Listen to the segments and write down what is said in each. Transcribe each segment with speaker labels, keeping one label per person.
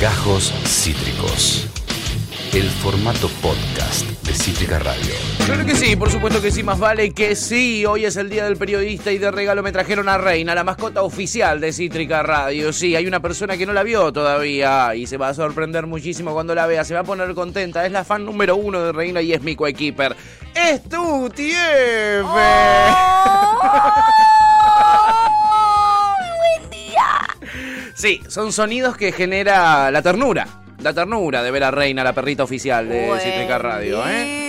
Speaker 1: Gajos Cítricos. El formato podcast de Cítrica Radio.
Speaker 2: Claro que sí, por supuesto que sí, más vale que sí. Hoy es el día del periodista y de regalo me trajeron a Reina, la mascota oficial de Cítrica Radio. Sí, hay una persona que no la vio todavía y se va a sorprender muchísimo cuando la vea. Se va a poner contenta. Es la fan número uno de Reina y es mi coequiper. ¡Es tu tiefe!
Speaker 3: ¡Buen día!
Speaker 2: Sí, son sonidos que genera la ternura. La ternura de ver a Reina, la perrita oficial de Cítrica Radio, ¿eh?
Speaker 3: ¿Qué?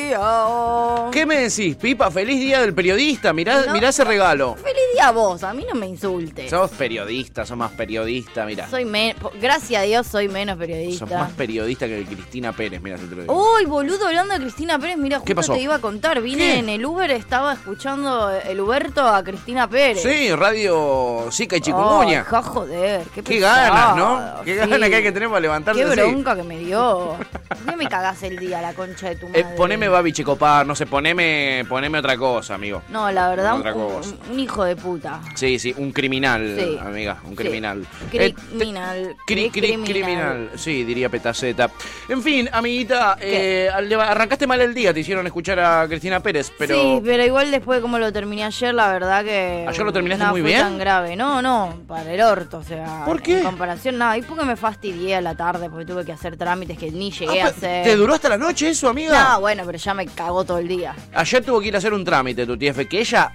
Speaker 2: ¿Qué me decís, Pipa? Feliz día del periodista. Mirá,
Speaker 3: No.
Speaker 2: mirá ese regalo.
Speaker 3: Feliz día a vos, a mí no me insultes.
Speaker 2: Sos periodista, sos más periodista, mirá.
Speaker 3: Soy menos, gracias a Dios soy menos
Speaker 2: Sos más
Speaker 3: periodista. Uh,
Speaker 2: periodista que Cristina Pérez, mirá, se te lo digo.
Speaker 3: Uy, boludo, hablando de Cristina Pérez, mira, justo
Speaker 2: pasó?
Speaker 3: te iba a contar, vine
Speaker 2: ¿Qué?
Speaker 3: en el Uber, estaba escuchando el Uberto a Cristina Pérez.
Speaker 2: sí, radio Sica y Chikungunya.
Speaker 3: Ay, ja, joder, qué,
Speaker 2: Qué ganas, ¿no?
Speaker 3: pesado,
Speaker 2: Qué
Speaker 3: sí.
Speaker 2: ganas que hay que tener para levantarse.
Speaker 3: Qué
Speaker 2: sí.
Speaker 3: bronca que me dio. ¿Por qué me cagás el día, la concha de tu madre?
Speaker 2: Eh, poneme Babi Checopar, no sé, poneme, poneme otra cosa, amigo.
Speaker 3: No, la verdad,
Speaker 2: Otra
Speaker 3: un,
Speaker 2: cosa.
Speaker 3: un- un hijo de puta.
Speaker 2: Sí, sí, un criminal,
Speaker 3: Sí.
Speaker 2: amiga, un
Speaker 3: Sí.
Speaker 2: criminal. Eh, te-
Speaker 3: Criminal.
Speaker 2: Cri, cri- criminal. sí, diría Petaceta. En fin, amiguita,
Speaker 3: ¿Qué?
Speaker 2: eh, al- arrancaste mal el día, te hicieron escuchar a Cristina Pérez, pero...
Speaker 3: Sí, pero igual después de cómo lo terminé ayer, la verdad que...
Speaker 2: ¿Ayer lo terminaste
Speaker 3: no
Speaker 2: muy
Speaker 3: fue
Speaker 2: bien?
Speaker 3: tan grave. No, no, para el orto, o sea...
Speaker 2: ¿Por qué?
Speaker 3: En comparación, nada, y porque me fastidié a la tarde, porque tuve que hacer trámites que ni
Speaker 2: Ah,
Speaker 3: llegué a
Speaker 2: pa-
Speaker 3: hacer.
Speaker 2: ¿Te duró hasta la noche eso, amiga?
Speaker 3: No, bueno, pero ya me cagó todo el día.
Speaker 2: Ayer tuvo que ir a hacer un trámite tu TF que ella,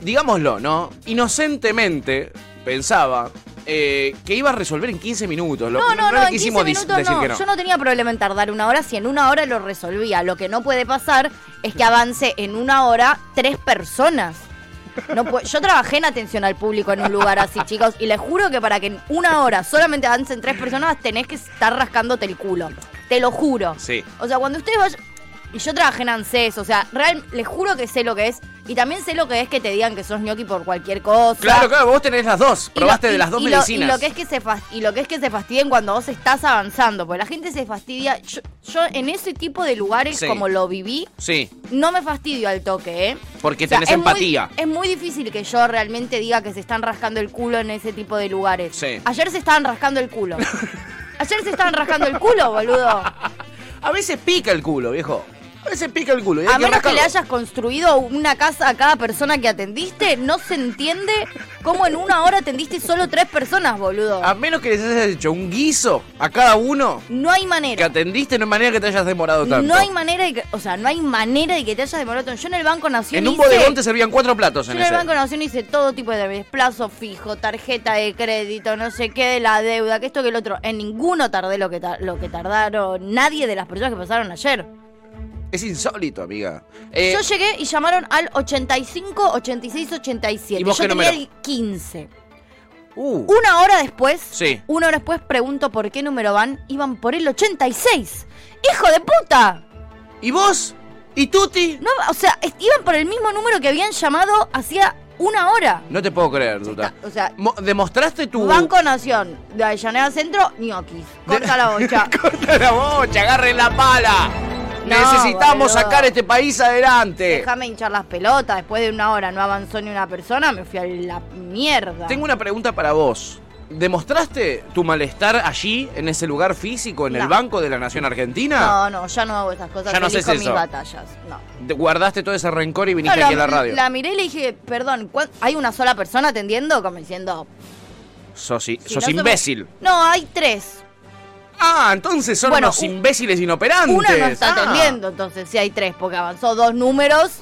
Speaker 2: digámoslo, ¿no? Inocentemente pensaba eh, que iba a resolver en 15 minutos. Lo-
Speaker 3: No, no, no,
Speaker 2: le
Speaker 3: en 15
Speaker 2: quisimos dis-
Speaker 3: minutos
Speaker 2: decir
Speaker 3: no.
Speaker 2: que no.
Speaker 3: Yo no tenía problema en tardar una hora si en una hora lo resolvía. Lo que no puede pasar es que avance en una hora tres personas. No pu- yo trabajé en atención al público en un lugar así, chicos, y les juro que para que en una hora solamente avancen tres personas tenés que estar rascándote el culo. Te lo juro.
Speaker 2: Sí.
Speaker 3: O sea, cuando ustedes vayan... Y yo trabajé en ANSES, o sea, real, les juro que sé lo que es. Y también sé lo que es que te digan que sos ñoqui por cualquier cosa.
Speaker 2: Claro, claro, vos tenés las dos.
Speaker 3: Y
Speaker 2: Probaste
Speaker 3: lo-
Speaker 2: de
Speaker 3: y-
Speaker 2: las dos
Speaker 3: y lo-
Speaker 2: medicinas.
Speaker 3: y, lo que es que se fas- y lo que es que se fastidien cuando vos estás avanzando, porque la gente se fastidia. Yo, yo en ese tipo de lugares
Speaker 2: Sí.
Speaker 3: como lo viví,
Speaker 2: Sí,
Speaker 3: no me fastidio al toque, ¿eh?
Speaker 2: porque
Speaker 3: O sea,
Speaker 2: tenés
Speaker 3: es muy-
Speaker 2: empatía.
Speaker 3: es muy difícil que yo realmente diga que se están rascando el culo en ese tipo de lugares.
Speaker 2: Sí.
Speaker 3: Ayer se estaban rascando el culo. Ayer se estaban rascando el culo, boludo.
Speaker 2: A veces pica el culo, viejo. A veces pica el culo. y hay
Speaker 3: A menos que
Speaker 2: rascarlo.
Speaker 3: le hayas construido una casa a cada persona que atendiste, no se entiende cómo en una hora atendiste solo tres personas, boludo.
Speaker 2: A menos que les hayas hecho un guiso a cada uno
Speaker 3: No hay
Speaker 2: que
Speaker 3: manera.
Speaker 2: atendiste, no hay manera que te hayas demorado tanto.
Speaker 3: No hay manera de que, o sea, no hay manera de que te hayas demorado. tanto. Yo en el Banco Nación
Speaker 2: en un
Speaker 3: hice-
Speaker 2: bodegón te servían cuatro platos
Speaker 3: yo
Speaker 2: en
Speaker 3: en el
Speaker 2: ese.
Speaker 3: Banco Nación hice todo tipo de trámites, plazo fijo, tarjeta de crédito, no sé qué, de la deuda, que esto que el otro. En ninguno tardé lo que tar- lo que tardaron nadie de las personas que pasaron ayer.
Speaker 2: Es insólito, amiga. Eh,
Speaker 3: Yo llegué y llamaron al 85, 86, 87.
Speaker 2: ¿Y vos
Speaker 3: Yo
Speaker 2: qué
Speaker 3: tenía
Speaker 2: número?
Speaker 3: el 15.
Speaker 2: uh.
Speaker 3: Una hora después,
Speaker 2: Sí.
Speaker 3: una hora después pregunto por qué número van, iban por el 86. ¡Hijo de puta!
Speaker 2: ¿Y vos? ¿Y Tuti?
Speaker 3: No, o sea, es- iban por el mismo número que habían llamado hacía una hora.
Speaker 2: No te puedo creer, Tuta.
Speaker 3: O sea,
Speaker 2: Mo- ¿Demostraste tu.
Speaker 3: Banco Nación, de Avellaneda Centro, ñoquis. Corta la bocha.
Speaker 2: Corta la bocha, agarren la pala.
Speaker 3: No,
Speaker 2: Necesitamos
Speaker 3: boludo.
Speaker 2: sacar este país adelante.
Speaker 3: Déjame hinchar las pelotas. Después de una hora no avanzó ni una persona, me fui a la mierda.
Speaker 2: Tengo una pregunta para vos. ¿Demostraste tu malestar allí, en ese lugar físico, en
Speaker 3: No.
Speaker 2: el Banco de la Nación Argentina?
Speaker 3: No, no, ya no hago esas cosas.
Speaker 2: Ya no haces
Speaker 3: elijo
Speaker 2: eso.
Speaker 3: mis batallas. No.
Speaker 2: ¿Te ¿Guardaste todo ese rencor y
Speaker 3: No,
Speaker 2: viniste
Speaker 3: la,
Speaker 2: aquí a la radio?
Speaker 3: la miré y le dije, perdón, ¿cuán- ¿hay una sola persona atendiendo? Como diciendo.
Speaker 2: Sos, i- sos
Speaker 3: si no somos-
Speaker 2: imbécil.
Speaker 3: No, hay tres.
Speaker 2: Ah, entonces son
Speaker 3: Bueno,
Speaker 2: unos
Speaker 3: un-
Speaker 2: imbéciles inoperantes.
Speaker 3: Una no está
Speaker 2: Ah.
Speaker 3: atendiendo, entonces si hay tres, porque avanzó dos números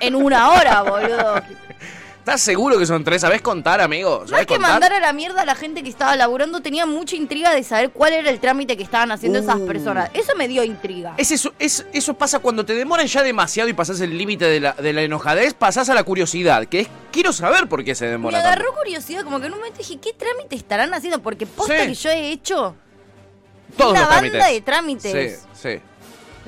Speaker 3: en una hora, boludo.
Speaker 2: ¿Estás seguro que son tres? ¿Sabés contar, amigo?
Speaker 3: Más
Speaker 2: ¿Sabés
Speaker 3: que
Speaker 2: contar?
Speaker 3: mandar a la mierda a la gente que estaba laburando, tenía mucha intriga de saber cuál era el trámite que estaban haciendo esas
Speaker 2: Uh.
Speaker 3: personas. Eso me dio intriga.
Speaker 2: Es eso, es, eso pasa cuando te demoran ya demasiado y pasás el límite de la, de la enojadez, pasás a la curiosidad, que es quiero saber por qué se
Speaker 3: Me
Speaker 2: demora. tanto.
Speaker 3: agarró curiosidad, como que en un momento dije, ¿qué trámite estarán haciendo? Porque posta
Speaker 2: Sí.
Speaker 3: que yo he hecho
Speaker 2: Todos
Speaker 3: una
Speaker 2: los
Speaker 3: banda
Speaker 2: trámites.
Speaker 3: de trámites.
Speaker 2: Sí, sí.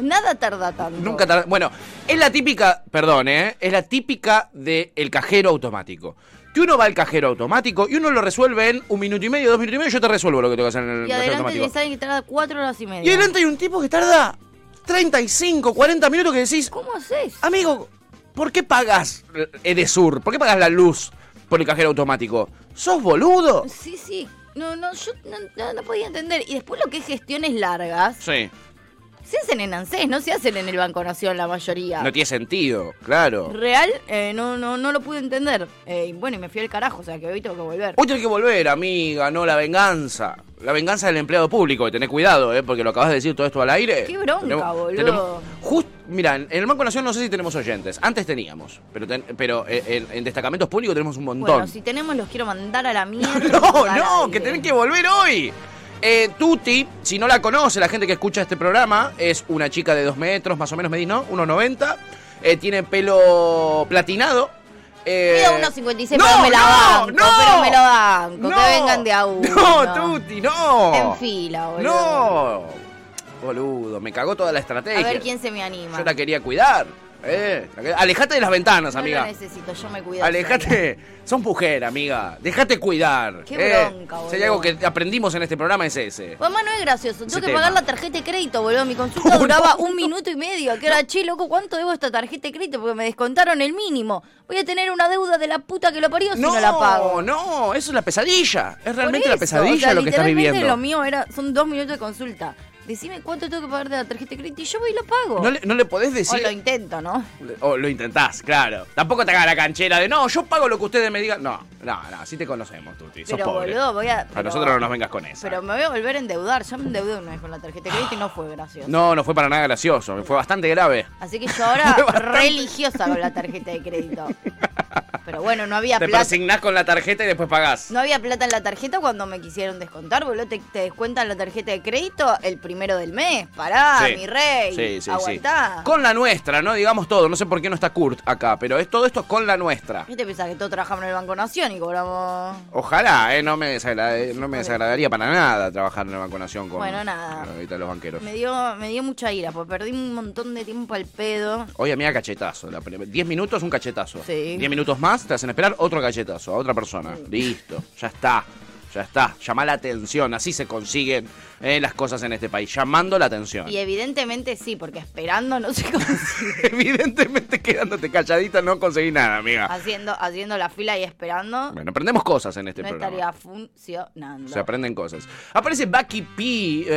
Speaker 3: Nada tarda tanto.
Speaker 2: Nunca tarda- Bueno, es la típica, perdón, ¿eh? Es la típica del cajero automático. Que uno va al cajero automático y uno lo resuelve en un minuto y medio, dos minutos y medio, yo te resuelvo lo que tengo que hacer en el
Speaker 3: Y
Speaker 2: cajero
Speaker 3: adelante
Speaker 2: automático.
Speaker 3: tenés a alguien que tarda cuatro horas y media.
Speaker 2: Y adelante hay un tipo que tarda 35, 40 minutos que decís,
Speaker 3: ¿Cómo haces?
Speaker 2: Amigo, ¿por qué pagas Edesur? ¿Por qué pagas la luz por el cajero automático? ¿Sos boludo?
Speaker 3: Sí, sí. No, no, yo no, no- no podía entender. Y después lo que es gestiones largas,
Speaker 2: Sí.
Speaker 3: se hacen en ANSES, no se hacen en el Banco Nación la mayoría.
Speaker 2: No tiene sentido, claro.
Speaker 3: Real, eh, no, no, no lo pude entender. Eh, y bueno, y me fui al carajo, o sea que hoy tengo que volver.
Speaker 2: Hoy tenés que volver, amiga, no la venganza. La venganza del empleado público, tenés cuidado, ¿eh? porque lo acabas de decir todo esto al aire.
Speaker 3: Qué bronca, boludo.
Speaker 2: just- mira, en en el Banco Nación no sé si tenemos oyentes. Antes teníamos, pero, ten- pero eh, en, en destacamentos públicos tenemos un montón.
Speaker 3: Bueno, si tenemos los quiero mandar a la mierda.
Speaker 2: No,
Speaker 3: al
Speaker 2: no,
Speaker 3: aire.
Speaker 2: que tienen que volver hoy. Eh, Tuti, si no la conoce, la gente que escucha este programa, es una chica de dos metros, más o menos, me di, ¿no? 1,90. Eh, tiene pelo platinado. Eh,
Speaker 3: Pido 1.56,
Speaker 2: no,
Speaker 3: pero me la
Speaker 2: no,
Speaker 3: banco,
Speaker 2: no.
Speaker 3: pero me la banco, que
Speaker 2: No.
Speaker 3: vengan de a uno.
Speaker 2: No, Tuti, no.
Speaker 3: En fila, boludo.
Speaker 2: No. Boludo, me cagó toda la estrategia.
Speaker 3: A ver quién se me anima.
Speaker 2: Yo la quería cuidar. Eh, la que- alejate de las ventanas,
Speaker 3: No
Speaker 2: amiga.
Speaker 3: lo necesito, yo me cuido. sola.
Speaker 2: Alejate, son mujer, amiga. Déjate cuidar.
Speaker 3: Qué
Speaker 2: eh.
Speaker 3: bronca,
Speaker 2: Si hay
Speaker 3: boludo.
Speaker 2: algo que aprendimos en este programa es ese.
Speaker 3: Mamá, no es gracioso. Tengo
Speaker 2: Ese
Speaker 3: que
Speaker 2: tema.
Speaker 3: pagar la tarjeta de crédito, boludo. Mi consulta
Speaker 2: No,
Speaker 3: duraba
Speaker 2: no,
Speaker 3: un minuto y medio. Que era, che, loco, ¿cuánto debo esta tarjeta de crédito? Porque me descontaron el mínimo. Voy a tener una deuda de la puta que lo parió si no la pago.
Speaker 2: no, eso es la pesadilla. Es realmente
Speaker 3: Por
Speaker 2: la
Speaker 3: eso,
Speaker 2: pesadilla
Speaker 3: o sea,
Speaker 2: lo que estás
Speaker 3: literalmente
Speaker 2: viviendo.
Speaker 3: lo mío era, son dos minutos de consulta. Decime cuánto tengo que pagar de la tarjeta de crédito y yo voy y lo pago.
Speaker 2: No le, no le podés
Speaker 3: O
Speaker 2: decir.
Speaker 3: lo intento, ¿no?
Speaker 2: O lo intentás, claro. Tampoco te hagas la canchera de no, yo pago lo que ustedes me digan. No, no, no, sí te conocemos, Tuti. Sos
Speaker 3: Pero,
Speaker 2: pobre.
Speaker 3: boludo, voy a-
Speaker 2: A
Speaker 3: pero-
Speaker 2: nosotros no nos vengas con eso.
Speaker 3: Pero me voy a volver a endeudar. Ya me endeudé una vez con la tarjeta de crédito y no fue gracioso.
Speaker 2: No, no fue para nada gracioso. Fue bastante grave.
Speaker 3: Así que yo ahora
Speaker 2: Fue bastante.
Speaker 3: religiosa con la tarjeta de crédito. Pero bueno, no había
Speaker 2: Te
Speaker 3: plata.
Speaker 2: persignás con la tarjeta y después pagás.
Speaker 3: No había plata en la tarjeta cuando me quisieron descontar, boludo. Te, te descuentan la tarjeta de crédito el primero del mes. Pará,
Speaker 2: Sí.
Speaker 3: mi rey.
Speaker 2: Sí, sí,
Speaker 3: aguantá.
Speaker 2: sí. Con la nuestra, ¿no? Digamos todo. No sé por qué no está Kurt acá, pero es todo esto con la nuestra.
Speaker 3: ¿Qué te pensás que todos trabajamos en el Banco Nación y cobramos?
Speaker 2: Ojalá, ¿eh? No me, desagrade- no me desagradaría para nada trabajar en la vacunación con,
Speaker 3: Bueno, nada.
Speaker 2: con ahorita los banqueros.
Speaker 3: Me dio, me dio mucha ira, porque perdí un montón de tiempo al pedo.
Speaker 2: Oye, mira, cachetazo. La pre- 10 minutos, un cachetazo.
Speaker 3: Sí.
Speaker 2: 10 minutos más, te hacen esperar otro cachetazo a otra persona. Listo, ya está. Ya está. Llama la atención. Así se consiguen eh, las cosas en este país. Llamando la atención.
Speaker 3: Y evidentemente sí, porque esperando no se consigue.
Speaker 2: Evidentemente, quedándote calladita no conseguí nada, amiga.
Speaker 3: haciendo, haciendo la fila y esperando,
Speaker 2: Bueno, aprendemos cosas en este
Speaker 3: no
Speaker 2: programa.
Speaker 3: estaría funcionando.
Speaker 2: Se aprenden cosas. Aparece Baki P,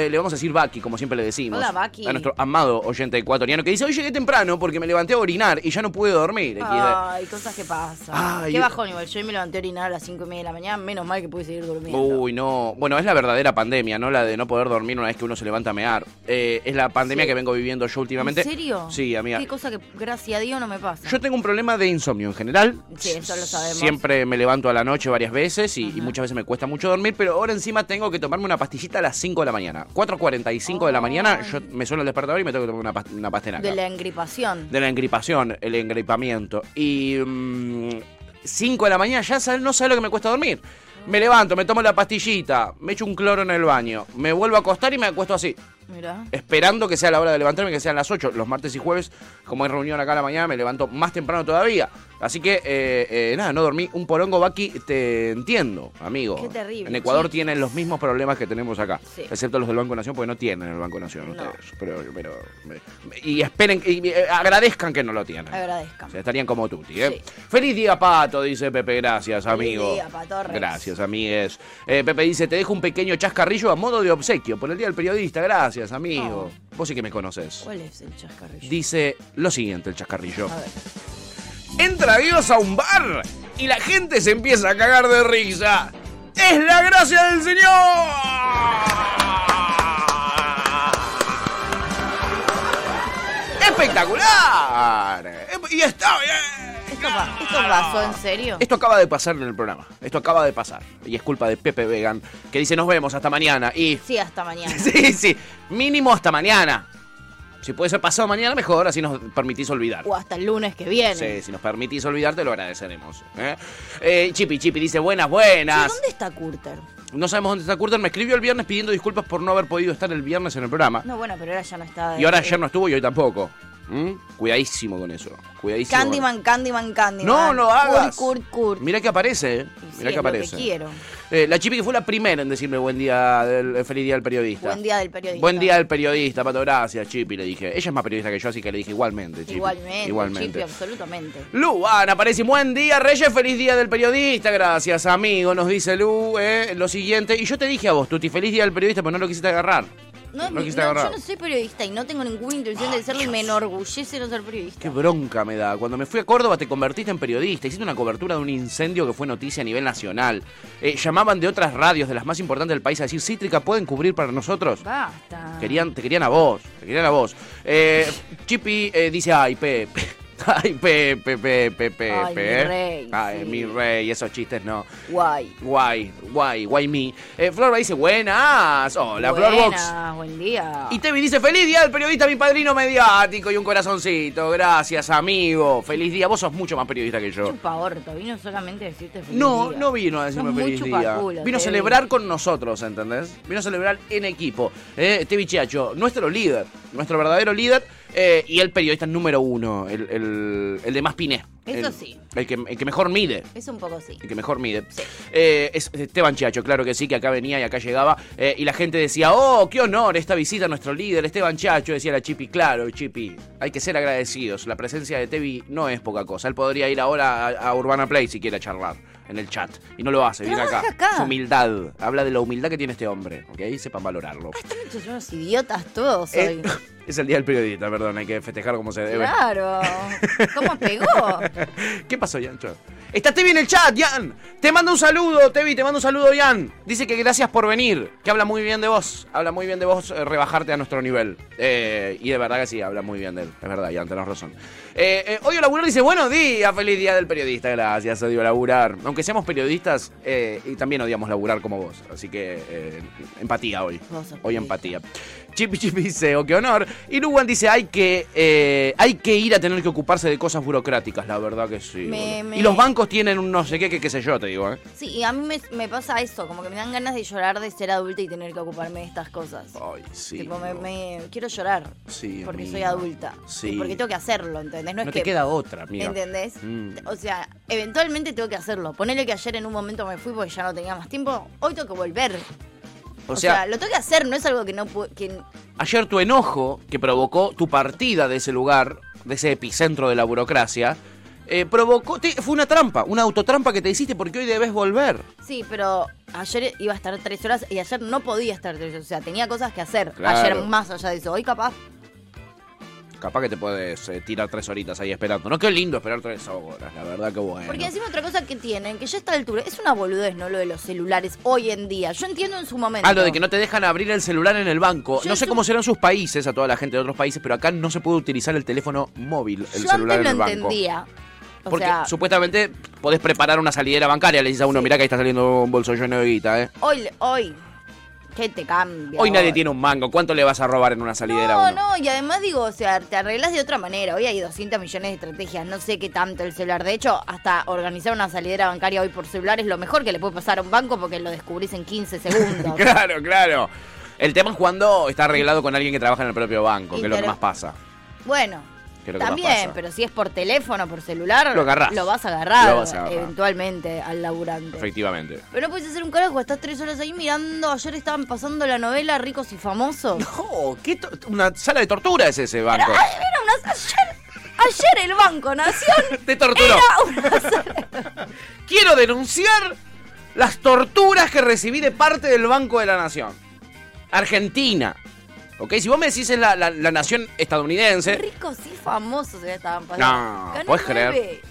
Speaker 2: eh, le vamos a decir Baki, como siempre le decimos.
Speaker 3: Hola, Baki.
Speaker 2: A nuestro amado oyente ecuatoriano que dice, hoy llegué temprano porque me levanté a orinar y ya no pude dormir.
Speaker 3: Ay, cosas que pasan.
Speaker 2: Ay,
Speaker 3: Qué
Speaker 2: yo-
Speaker 3: bajón igual. Yo hoy me levanté a orinar a las 5 y media de la mañana, menos mal que pude seguir durmiendo.
Speaker 2: Uy, no. Bueno, es la verdadera pandemia, ¿no? La de no poder dormir una vez que uno se levanta a mear. Eh, es la pandemia
Speaker 3: Sí.
Speaker 2: que vengo viviendo yo últimamente.
Speaker 3: ¿En serio?
Speaker 2: Sí, amiga.
Speaker 3: Qué cosa que, gracias a Dios, no me pasa.
Speaker 2: Yo tengo un problema de insomnio en general.
Speaker 3: Sí, eso lo sabemos.
Speaker 2: Siempre me levanto a la noche varias veces y, y muchas veces me cuesta mucho dormir, pero ahora encima tengo que tomarme una pastillita a las 5 de la mañana. 4.45 de la mañana yo me suelo el despertador y me tengo que tomar una, pas- una pastinaca.
Speaker 3: Oh. De la engripación.
Speaker 2: De la engripación, el engripamiento. Y 5 de la mañana ya sal- no sé lo que me cuesta dormir. Me levanto, me tomo la pastillita, me echo un cloro en el baño, me vuelvo a acostar y me acuesto así
Speaker 3: Mirá.
Speaker 2: esperando que sea la hora de levantarme, que sean las 8. Los martes y jueves, como hay reunión acá a la mañana, me levanto más temprano todavía. Así que, eh, eh, nada, no dormí un porongo, Baki, te entiendo, amigo.
Speaker 3: Qué terrible,
Speaker 2: En Ecuador
Speaker 3: chicos.
Speaker 2: tienen los mismos problemas que tenemos acá,
Speaker 3: Sí.
Speaker 2: excepto los del Banco Nación, porque no tienen el Banco Nación
Speaker 3: No.
Speaker 2: ustedes. Pero, pero, y esperen, y, eh, agradezcan que no lo tienen.
Speaker 3: Agradezcan.
Speaker 2: O sea, estarían como tutti, ¿eh?
Speaker 3: Sí.
Speaker 2: Feliz día, Pato, dice Pepe. Gracias,
Speaker 3: Feliz
Speaker 2: amigo.
Speaker 3: día, Pato Rex.
Speaker 2: Gracias, amigues. Eh, Pepe dice, te dejo un pequeño chascarrillo a modo de obsequio por el Día del Periodista. Gracias, amigo.
Speaker 3: Oh.
Speaker 2: Vos sí que me conoces.
Speaker 3: ¿Cuál es el chascarrillo?
Speaker 2: Dice lo siguiente el chascarrillo.
Speaker 3: A ver.
Speaker 2: Entra Dios a un bar y la gente se empieza a cagar de risa. ¡Es la gracia del Señor! ¡Espectacular! ¡Y está bien!
Speaker 3: ¿Esto, pa- esto pasó en serio?
Speaker 2: Esto acaba de pasar en el programa. Esto acaba de pasar. Y es culpa de Pepe Vegan, que dice nos vemos hasta mañana. Y
Speaker 3: Sí, hasta mañana.
Speaker 2: sí, sí, mínimo hasta mañana. Si puede ser pasado mañana, mejor, así nos permitís olvidar.
Speaker 3: O hasta el lunes que viene.
Speaker 2: Sí, si nos permitís olvidar, te lo agradeceremos. ¿eh? Eh, Chipi Chipi dice, buenas,
Speaker 3: Che,
Speaker 2: buenas.
Speaker 3: ¿Dónde está Curter?
Speaker 2: No sabemos dónde está Curter. Me escribió el viernes pidiendo disculpas por no haber podido estar el viernes en el programa.
Speaker 3: No, bueno, pero ahora ya no está.
Speaker 2: Y ahora
Speaker 3: eh,
Speaker 2: ayer no estuvo y hoy tampoco. ¿Mm? Cuidadísimo con eso. Cuidadísimo. con-
Speaker 3: Candyman, Candyman, Candyman.
Speaker 2: No, no hagas.
Speaker 3: Kurt, Kurt, Kurt.
Speaker 2: Mira que aparece, ¿eh?
Speaker 3: Y
Speaker 2: Mira
Speaker 3: sí, es
Speaker 2: que
Speaker 3: lo
Speaker 2: aparece.
Speaker 3: quiero.
Speaker 2: Eh, la chipi que fue la primera en decirme buen día, del- eh, feliz día del periodista.
Speaker 3: Buen día del periodista.
Speaker 2: Buen día del periodista, Pato, gracias, Chipi, le dije. Ella es más periodista que yo, así que le dije igualmente, Chipi.
Speaker 3: Igualmente.
Speaker 2: Igualmente.
Speaker 3: Chipi, absolutamente.
Speaker 2: Luana aparece, buen día, Reyes, feliz día del periodista, gracias, amigo, nos dice Lu, eh, lo siguiente. Y yo te dije a vos, Tuti, feliz día del periodista, pero no lo quisiste agarrar.
Speaker 3: No,
Speaker 2: lo
Speaker 3: mi-
Speaker 2: quisiste
Speaker 3: no,
Speaker 2: agarrar.
Speaker 3: yo no soy periodista y no tengo ninguna intención de serlo y me enorgullece no ser periodista.
Speaker 2: Qué bronca me da. Cuando me fui a Córdoba te convertiste en periodista. Hiciste una cobertura de un incendio que fue noticia a nivel nacional. Eh, llamaban de otras radios, de las más importantes del país, a decir, Cítrica, ¿pueden cubrir para nosotros?
Speaker 3: Basta.
Speaker 2: Querían, te querían a vos, te querían a vos. Eh, Chipi eh, dice, ay, Pepe. Ay, Pepe, Pepe, Pepe.
Speaker 3: Ay, mi rey,
Speaker 2: Ay,
Speaker 3: sí.
Speaker 2: mi rey, esos chistes no.
Speaker 3: Guay.
Speaker 2: Guay, guay, guay me. Eh, Florba dice, buenas. Hola, Florbox.
Speaker 3: Buenas, buen día.
Speaker 2: Ah. Y Tevi dice, feliz día del periodista, mi padrino mediático y un corazoncito. Gracias, amigo. Feliz día. Vos sos mucho más periodista que yo.
Speaker 3: Chupa orto, vino solamente a decirte feliz
Speaker 2: No,
Speaker 3: día.
Speaker 2: no vino a decirme
Speaker 3: Sos muy
Speaker 2: feliz día.
Speaker 3: chupaculo,
Speaker 2: Vino a
Speaker 3: te
Speaker 2: celebrar
Speaker 3: digo.
Speaker 2: con nosotros, ¿entendés? Vino a celebrar en equipo. Eh, Tevi Chiacho, nuestro líder, nuestro verdadero líder eh, y el periodista número uno, el, el- el de más piné.
Speaker 3: Eso
Speaker 2: El-
Speaker 3: sí.
Speaker 2: El que, el que mejor mide.
Speaker 3: Es un poco sí.
Speaker 2: El que mejor mide. Eh, es Esteban Chiacho, claro que sí, que acá venía y acá llegaba. eh, y la gente decía, oh, qué honor esta visita a nuestro líder, Esteban Chiacho. Decía la Chipi, claro, Chipi, hay que ser agradecidos. La presencia de Tevi no es poca cosa. Él podría ir ahora a, a Urbana Play si quiere a charlar en el chat. Y no lo hace, viene acá.
Speaker 3: Trabaja acá.
Speaker 2: Su humildad. Habla de la humildad que tiene este hombre, ¿ok? Sepan valorarlo.
Speaker 3: Están hechos unos idiotas todos hoy.
Speaker 2: Eh, es el día del periodista, perdón, hay que festejar como se debe.
Speaker 3: Claro. ¿Cómo pegó?
Speaker 2: ¿Qué pasó, Yancho? Está Tevi en el chat, Yan. Te mando un saludo, Tevi, te mando un saludo, Yan. Dice que gracias por venir, que habla muy bien de vos. Habla muy bien de vos eh, rebajarte a nuestro nivel. Eh, y de verdad que sí, habla muy bien de él. Es verdad, Yan, tenés razón. Eh, eh, Odio Laburar dice, buenos días, feliz día del periodista. Gracias, Odio Laburar. Aunque seamos periodistas, eh, y también odiamos laburar como vos. Así que eh, empatía hoy.
Speaker 3: Vos sos
Speaker 2: Hoy
Speaker 3: periodista.
Speaker 2: empatía. Chipi Chipi dice, o qué honor. Y Luwan dice, hay que, eh, hay que ir a tener que ocuparse de cosas burocráticas, la verdad que sí.
Speaker 3: Me-
Speaker 2: boludo.
Speaker 3: me-
Speaker 2: Y los bancos tienen un no sé qué, que qué sé yo, te digo, ¿eh?
Speaker 3: Sí, y a mí me, me pasa eso, como que me dan ganas de llorar de ser adulta y tener que ocuparme de estas cosas.
Speaker 2: Ay, Oh, sí.
Speaker 3: tipo, me,
Speaker 2: no.
Speaker 3: me- quiero llorar
Speaker 2: Sí,
Speaker 3: porque
Speaker 2: amiga.
Speaker 3: soy adulta.
Speaker 2: Sí.
Speaker 3: Y Porque tengo que hacerlo, ¿entendés? No,
Speaker 2: No
Speaker 3: es
Speaker 2: te
Speaker 3: que,
Speaker 2: queda otra, amiga.
Speaker 3: ¿Entendés?
Speaker 2: Mm.
Speaker 3: O sea, eventualmente tengo que hacerlo. Ponele que ayer en un momento me fui porque ya no tenía más tiempo. Hoy tengo que volver.
Speaker 2: O sea,
Speaker 3: lo tengo que hacer, no es algo que no pu- que
Speaker 2: ayer tu enojo que provocó tu partida de ese lugar, de ese epicentro de la burocracia, eh, provocó, te- fue una trampa, una autotrampa que te hiciste porque hoy debes volver.
Speaker 3: Sí, pero ayer iba a estar tres horas y ayer no podía estar tres horas. O sea, tenía cosas que hacer.
Speaker 2: Claro.
Speaker 3: Ayer más allá de eso. Hoy capaz.
Speaker 2: Capaz que te puedes eh, tirar tres horitas ahí esperando. No, qué lindo esperar tres horas, la verdad que bueno.
Speaker 3: Porque encima otra cosa que tienen, que ya a esta altura, es una boludez, ¿no? Lo de los celulares hoy en día. Yo entiendo en su momento.
Speaker 2: Ah, lo de que no te dejan abrir el celular en el banco.
Speaker 3: Yo
Speaker 2: no sé
Speaker 3: su-
Speaker 2: cómo serán sus países, a toda la gente de otros países, pero acá no se puede utilizar el teléfono móvil, el
Speaker 3: Yo
Speaker 2: celular en
Speaker 3: antes
Speaker 2: el
Speaker 3: lo
Speaker 2: banco.
Speaker 3: entendía. O
Speaker 2: Porque
Speaker 3: sea,
Speaker 2: supuestamente podés preparar una salidera bancaria, le dices a uno, mirá que ahí está saliendo un bolso lleno de guita, ¿eh?
Speaker 3: hoy, hoy, ¿qué te cambia?
Speaker 2: Hoy nadie tiene un mango, ¿cuánto le vas a robar en una salidera a
Speaker 3: No,
Speaker 2: uno?
Speaker 3: no, y además digo, o sea, te arreglas de otra manera. Hoy hay 200 millones de estrategias, no sé qué tanto el celular. De hecho, hasta organizar una salidera bancaria hoy por celular es lo mejor que le puede pasar a un banco porque lo descubrís en 15 segundos.
Speaker 2: Claro, claro. El tema es cuando está arreglado con alguien que trabaja en el propio banco, que es lo que
Speaker 3: Inter-
Speaker 2: más pasa.
Speaker 3: Bueno,
Speaker 2: Creo que más
Speaker 3: también,
Speaker 2: pasa.
Speaker 3: pero si es por teléfono, por celular,
Speaker 2: Lo agarrás.
Speaker 3: vas a agarrar
Speaker 2: Lo vas a agarrar.
Speaker 3: eventualmente al laburante.
Speaker 2: Efectivamente.
Speaker 3: Pero no puedes hacer un carajo, estás tres horas ahí mirando. Ayer estaban pasando la novela Ricos y Famosos.
Speaker 2: No, ¿qué to- una sala de tortura es ese banco.
Speaker 3: Ay, mira, unas- ayer, ayer el Banco Nación
Speaker 2: Te torturó.
Speaker 3: era una sala-
Speaker 2: Quiero denunciar las torturas que recibí de parte del Banco de la Nación. Argentina. ¿Ok? Si vos me decís es la, la- la nación estadounidense,
Speaker 3: Ricos y Famosos ya estaban pasando.
Speaker 2: No,
Speaker 3: Canal
Speaker 2: ¿podés creer?
Speaker 3: 9,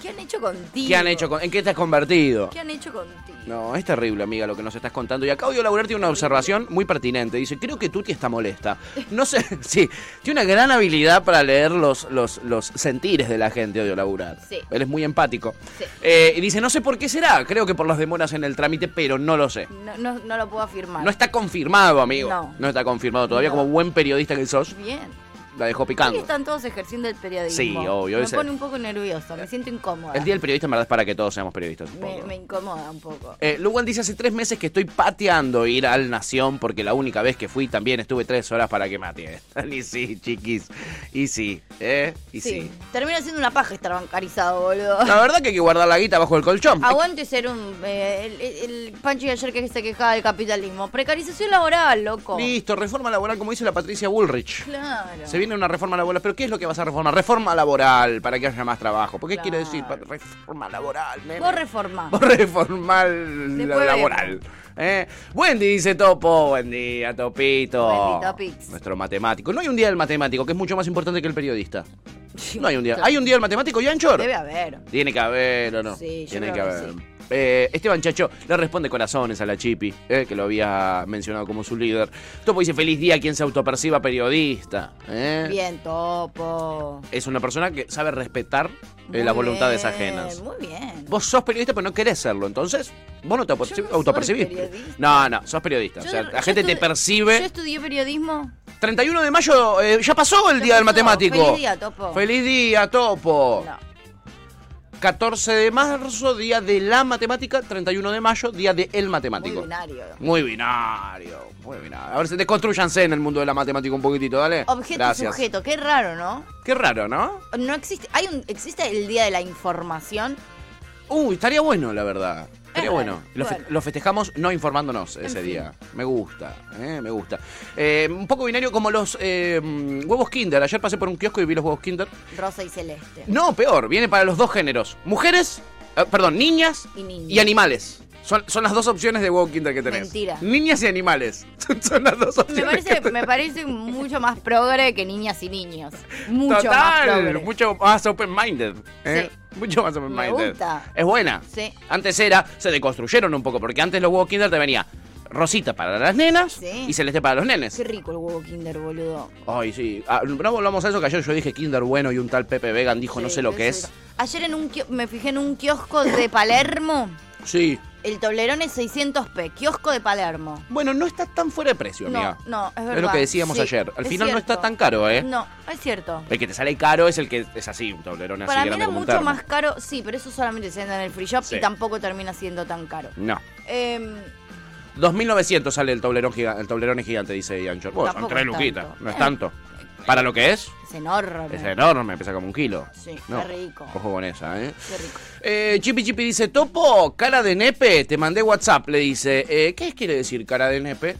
Speaker 3: ¿Qué han hecho contigo?
Speaker 2: ¿qué han hecho con- ¿en qué te has convertido?
Speaker 3: ¿Qué han hecho contigo?
Speaker 2: No, es terrible, amiga, lo que nos estás contando. Y acá Odio Laburar tiene una observación muy pertinente. Dice, creo que Tuti está molesta. No sé, sí, tiene una gran habilidad para leer los, los, los sentires de la gente, Odio Laburar.
Speaker 3: Sí.
Speaker 2: Él es muy empático.
Speaker 3: Sí.
Speaker 2: Eh, y dice, no sé por qué será, creo que por las demoras en el trámite, pero no lo sé.
Speaker 3: No, no- no lo puedo afirmar.
Speaker 2: No está confirmado, amigo.
Speaker 3: No.
Speaker 2: está confirmado todavía
Speaker 3: No.
Speaker 2: como buen periodista que sos.
Speaker 3: Bien.
Speaker 2: la dejó
Speaker 3: Hoy
Speaker 2: picando.
Speaker 3: están todos ejerciendo el periodismo.
Speaker 2: Sí, obvio,
Speaker 3: Me
Speaker 2: ese-
Speaker 3: pone un poco nerviosa, me siento incómoda.
Speaker 2: El día del periodista en verdad es para que todos seamos periodistas. un
Speaker 3: me,
Speaker 2: poco.
Speaker 3: me incomoda un poco.
Speaker 2: Eh, Luwan dice, hace tres meses que estoy pateando ir al Nación, porque la única vez que fui también estuve tres horas para que mate. y sí, chiquis. Y sí, ¿eh? Y sí.
Speaker 3: Termina siendo una paja estar bancarizado, boludo.
Speaker 2: La verdad que hay que guardar la guita bajo el colchón.
Speaker 3: Aguante ser un. eh, el, el- el Panchi de ayer que se quejaba del capitalismo. Precarización laboral, loco.
Speaker 2: Listo, reforma laboral como hizo la Patricia Bullrich.
Speaker 3: Claro.
Speaker 2: Se viene una reforma laboral, pero ¿qué es lo que vas a reformar? Reforma laboral, para que haya más trabajo. ¿Por qué
Speaker 3: Claro.
Speaker 2: quiere decir pa- reforma laboral? nene?
Speaker 3: Vos reformá.
Speaker 2: Vos reformá la
Speaker 3: Después
Speaker 2: laboral. ¿eh? Buen día, dice Topo. Buen día, Topito.
Speaker 3: Buen día, Topix.
Speaker 2: Nuestro matemático. No hay un día del matemático, que es mucho más importante que el periodista. No hay un día.
Speaker 3: Yo-
Speaker 2: ¿Hay un día del matemático, Yanchor?
Speaker 3: Debe haber.
Speaker 2: Tiene que haber, ¿o no?
Speaker 3: Sí, yo
Speaker 2: Tiene que
Speaker 3: creo que
Speaker 2: haber.
Speaker 3: sí.
Speaker 2: Eh, Esteban Chacho le responde corazones a la Chipi, eh, que lo había mencionado como su líder. Topo dice, feliz día a quien se autoperciba periodista. eh.
Speaker 3: Bien, topo.
Speaker 2: Es una persona que sabe respetar eh,
Speaker 3: Muy
Speaker 2: las voluntades
Speaker 3: bien,
Speaker 2: ajenas.
Speaker 3: Muy bien.
Speaker 2: Vos sos periodista, pero no querés serlo, entonces vos no te autoperci-
Speaker 3: Yo no soy
Speaker 2: autopercibís.
Speaker 3: periodista.
Speaker 2: No, no, sos periodista.
Speaker 3: Yo
Speaker 2: o sea,
Speaker 3: no-
Speaker 2: la
Speaker 3: yo
Speaker 2: gente te
Speaker 3: estudié- Yo
Speaker 2: percibe.
Speaker 3: estudié periodismo.
Speaker 2: 31 de mayo, eh, ya pasó el
Speaker 3: Ya
Speaker 2: día del
Speaker 3: pasó.
Speaker 2: matemático.
Speaker 3: Feliz día, Topo.
Speaker 2: Feliz día, Topo.
Speaker 3: No.
Speaker 2: 14 de marzo, día de la matemática. 31 de mayo, día de el
Speaker 3: Muy
Speaker 2: matemático.
Speaker 3: binario.
Speaker 2: Muy binario. Muy binario. A ver, se desconstruyanse en el mundo de la matemática un poquitito, dale.
Speaker 3: Objeto y
Speaker 2: Gracias.
Speaker 3: sujeto, qué raro, ¿no?
Speaker 2: Qué raro, ¿no?
Speaker 3: No existe, hay un, existe el día de la información.
Speaker 2: Uy, estaría bueno, la verdad. Estaría
Speaker 3: Eh,
Speaker 2: bueno. Lo, fe-
Speaker 3: bueno.
Speaker 2: lo festejamos no informándonos ese día. Me gusta, eh, me gusta. Eh, un poco binario como los eh, mm, huevos Kinder. Ayer pasé por un kiosco y vi los huevos Kinder.
Speaker 3: Rosa y celeste.
Speaker 2: No, peor, viene para los dos géneros. Mujeres, eh, perdón, niñas
Speaker 3: Y niños.
Speaker 2: animales. Son, son las dos opciones de huevo Kinder que tenés.
Speaker 3: Mentira.
Speaker 2: Niñas y animales. Son, son las dos
Speaker 3: Me
Speaker 2: opciones.
Speaker 3: parece,
Speaker 2: que tenés.
Speaker 3: me parece mucho más progre que niñas y niños. Mucho más
Speaker 2: Total,
Speaker 3: progre.
Speaker 2: mucho más open-minded. ¿eh? Mucho más open-minded.
Speaker 3: gusta.
Speaker 2: Es buena.
Speaker 3: Sí.
Speaker 2: Antes era, se deconstruyeron un poco, porque antes los huevos Kinder te venía rosita para las nenas
Speaker 3: Sí.
Speaker 2: y celeste para los nenes.
Speaker 3: Qué rico el huevo Kinder, boludo.
Speaker 2: Ay, sí. Ah, no volvamos a eso que ayer yo dije Kinder bueno y un tal Pepe Vegan dijo no
Speaker 3: Sí,
Speaker 2: sé lo que
Speaker 3: eso
Speaker 2: es.
Speaker 3: Ayer en un kio- me fijé en un kiosco de Palermo.
Speaker 2: Sí.
Speaker 3: El toblerón es 600p, kiosco de Palermo.
Speaker 2: Bueno, no está tan fuera de precio,
Speaker 3: No,
Speaker 2: amiga.
Speaker 3: no, es verdad.
Speaker 2: Es lo que decíamos
Speaker 3: Sí,
Speaker 2: ayer. Al
Speaker 3: es
Speaker 2: final no está
Speaker 3: cierto.
Speaker 2: tan caro, ¿eh?
Speaker 3: No, es cierto.
Speaker 2: El que te sale caro es el que es así, un tablerón así
Speaker 3: Para mí
Speaker 2: grande
Speaker 3: era
Speaker 2: como un
Speaker 3: mucho
Speaker 2: termo.
Speaker 3: más caro, sí, pero eso solamente se vende en el free shop
Speaker 2: Sí.
Speaker 3: y tampoco termina siendo tan caro.
Speaker 2: No.
Speaker 3: Em,
Speaker 2: 2.900 sale el tablerón, giga- el tablerón es gigante, dice Iancho. Bueno, son
Speaker 3: Tampoco
Speaker 2: tres
Speaker 3: es
Speaker 2: luquitas,
Speaker 3: tanto.
Speaker 2: no es
Speaker 3: Eh.
Speaker 2: tanto. Para lo que es,
Speaker 3: es enorme.
Speaker 2: es enorme, pesa como un kilo.
Speaker 3: Sí,
Speaker 2: No,
Speaker 3: qué rico.
Speaker 2: Ojo con esa, ¿eh?
Speaker 3: Qué rico.
Speaker 2: Eh, Chipi Chipi dice, Topo, cara de nepe, te mandé WhatsApp, le dice. Eh, ¿Qué quiere decir cara de nepe?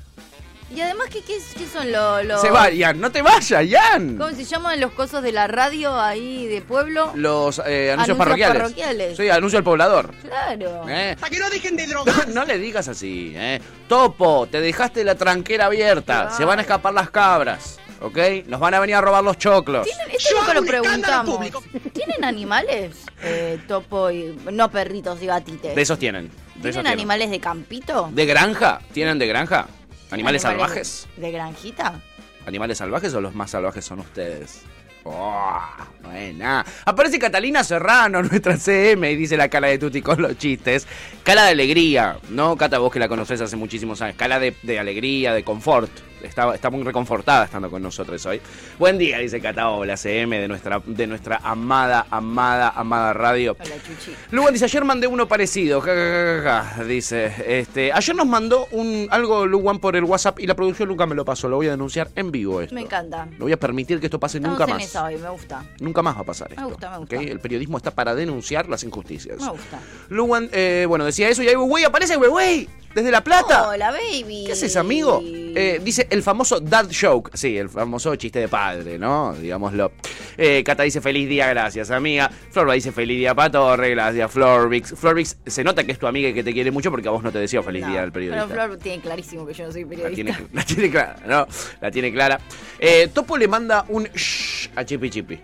Speaker 3: Y además, ¿qué, qué, qué son los, los-
Speaker 2: Se va, Ian, no te vayas, Ian.
Speaker 3: ¿Cómo se llaman los cosos de la radio ahí de pueblo?
Speaker 2: Los eh, anuncios,
Speaker 3: Anuncios
Speaker 2: parroquiales.
Speaker 3: parroquiales.
Speaker 2: Sí, anuncio al poblador.
Speaker 3: Claro.
Speaker 2: ¿Eh?
Speaker 4: Para que no dejen de
Speaker 2: No,
Speaker 4: drogar.
Speaker 2: no le digas así, ¿eh? Topo, te dejaste la tranquera abierta.
Speaker 3: Claro.
Speaker 2: Se van a escapar las cabras, ¿ok? Nos van a venir a robar los choclos.
Speaker 3: ¿Tienen, esto
Speaker 4: Yo
Speaker 3: nunca
Speaker 4: hago
Speaker 3: lo
Speaker 4: un escándalo
Speaker 3: preguntamos.
Speaker 4: público.
Speaker 3: ¿Tienen animales? Eh, topo y. No perritos y gatites.
Speaker 2: De esos tienen. De esos
Speaker 3: eh, ¿Tienen animales de campito?
Speaker 2: ¿De granja? ¿Tienen de granja? ¿Animales, salvajes?
Speaker 3: ¿De granjita?
Speaker 2: ¿Animales salvajes o los más salvajes son ustedes? Oh, buena. Aparece Catalina Serrano, nuestra CM, y dice la cara de Tuti con los chistes. Cara de alegría, ¿no? Cata, vos que la conocés hace muchísimos años. Cara de, de alegría, de confort. Está, está muy reconfortada estando con nosotros hoy. Buen día, dice Cata, la CM de nuestra, de nuestra amada, amada, amada radio.
Speaker 3: Hola, Chuchi.
Speaker 2: Lugan dice, ayer mandé uno parecido. Ja, ja, ja, ja, Dice, este, ayer nos mandó un algo Lugan por el WhatsApp y la producción nunca me lo pasó. Lo voy a denunciar en vivo esto.
Speaker 3: Me encanta.
Speaker 2: No voy a permitir que esto pase
Speaker 3: Estamos
Speaker 2: nunca
Speaker 3: en
Speaker 2: más.
Speaker 3: esa hoy, me gusta.
Speaker 2: Nunca más va a pasar esto.
Speaker 3: gusta, me gusta.
Speaker 2: ¿ok? El periodismo está para denunciar las injusticias.
Speaker 3: Me gusta.
Speaker 2: Lugan, eh, bueno, decía eso y ahí, güey, aparece, güey, güey, desde La Plata.
Speaker 3: Hola, baby.
Speaker 2: ¿Qué haces, amigo? Eh, dice el famoso dad joke. Sí, el famoso chiste de padre, ¿no? Digámoslo. Eh, Cata dice feliz día, gracias, amiga. Florba dice feliz día para Torre, gracias, Florvix. Florvix se nota que es tu amiga y que te quiere mucho porque a vos no te deseo feliz
Speaker 3: No,
Speaker 2: día al periodista.
Speaker 3: Pero Flor tiene clarísimo que yo no soy
Speaker 2: La
Speaker 3: periodista.
Speaker 2: tiene, la tiene clara, ¿no? La tiene clara. Eh, Topo le manda un shh a Chipi Chipi.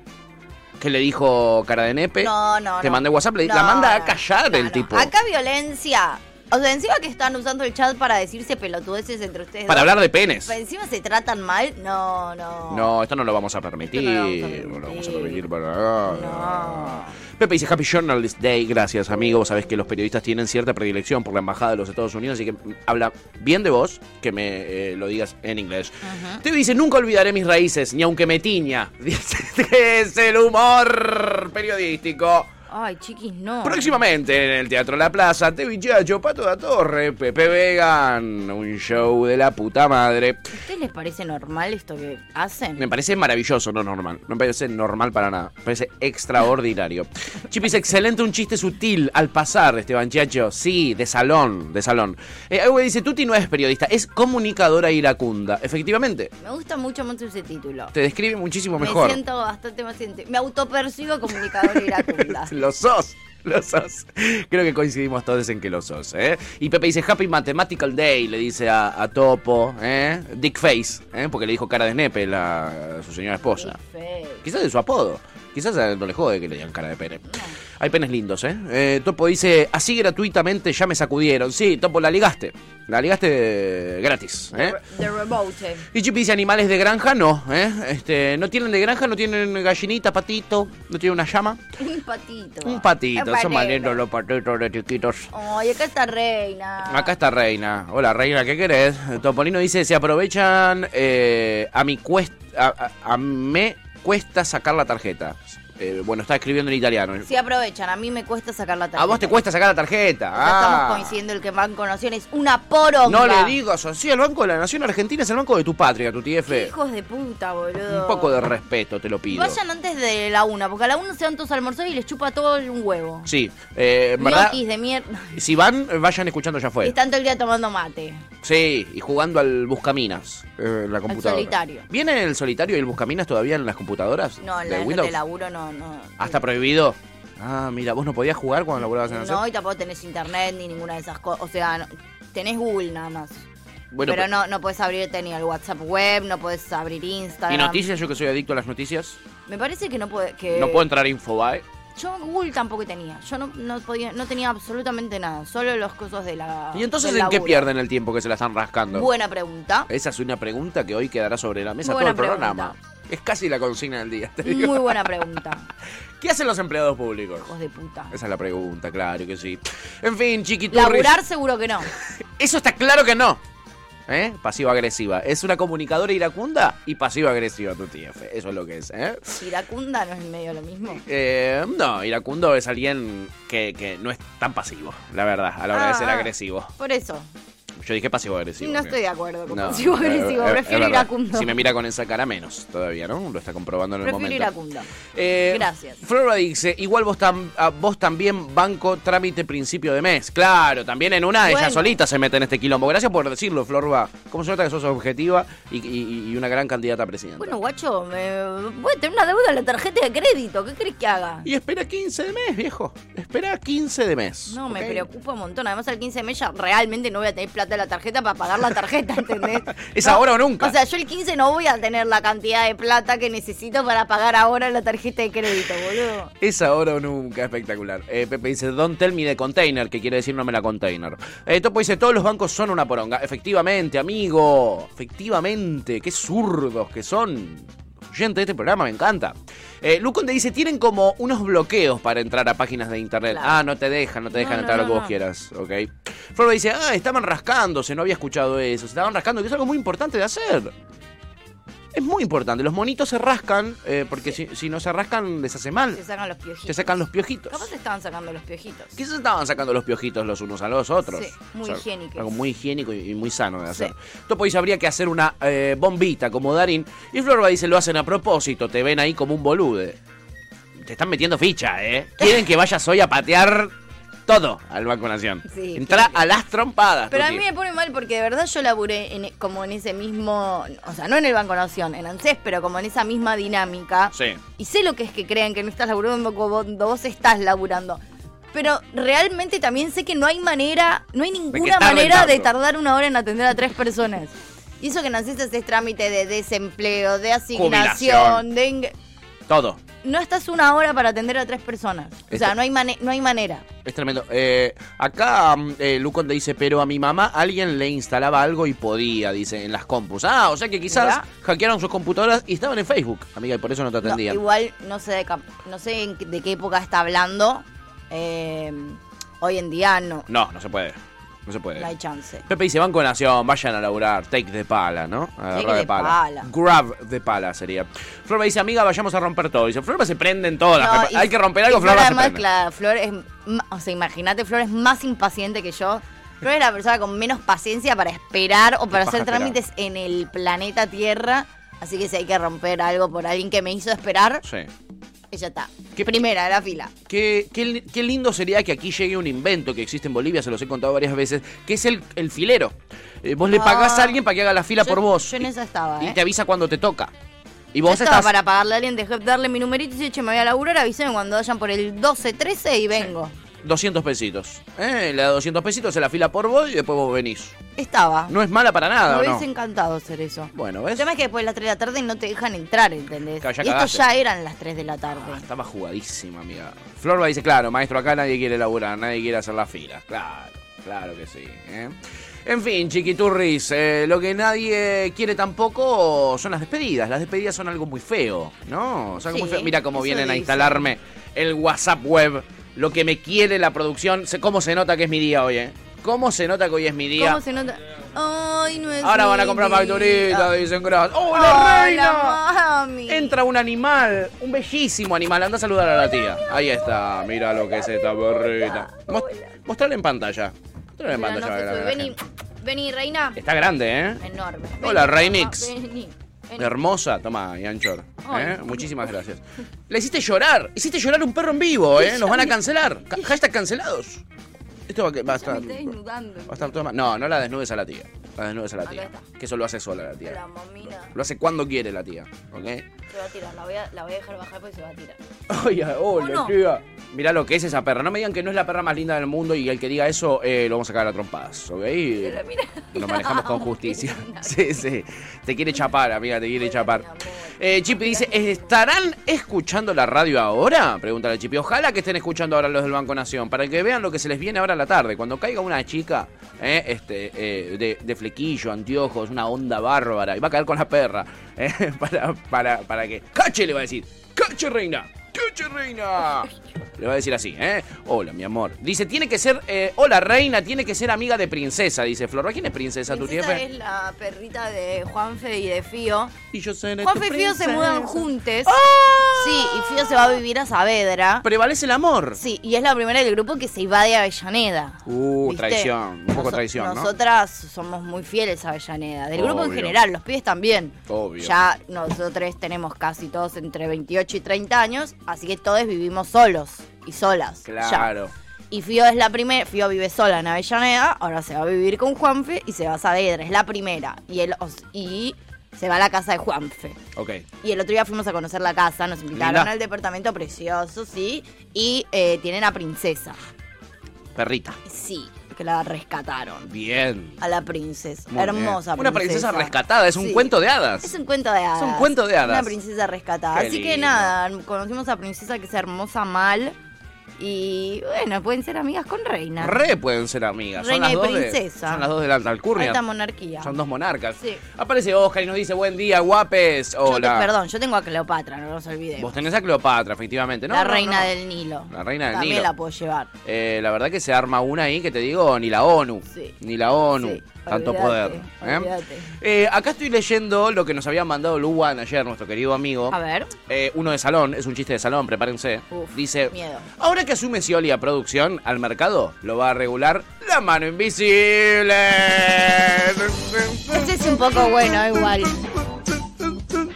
Speaker 2: Que le dijo cara de nepe.
Speaker 3: No, no,
Speaker 2: Te
Speaker 3: no.
Speaker 2: mandé WhatsApp. le-
Speaker 3: No,
Speaker 2: la manda a
Speaker 3: no,
Speaker 2: callar
Speaker 3: no,
Speaker 2: el
Speaker 3: no.
Speaker 2: tipo.
Speaker 3: Acá violencia. O sea, encima que están usando el chat para decirse pelotudeces entre ustedes.
Speaker 2: Para
Speaker 3: dos,
Speaker 2: hablar de penes.
Speaker 3: pero encima se tratan mal. No, no.
Speaker 2: No, esto no lo vamos a permitir.
Speaker 3: Esto
Speaker 2: No lo vamos a permitir para nada.
Speaker 3: No.
Speaker 2: Pepe dice Happy Journalist Day. Gracias, amigo. Vos sabés que los periodistas tienen cierta predilección por la embajada de los Estados Unidos, así que habla bien de vos que me eh, lo digas en inglés. Te dice: Nunca olvidaré mis raíces, ni aunque me tiña. Dice: Es el humor periodístico.
Speaker 3: Ay, chiquis, no.
Speaker 2: Próximamente en el Teatro La Plaza, Tevi Chacho, Pato da Torre, Pepe Vegan, un show de la puta madre.
Speaker 3: ¿A ustedes les parece normal esto que hacen?
Speaker 2: Me parece maravilloso, no normal. No me parece normal para nada. Me parece extraordinario. Chipis, excelente, un chiste sutil al pasar, Esteban Chacho. Sí, de salón, de salón. Eh, algo que dice, Tuti no es periodista, es comunicadora iracunda. Efectivamente,
Speaker 3: Me gusta mucho más ese título.
Speaker 2: te describe muchísimo
Speaker 3: Me
Speaker 2: mejor.
Speaker 3: siento bastante más identi- Me autopercibo comunicadora iracunda.
Speaker 2: Lo sos. Lo sos. Creo que coincidimos todos en que lo sos, ¿eh? Y Pepe dice Happy Mathematical Day, le dice a, a Topo, ¿eh? Dick Face, ¿eh? Porque le dijo cara de nepe la, a su señora esposa.
Speaker 3: Feo.
Speaker 2: Quizás de su apodo. Quizás a él no le jode que le digan cara de pene. Hay penes lindos, ¿eh? Eh, Topo dice, así gratuitamente ya me sacudieron. Sí, Topo, la ligaste. La ligaste gratis, ¿eh?
Speaker 3: The remote.
Speaker 2: Y Chip dice animales de granja, no, ¿eh? Este, no tienen de granja, no tienen gallinita, patito, no tienen una llama.
Speaker 3: Un patito.
Speaker 2: Un patito,
Speaker 3: Un
Speaker 2: son más lindos
Speaker 3: patito.
Speaker 2: los patitos de chiquitos.
Speaker 3: Ay, acá está Reina.
Speaker 2: Acá está Reina. Hola Reina, ¿qué querés? Topolino dice, se aprovechan eh, a mi cuesta, a, a- a me cuesta sacar la tarjeta. Eh, bueno, está escribiendo en italiano.
Speaker 3: Sí, aprovechan. A mí me cuesta sacar la tarjeta.
Speaker 2: A vos te cuesta sacar la tarjeta.
Speaker 3: Ya
Speaker 2: Ah.
Speaker 3: Estamos coincidiendo el que Banco Nación es una poronga.
Speaker 2: No le digas así, el Banco de la Nación Argentina es el banco de tu patria, tu
Speaker 3: Qué
Speaker 2: TF.
Speaker 3: Hijos de puta, boludo.
Speaker 2: Un poco de respeto, te lo pido.
Speaker 3: Vayan antes de la una, porque a la una se van todos a almorzar y les chupa todo un huevo.
Speaker 2: Sí, eh, en verdad,
Speaker 3: Ñoquis de mierda.
Speaker 2: si van, eh, vayan escuchando ya fue.
Speaker 3: Están todo el día tomando mate.
Speaker 2: Sí, y jugando al Buscaminas, eh, en la computadora.
Speaker 3: solitario.
Speaker 2: ¿Viene el solitario y el Buscaminas todavía en las computadoras?
Speaker 3: No, en
Speaker 2: de
Speaker 3: la gente
Speaker 2: Windows?
Speaker 3: de laburo no. no.
Speaker 2: Ah, está prohibido. Ah, mira, vos no podías jugar cuando laburabas en la
Speaker 3: No, y tampoco tenés internet ni ninguna de esas cosas. O sea, no- tenés Google nada más.
Speaker 2: Bueno,
Speaker 3: pero
Speaker 2: pe-
Speaker 3: no, no podés abrirte ni el WhatsApp web, no podés abrir Instagram.
Speaker 2: ¿Y noticias? Yo que soy adicto a las noticias.
Speaker 3: Me parece que no puede, que
Speaker 2: No puedo entrar a Infobae.
Speaker 3: Yo Google tampoco tenía. Yo no, no podía, no tenía absolutamente nada. Solo los cosos de la.
Speaker 2: ¿Y entonces
Speaker 3: ah, del
Speaker 2: en qué
Speaker 3: laburo.
Speaker 2: pierden el tiempo que se la están rascando?
Speaker 3: Buena pregunta.
Speaker 2: Esa es una pregunta que hoy quedará sobre la mesa
Speaker 3: Buena Mm.
Speaker 2: todo el programa. Es casi la consigna del día. te digo.
Speaker 3: Muy buena pregunta.
Speaker 2: ¿Qué hacen los empleados públicos?
Speaker 3: Hijos de puta.
Speaker 2: Esa es la pregunta, claro que sí. En fin, chiquiturris.
Speaker 3: Laburar seguro que no.
Speaker 2: Eso está claro que no. ¿Eh? Pasiva-agresiva. Es una comunicadora iracunda y pasiva-agresiva tu TF. Eso es lo que es, ¿eh?
Speaker 3: Iracunda no es medio lo mismo.
Speaker 2: Eh, no, iracundo es alguien que, que no es tan pasivo, la verdad, a la hora de
Speaker 3: Ah,
Speaker 2: ser
Speaker 3: ah.
Speaker 2: agresivo.
Speaker 3: Por eso.
Speaker 2: Yo dije pasivo-agresivo.
Speaker 3: no
Speaker 2: ¿sí?
Speaker 3: estoy de acuerdo con
Speaker 2: No,
Speaker 3: pasivo
Speaker 2: eh,
Speaker 3: agresivo.
Speaker 2: eh,
Speaker 3: Prefiero
Speaker 2: es verdad.
Speaker 3: iracundo.
Speaker 2: Si me mira con esa cara, menos todavía, ¿no? Lo está comprobando en el
Speaker 3: Prefiero
Speaker 2: momento.
Speaker 3: iracundo.
Speaker 2: Eh,
Speaker 3: Gracias.
Speaker 2: Flora dice, igual vos, tam- a vos también banco trámite principio de mes. Claro, también en una ella
Speaker 3: Bueno.
Speaker 2: solita se mete en este quilombo. Gracias por decirlo, Florba. ¿Cómo se nota que sos objetiva y, y- y una gran candidata a presidenta?
Speaker 3: Bueno, guacho, me... voy a tener una deuda en la tarjeta de crédito. ¿Qué crees que haga?
Speaker 2: y espera 15 de mes, viejo. Espera 15 de mes.
Speaker 3: No, me
Speaker 2: ¿ok?
Speaker 3: preocupa un montón. Además, al 15 de mes ya realmente no voy a tener plata en la tarjeta para pagar la tarjeta, ¿entendés?
Speaker 2: Es
Speaker 3: No.
Speaker 2: ahora o nunca.
Speaker 3: O sea, yo el 15 no voy a tener la cantidad de plata que necesito para pagar ahora la tarjeta de crédito, boludo.
Speaker 2: Es ahora o nunca, espectacular. Eh, Pepe dice, don't tell me the container, que quiere decir no me la container. Eh, Topo dice, todos los bancos son una poronga. Efectivamente, amigo. Efectivamente, qué zurdos que son. Gente de este programa, me encanta. Eh, Luconde dice, tienen como unos bloqueos para entrar a páginas de internet.
Speaker 3: Claro.
Speaker 2: Ah, no te dejan, no te dejan
Speaker 3: No, no,
Speaker 2: entrar lo
Speaker 3: no,
Speaker 2: que vos
Speaker 3: no.
Speaker 2: quieras, ok. Florba dice, ah, estaban rascándose, no había escuchado eso. Se estaban rascando, que es algo muy importante de hacer. Es muy importante, los monitos se rascan, eh, porque si, si no se rascan les hace mal.
Speaker 3: Se sacan los piojitos.
Speaker 2: Se sacan los piojitos.
Speaker 3: Capaz estaban sacando los piojitos.
Speaker 2: Quizás estaban sacando los piojitos los unos a los otros.
Speaker 3: Sí, muy higiénicos.
Speaker 2: Algo muy higiénico y, y muy sano de
Speaker 3: Sí.
Speaker 2: hacer. Topo dice, habría que hacer una eh, bombita como Darín. Y Florba dice, lo hacen a propósito, te ven ahí como un bolude. Te están metiendo ficha, ¿eh? Quieren que vayas hoy a patear todo al Banco Nación.
Speaker 3: Sí,
Speaker 2: Entra a las trompadas.
Speaker 3: Pero a
Speaker 2: Tuti.
Speaker 3: mí me pone mal porque de verdad yo laburé en, e, como en ese mismo, o sea, no en el Banco Nación, en ANSES, pero como en esa misma dinámica.
Speaker 2: Sí.
Speaker 3: Y sé lo que es que crean que no estás laburando cuando vos estás laburando. Pero realmente también sé que no hay manera, no hay ninguna
Speaker 2: tarden
Speaker 3: manera de
Speaker 2: tanto.
Speaker 3: tardar una hora en atender a tres personas. Y eso que naciste es trámite de desempleo, de asignación,
Speaker 2: Jubilación.
Speaker 3: de... ing-
Speaker 2: Todo.
Speaker 3: No estás una hora para atender a tres personas. O
Speaker 2: Esto-
Speaker 3: sea, no hay, mane- no hay manera.
Speaker 2: Es tremendo. Eh, acá mm, eh, Lucón le dice, pero a mi mamá alguien le instalaba algo y podía, dice, en las compus. Ah, o sea que quizás
Speaker 3: Mirá.
Speaker 2: hackearon sus computadoras y estaban en Facebook, amiga, y por eso no te
Speaker 3: No,
Speaker 2: atendían.
Speaker 3: igual no sé, de, cap- no sé en qué- de qué época está hablando. Eh, hoy en día no,
Speaker 2: No, no se puede. No se puede.
Speaker 3: no hay chance.
Speaker 2: Pepe dice, Banco Nación, vayan a laburar, take de pala, ¿no? Agarrar
Speaker 3: Take de pala.
Speaker 2: Grab de pala sería. Flor me dice, amiga, vayamos a romper todo. Dice, Flor se prenden todas. las
Speaker 3: No,
Speaker 2: pepas.
Speaker 3: y-
Speaker 2: Hay que romper
Speaker 3: y
Speaker 2: algo, Flor se
Speaker 3: además,
Speaker 2: prende.
Speaker 3: la Flor es, ma- o sea, imagínate, Flor es más impaciente que yo. Flor es la persona con menos paciencia para esperar o para
Speaker 2: paja
Speaker 3: hacer
Speaker 2: esperar.
Speaker 3: trámites en el planeta Tierra. Así que si hay que romper algo por alguien que me hizo esperar,
Speaker 2: Sí.
Speaker 3: ella está.
Speaker 2: ¿Qué-
Speaker 3: Primera de la fila.
Speaker 2: Qué, qué- qué lindo sería que aquí llegue un invento que existe en Bolivia, se los he contado varias veces, que es el, el filero. Eh, vos le
Speaker 3: Ah.
Speaker 2: pagás a alguien para que haga la fila
Speaker 3: Yo-
Speaker 2: por vos.
Speaker 3: yo en
Speaker 2: Y-
Speaker 3: esa estaba,
Speaker 2: Y
Speaker 3: ¿eh?
Speaker 2: te avisa cuando te toca. Y
Speaker 3: Yo
Speaker 2: vos
Speaker 3: estaba
Speaker 2: estás.
Speaker 3: para pagarle a alguien, dejé darle mi numerito y dije, che, me voy a laburar, avísenme cuando vayan por el 12-13 y vengo.
Speaker 2: 200 pesitos. Eh, le da 200 pesitos, se la fila por vos y después vos venís.
Speaker 3: Estaba.
Speaker 2: No es mala para nada,
Speaker 3: me
Speaker 2: ¿o
Speaker 3: hubiese
Speaker 2: ¿no?
Speaker 3: encantado hacer eso.
Speaker 2: Bueno,
Speaker 3: El
Speaker 2: ¿ves?
Speaker 3: tema es que después de las 3 de la tarde no te dejan entrar, ¿entendés?
Speaker 2: Claro, ya
Speaker 3: y esto
Speaker 2: cagaste.
Speaker 3: ya eran las 3 de la tarde.
Speaker 2: Estaba Ah, jugadísima, amiga. Florba dice, claro, maestro, acá nadie quiere laburar, nadie quiere hacer la fila. Claro, claro que sí. ¿eh? En fin, chiquiturris, eh, lo que nadie quiere tampoco son las despedidas. Las despedidas son algo muy feo, ¿no? Son algo muy
Speaker 3: Sí,
Speaker 2: feo. Mira cómo
Speaker 3: eso
Speaker 2: vienen a
Speaker 3: dicen.
Speaker 2: instalarme el WhatsApp web, lo que me quiere la producción. Se- ¿Cómo se nota que es mi día hoy, eh? ¿Cómo se nota que hoy es mi día?
Speaker 3: ¿Cómo se nota? Ay, no es
Speaker 2: Ahora van a
Speaker 3: mi
Speaker 2: comprar
Speaker 3: día.
Speaker 2: facturitas, dicen gracias. ¡Hola,
Speaker 3: Hola,
Speaker 2: reina!
Speaker 3: mami.
Speaker 2: Entra un animal, un bellísimo animal. Anda a saludar a la tía. Ahí está, mira lo que es esta perrita. Mos- Mostrala en pantalla. Mostrala en
Speaker 3: Pero no
Speaker 2: pantalla.
Speaker 3: se
Speaker 2: a la
Speaker 3: sube.
Speaker 2: gente.
Speaker 3: Vení, vení, reina.
Speaker 2: Está grande, ¿eh?
Speaker 3: Enorme.
Speaker 2: Hola,
Speaker 3: Vení,
Speaker 2: Reinix.
Speaker 3: mamá, Vení, vení.
Speaker 2: Hermosa. Toma, Yanchor. ¿eh?
Speaker 3: Ay.
Speaker 2: Muchísimas gracias. Le hiciste llorar. Hiciste llorar un perro en vivo, ¿eh? Nos van a cancelar. Ca- Hashtag cancelados. Esto va, a que- va a
Speaker 3: Ya
Speaker 2: estar...
Speaker 3: me está
Speaker 2: Va
Speaker 3: desnudando.
Speaker 2: a estar todo mal. No, no la desnudes a la tía. La desnudes a la
Speaker 3: Acá
Speaker 2: tía.
Speaker 3: está.
Speaker 2: Que eso lo hace sola la tía.
Speaker 3: La momina.
Speaker 2: Lo hace cuando quiere la tía, ¿ok?
Speaker 3: Se va a tirar, la voy a, la voy a dejar bajar porque se va a tirar.
Speaker 2: Oye, hola,
Speaker 3: ¿O no?
Speaker 2: tía. Mirá lo que es esa perra. No me digan que no es la perra más linda del mundo y el que diga eso eh, lo vamos a cagar a trompadas, ¿ok?
Speaker 3: Pero mira,
Speaker 2: Lo manejamos con justicia. Sí, sí. Te quiere chapar, amiga, te quiere
Speaker 3: Hola,
Speaker 2: chapar.
Speaker 3: mi amor.
Speaker 2: Eh, Chipi dice, ¿estarán escuchando la radio ahora? Pregúntale a Chipi. Ojalá que estén escuchando ahora los del Banco Nación, para que vean lo que se les viene ahora a la tarde. Cuando caiga una chica eh, este, eh, de, de flequillo, anteojos, una onda bárbara, y va a caer con la perra, eh, para, para, para que... ¡Cache! le va a decir. ¡Cache, reina! ¡Cache, reina! Le va a decir así, ¿eh? Hola, mi amor. Dice, tiene que ser... eh, hola, reina, tiene que ser amiga de princesa, dice Flor. ¿Quién es princesa, tu
Speaker 3: Princesa
Speaker 2: jefe?
Speaker 3: es la perrita de Juanfe y de Fío.
Speaker 2: Y yo seré tu
Speaker 3: Juanfe y Fío se
Speaker 2: princesa. ¡Ah!
Speaker 3: mudan juntos. Sí, y Fío se va a vivir a Saavedra.
Speaker 2: Prevalece el amor.
Speaker 3: Sí, y es la primera del grupo que se va de Avellaneda.
Speaker 2: Uh,
Speaker 3: ¿Viste?
Speaker 2: traición, un poco
Speaker 3: Noso-
Speaker 2: traición, ¿no?
Speaker 3: Nosotras somos muy fieles a Avellaneda, del grupo en
Speaker 2: Obvio.
Speaker 3: general, los pibes también.
Speaker 2: Obvio.
Speaker 3: Ya nosotros tenemos casi todos entre 28 y 30 años, así que todos vivimos solos y solas. ya.
Speaker 2: Claro.
Speaker 3: Y Fío es la primera, Fío vive sola en Avellaneda, ahora se va a vivir con Juanfe y se va a Saavedra, es la primera. Y, él, os- y se va a la casa de Juanfe.
Speaker 2: Ok.
Speaker 3: Y el otro día fuimos a conocer la casa, nos invitaron
Speaker 2: Linda.
Speaker 3: al departamento precioso, sí. Y eh, tienen a Princesa,
Speaker 2: Perrita.
Speaker 3: sí, que la rescataron.
Speaker 2: Bien.
Speaker 3: A la princesa,
Speaker 2: Muy bien.
Speaker 3: hermosa princesa.
Speaker 2: Una princesa rescatada, es un cuento de hadas.
Speaker 3: Es un cuento de hadas.
Speaker 2: Es un cuento de hadas.
Speaker 3: Una princesa rescatada.
Speaker 2: Qué
Speaker 3: Así que
Speaker 2: lindo.
Speaker 3: nada, conocimos a princesa que es hermosa mal. Y bueno, pueden ser amigas con reina.
Speaker 2: Re pueden ser amigas.
Speaker 3: Reina
Speaker 2: son las
Speaker 3: y
Speaker 2: dos
Speaker 3: princesa.
Speaker 2: De, son las dos de la alcurnia.
Speaker 3: Alta monarquía.
Speaker 2: Son dos monarcas.
Speaker 3: Sí.
Speaker 2: Aparece Oscar y nos dice, buen día, guapes.
Speaker 3: Yo te-
Speaker 2: Hola.
Speaker 3: perdón, yo tengo a Cleopatra, no nos olvidemos.
Speaker 2: Vos tenés a Cleopatra, efectivamente. No,
Speaker 3: la
Speaker 2: no,
Speaker 3: reina
Speaker 2: no.
Speaker 3: del Nilo.
Speaker 2: La reina del
Speaker 3: También
Speaker 2: Nilo.
Speaker 3: la puedo llevar.
Speaker 2: Eh, la verdad que se arma una ahí que te digo, ni la ONU.
Speaker 3: Sí.
Speaker 2: Ni la ONU.
Speaker 3: Sí,
Speaker 2: tanto
Speaker 3: olvídate,
Speaker 2: poder. ¿eh?
Speaker 3: olvídate.
Speaker 2: Eh, acá estoy leyendo lo que nos había mandado Luan ayer, nuestro querido amigo.
Speaker 3: A ver.
Speaker 2: Eh, uno de salón, es un chiste de salón, prepárense.
Speaker 3: Uf,
Speaker 2: Dice,
Speaker 3: miedo.
Speaker 2: ahora que asume Scioli a producción al mercado, lo va a regular la mano invisible.
Speaker 3: Ese Este es un poco bueno, igual.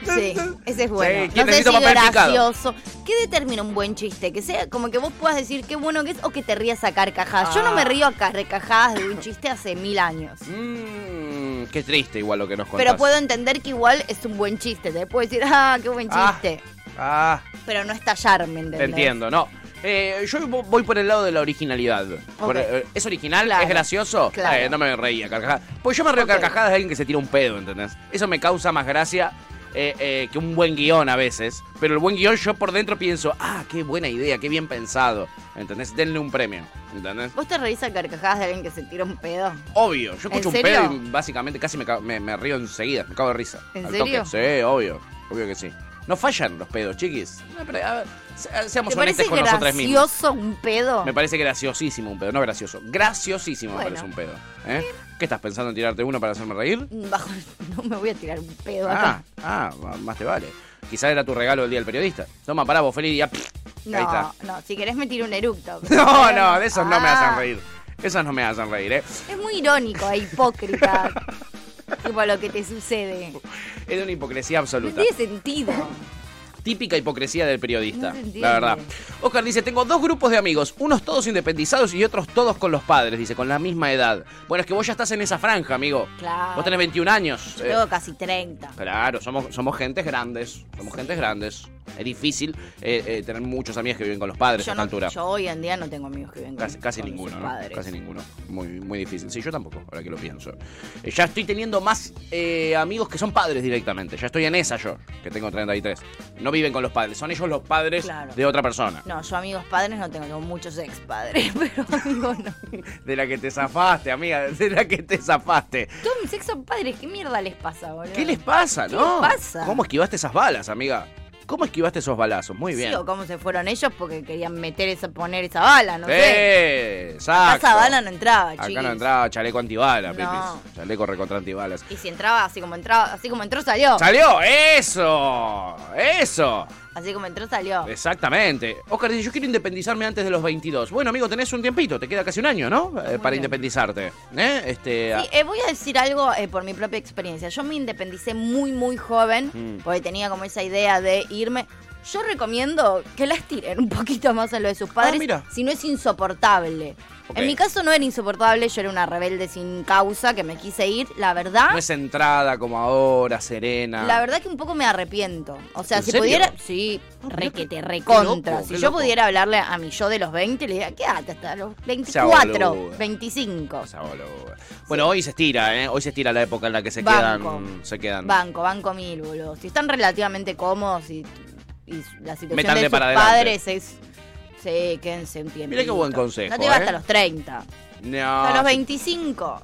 Speaker 3: Sí, ese es bueno.
Speaker 2: Sí,
Speaker 3: no
Speaker 2: ¿quién
Speaker 3: sé si
Speaker 2: necesita papel picado?
Speaker 3: gracioso. ¿Qué determina un buen chiste? Que sea como que vos puedas decir qué bueno que es o que te rías a carcajadas. Yo no
Speaker 2: Ah.
Speaker 3: me río a carcajadas de un chiste hace mil años.
Speaker 2: Mm, qué triste igual lo que nos contás.
Speaker 3: Pero puedo entender que igual es un buen chiste. Te puedo decir, ah, qué buen
Speaker 2: Ah,
Speaker 3: chiste.
Speaker 2: Ah,
Speaker 3: Pero no estallarme, ¿entendés?
Speaker 2: te entiendo, no. Eh, yo vo- voy por el lado de la originalidad. Por, eh, ¿Es original?
Speaker 3: Claro.
Speaker 2: ¿Es gracioso?
Speaker 3: Claro.
Speaker 2: Eh, no me reía carcajadas. Pues yo me río
Speaker 3: Ok.
Speaker 2: carcajadas de alguien que se tira un pedo, ¿entendés? Eso me causa más gracia eh, eh, que un buen guión a veces. Pero el buen guión yo por dentro pienso, ah, qué buena idea, qué bien pensado. ¿Entendés? Denle un premio. ¿Entendés?
Speaker 3: ¿Vos te revisas carcajadas de alguien que se tira un pedo?
Speaker 2: Obvio, yo escucho
Speaker 3: ¿En
Speaker 2: un pedo
Speaker 3: serio?
Speaker 2: y básicamente casi me, ca- me- me río enseguida, me cago de risa.
Speaker 3: ¿En
Speaker 2: al
Speaker 3: serio?
Speaker 2: toque. Sí, obvio, obvio que sí. No fallan los pedos, chiquis. No, pero, a ver, se- seamos
Speaker 3: ¿Te
Speaker 2: honestos
Speaker 3: parece
Speaker 2: con nosotros mismos.
Speaker 3: gracioso un pedo?
Speaker 2: Me parece graciosísimo un pedo, no gracioso. Graciosísimo
Speaker 3: Bueno.
Speaker 2: me parece un pedo. ¿eh? ¿Qué estás pensando en tirarte uno para hacerme reír?
Speaker 3: Mm, Bajo- no me voy a tirar un pedo
Speaker 2: Ah,
Speaker 3: acá.
Speaker 2: ah, más te vale. Quizás era tu regalo el día del periodista. Toma, pará vos, feliz día.
Speaker 3: No,
Speaker 2: Ahí está.
Speaker 3: no, si querés me tiro un eructo.
Speaker 2: No,
Speaker 3: Pero-
Speaker 2: no, de esos no me
Speaker 3: Ah,
Speaker 2: hacen reír. Esos no me hacen reír, ¿eh?
Speaker 3: Es muy irónico e hipócrita. tipo lo que te sucede.
Speaker 2: Es de una hipocresía
Speaker 3: No
Speaker 2: absoluta.
Speaker 3: tiene sentido.
Speaker 2: Típica hipocresía del periodista,
Speaker 3: No se entiende.
Speaker 2: la verdad. Oscar dice, tengo dos grupos de amigos, unos todos independizados y otros todos con los padres, dice, con la misma edad. Bueno, es que vos ya estás en esa franja, amigo.
Speaker 3: Claro.
Speaker 2: Vos tenés 21 años.
Speaker 3: Yo
Speaker 2: eh,
Speaker 3: tengo casi 30.
Speaker 2: Claro, somos, somos gentes grandes, somos gentes grandes. Es difícil eh, eh, tener muchos amigos que viven con los padres
Speaker 3: Yo,
Speaker 2: a esta
Speaker 3: no-
Speaker 2: altura.
Speaker 3: yo hoy en día no tengo amigos que vengan
Speaker 2: Casi, casi
Speaker 3: con
Speaker 2: ninguno,
Speaker 3: sus
Speaker 2: ¿no?
Speaker 3: padres.
Speaker 2: Casi ninguno. Muy, muy difícil. Sí, yo tampoco, ahora que lo pienso. Eh, ya estoy teniendo más eh, amigos que son padres directamente. Ya estoy en esa yo, que tengo 33. No viven con los padres, son ellos los padres
Speaker 3: Claro.
Speaker 2: de otra persona.
Speaker 3: No, yo amigos padres no tengo, tengo muchos ex padres, pero amigos no.
Speaker 2: De la que te zafaste, amiga, de la que te zafaste.
Speaker 3: Todos mis ex son padres, ¿qué mierda les pasa, boludo?
Speaker 2: ¿Qué les pasa,
Speaker 3: ¿Qué
Speaker 2: no?
Speaker 3: les pasa?
Speaker 2: ¿Cómo esquivaste esas balas, amiga? ¿Cómo esquivaste esos balazos? Muy bien.
Speaker 3: Sí, o cómo se fueron ellos porque querían meter esa, poner esa bala, no sé.
Speaker 2: Eh,
Speaker 3: Acá
Speaker 2: exacto.
Speaker 3: Esa bala no entraba,
Speaker 2: Acá
Speaker 3: chicos.
Speaker 2: no entraba chaleco antibala,
Speaker 3: No.
Speaker 2: pipis. Chaleco recontra antibalas.
Speaker 3: Y si entraba, así como entraba, así como entró, salió.
Speaker 2: ¡Salió! ¡Eso! ¡Eso!
Speaker 3: Así como entró, salió.
Speaker 2: Exactamente. Oscar dice, yo quiero independizarme antes de los 22. Bueno, amigo, tenés un tiempito, te queda casi un año, ¿no? Eh,
Speaker 3: Muy
Speaker 2: para
Speaker 3: bien.
Speaker 2: independizarte. ¿Eh? Este,
Speaker 3: Sí, eh, voy a decir algo eh, por mi propia experiencia. Yo me independicé muy, muy joven,
Speaker 2: Mm.
Speaker 3: porque tenía como esa idea de irme. Yo recomiendo que las tiren un poquito más a lo de sus
Speaker 2: Ah,
Speaker 3: padres,
Speaker 2: mira.
Speaker 3: si no es insoportable.
Speaker 2: Ok.
Speaker 3: En mi caso no era insoportable, yo era una rebelde sin causa que me quise ir, la verdad.
Speaker 2: No es centrada como ahora, serena.
Speaker 3: ¿eh? La verdad que un poco me arrepiento. O sea,
Speaker 2: ¿En
Speaker 3: si
Speaker 2: serio?
Speaker 3: pudiera. Sí,
Speaker 2: Ah, mirá
Speaker 3: re
Speaker 2: qué-
Speaker 3: que te
Speaker 2: qué
Speaker 3: recontra.
Speaker 2: loco,
Speaker 3: si
Speaker 2: qué
Speaker 3: yo
Speaker 2: loco.
Speaker 3: pudiera hablarle a mi yo de los 20, le diría, quédate hasta los
Speaker 2: Sea
Speaker 3: 24,
Speaker 2: boluda.
Speaker 3: 25.
Speaker 2: O sea, boludo. Bueno, hoy se estira, ¿eh? Hoy se estira la época en la que se
Speaker 3: Banco.
Speaker 2: quedan. Se quedan.
Speaker 3: Banco, banco mil, boludo. Si están relativamente cómodos y, y la situación
Speaker 2: Metanle
Speaker 3: de sus
Speaker 2: para adelante.
Speaker 3: padres es. Sí, quédense un tiempo.
Speaker 2: Mirá qué buen consejo,
Speaker 3: No te vas
Speaker 2: ¿eh? Ah,
Speaker 3: hasta los 30.
Speaker 2: No.
Speaker 3: Hasta los
Speaker 2: se-
Speaker 3: 25.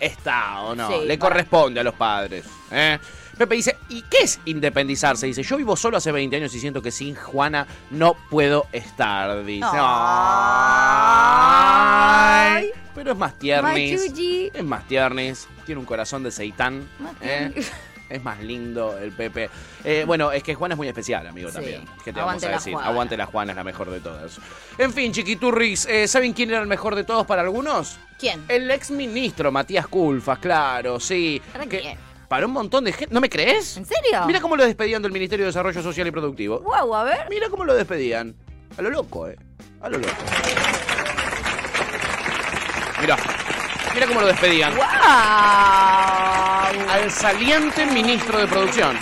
Speaker 2: Está o no.
Speaker 3: Sí,
Speaker 2: Le
Speaker 3: para.
Speaker 2: corresponde a los padres. ¿eh? Pepe dice, ¿y qué es independizarse? Dice, yo vivo solo hace 20 años y siento que sin Juana no puedo estar. Dice.
Speaker 3: Ay.
Speaker 2: Ay. Pero es más tiernis.
Speaker 3: Machuchi.
Speaker 2: Es más tiernis. Tiene un corazón de seitán.
Speaker 3: Más
Speaker 2: ¿eh?
Speaker 3: tiernis.
Speaker 2: Es más lindo el Pepe. Eh, bueno, es que Juana es muy especial, amigo,
Speaker 3: Sí.
Speaker 2: también. ¿Qué te vamos
Speaker 3: Aguante
Speaker 2: a
Speaker 3: la
Speaker 2: decir?
Speaker 3: Juana.
Speaker 2: Aguante la Juana, es la mejor de todas. En fin, chiquiturris, eh, ¿saben quién era el mejor de todos para algunos?
Speaker 3: ¿Quién?
Speaker 2: El exministro Matías Culfas, claro, sí.
Speaker 3: ¿Para
Speaker 2: Que
Speaker 3: quién?
Speaker 2: Para un montón de gente. ¿No me crees?
Speaker 3: ¿En serio?
Speaker 2: Mira cómo lo despedían del Ministerio de Desarrollo Social y Productivo.
Speaker 3: Guau, a ver.
Speaker 2: Mira cómo lo despedían. A lo loco, eh. A lo loco. Mira. Mira cómo lo despedían.
Speaker 3: Guau.
Speaker 2: Al saliente ministro de producción.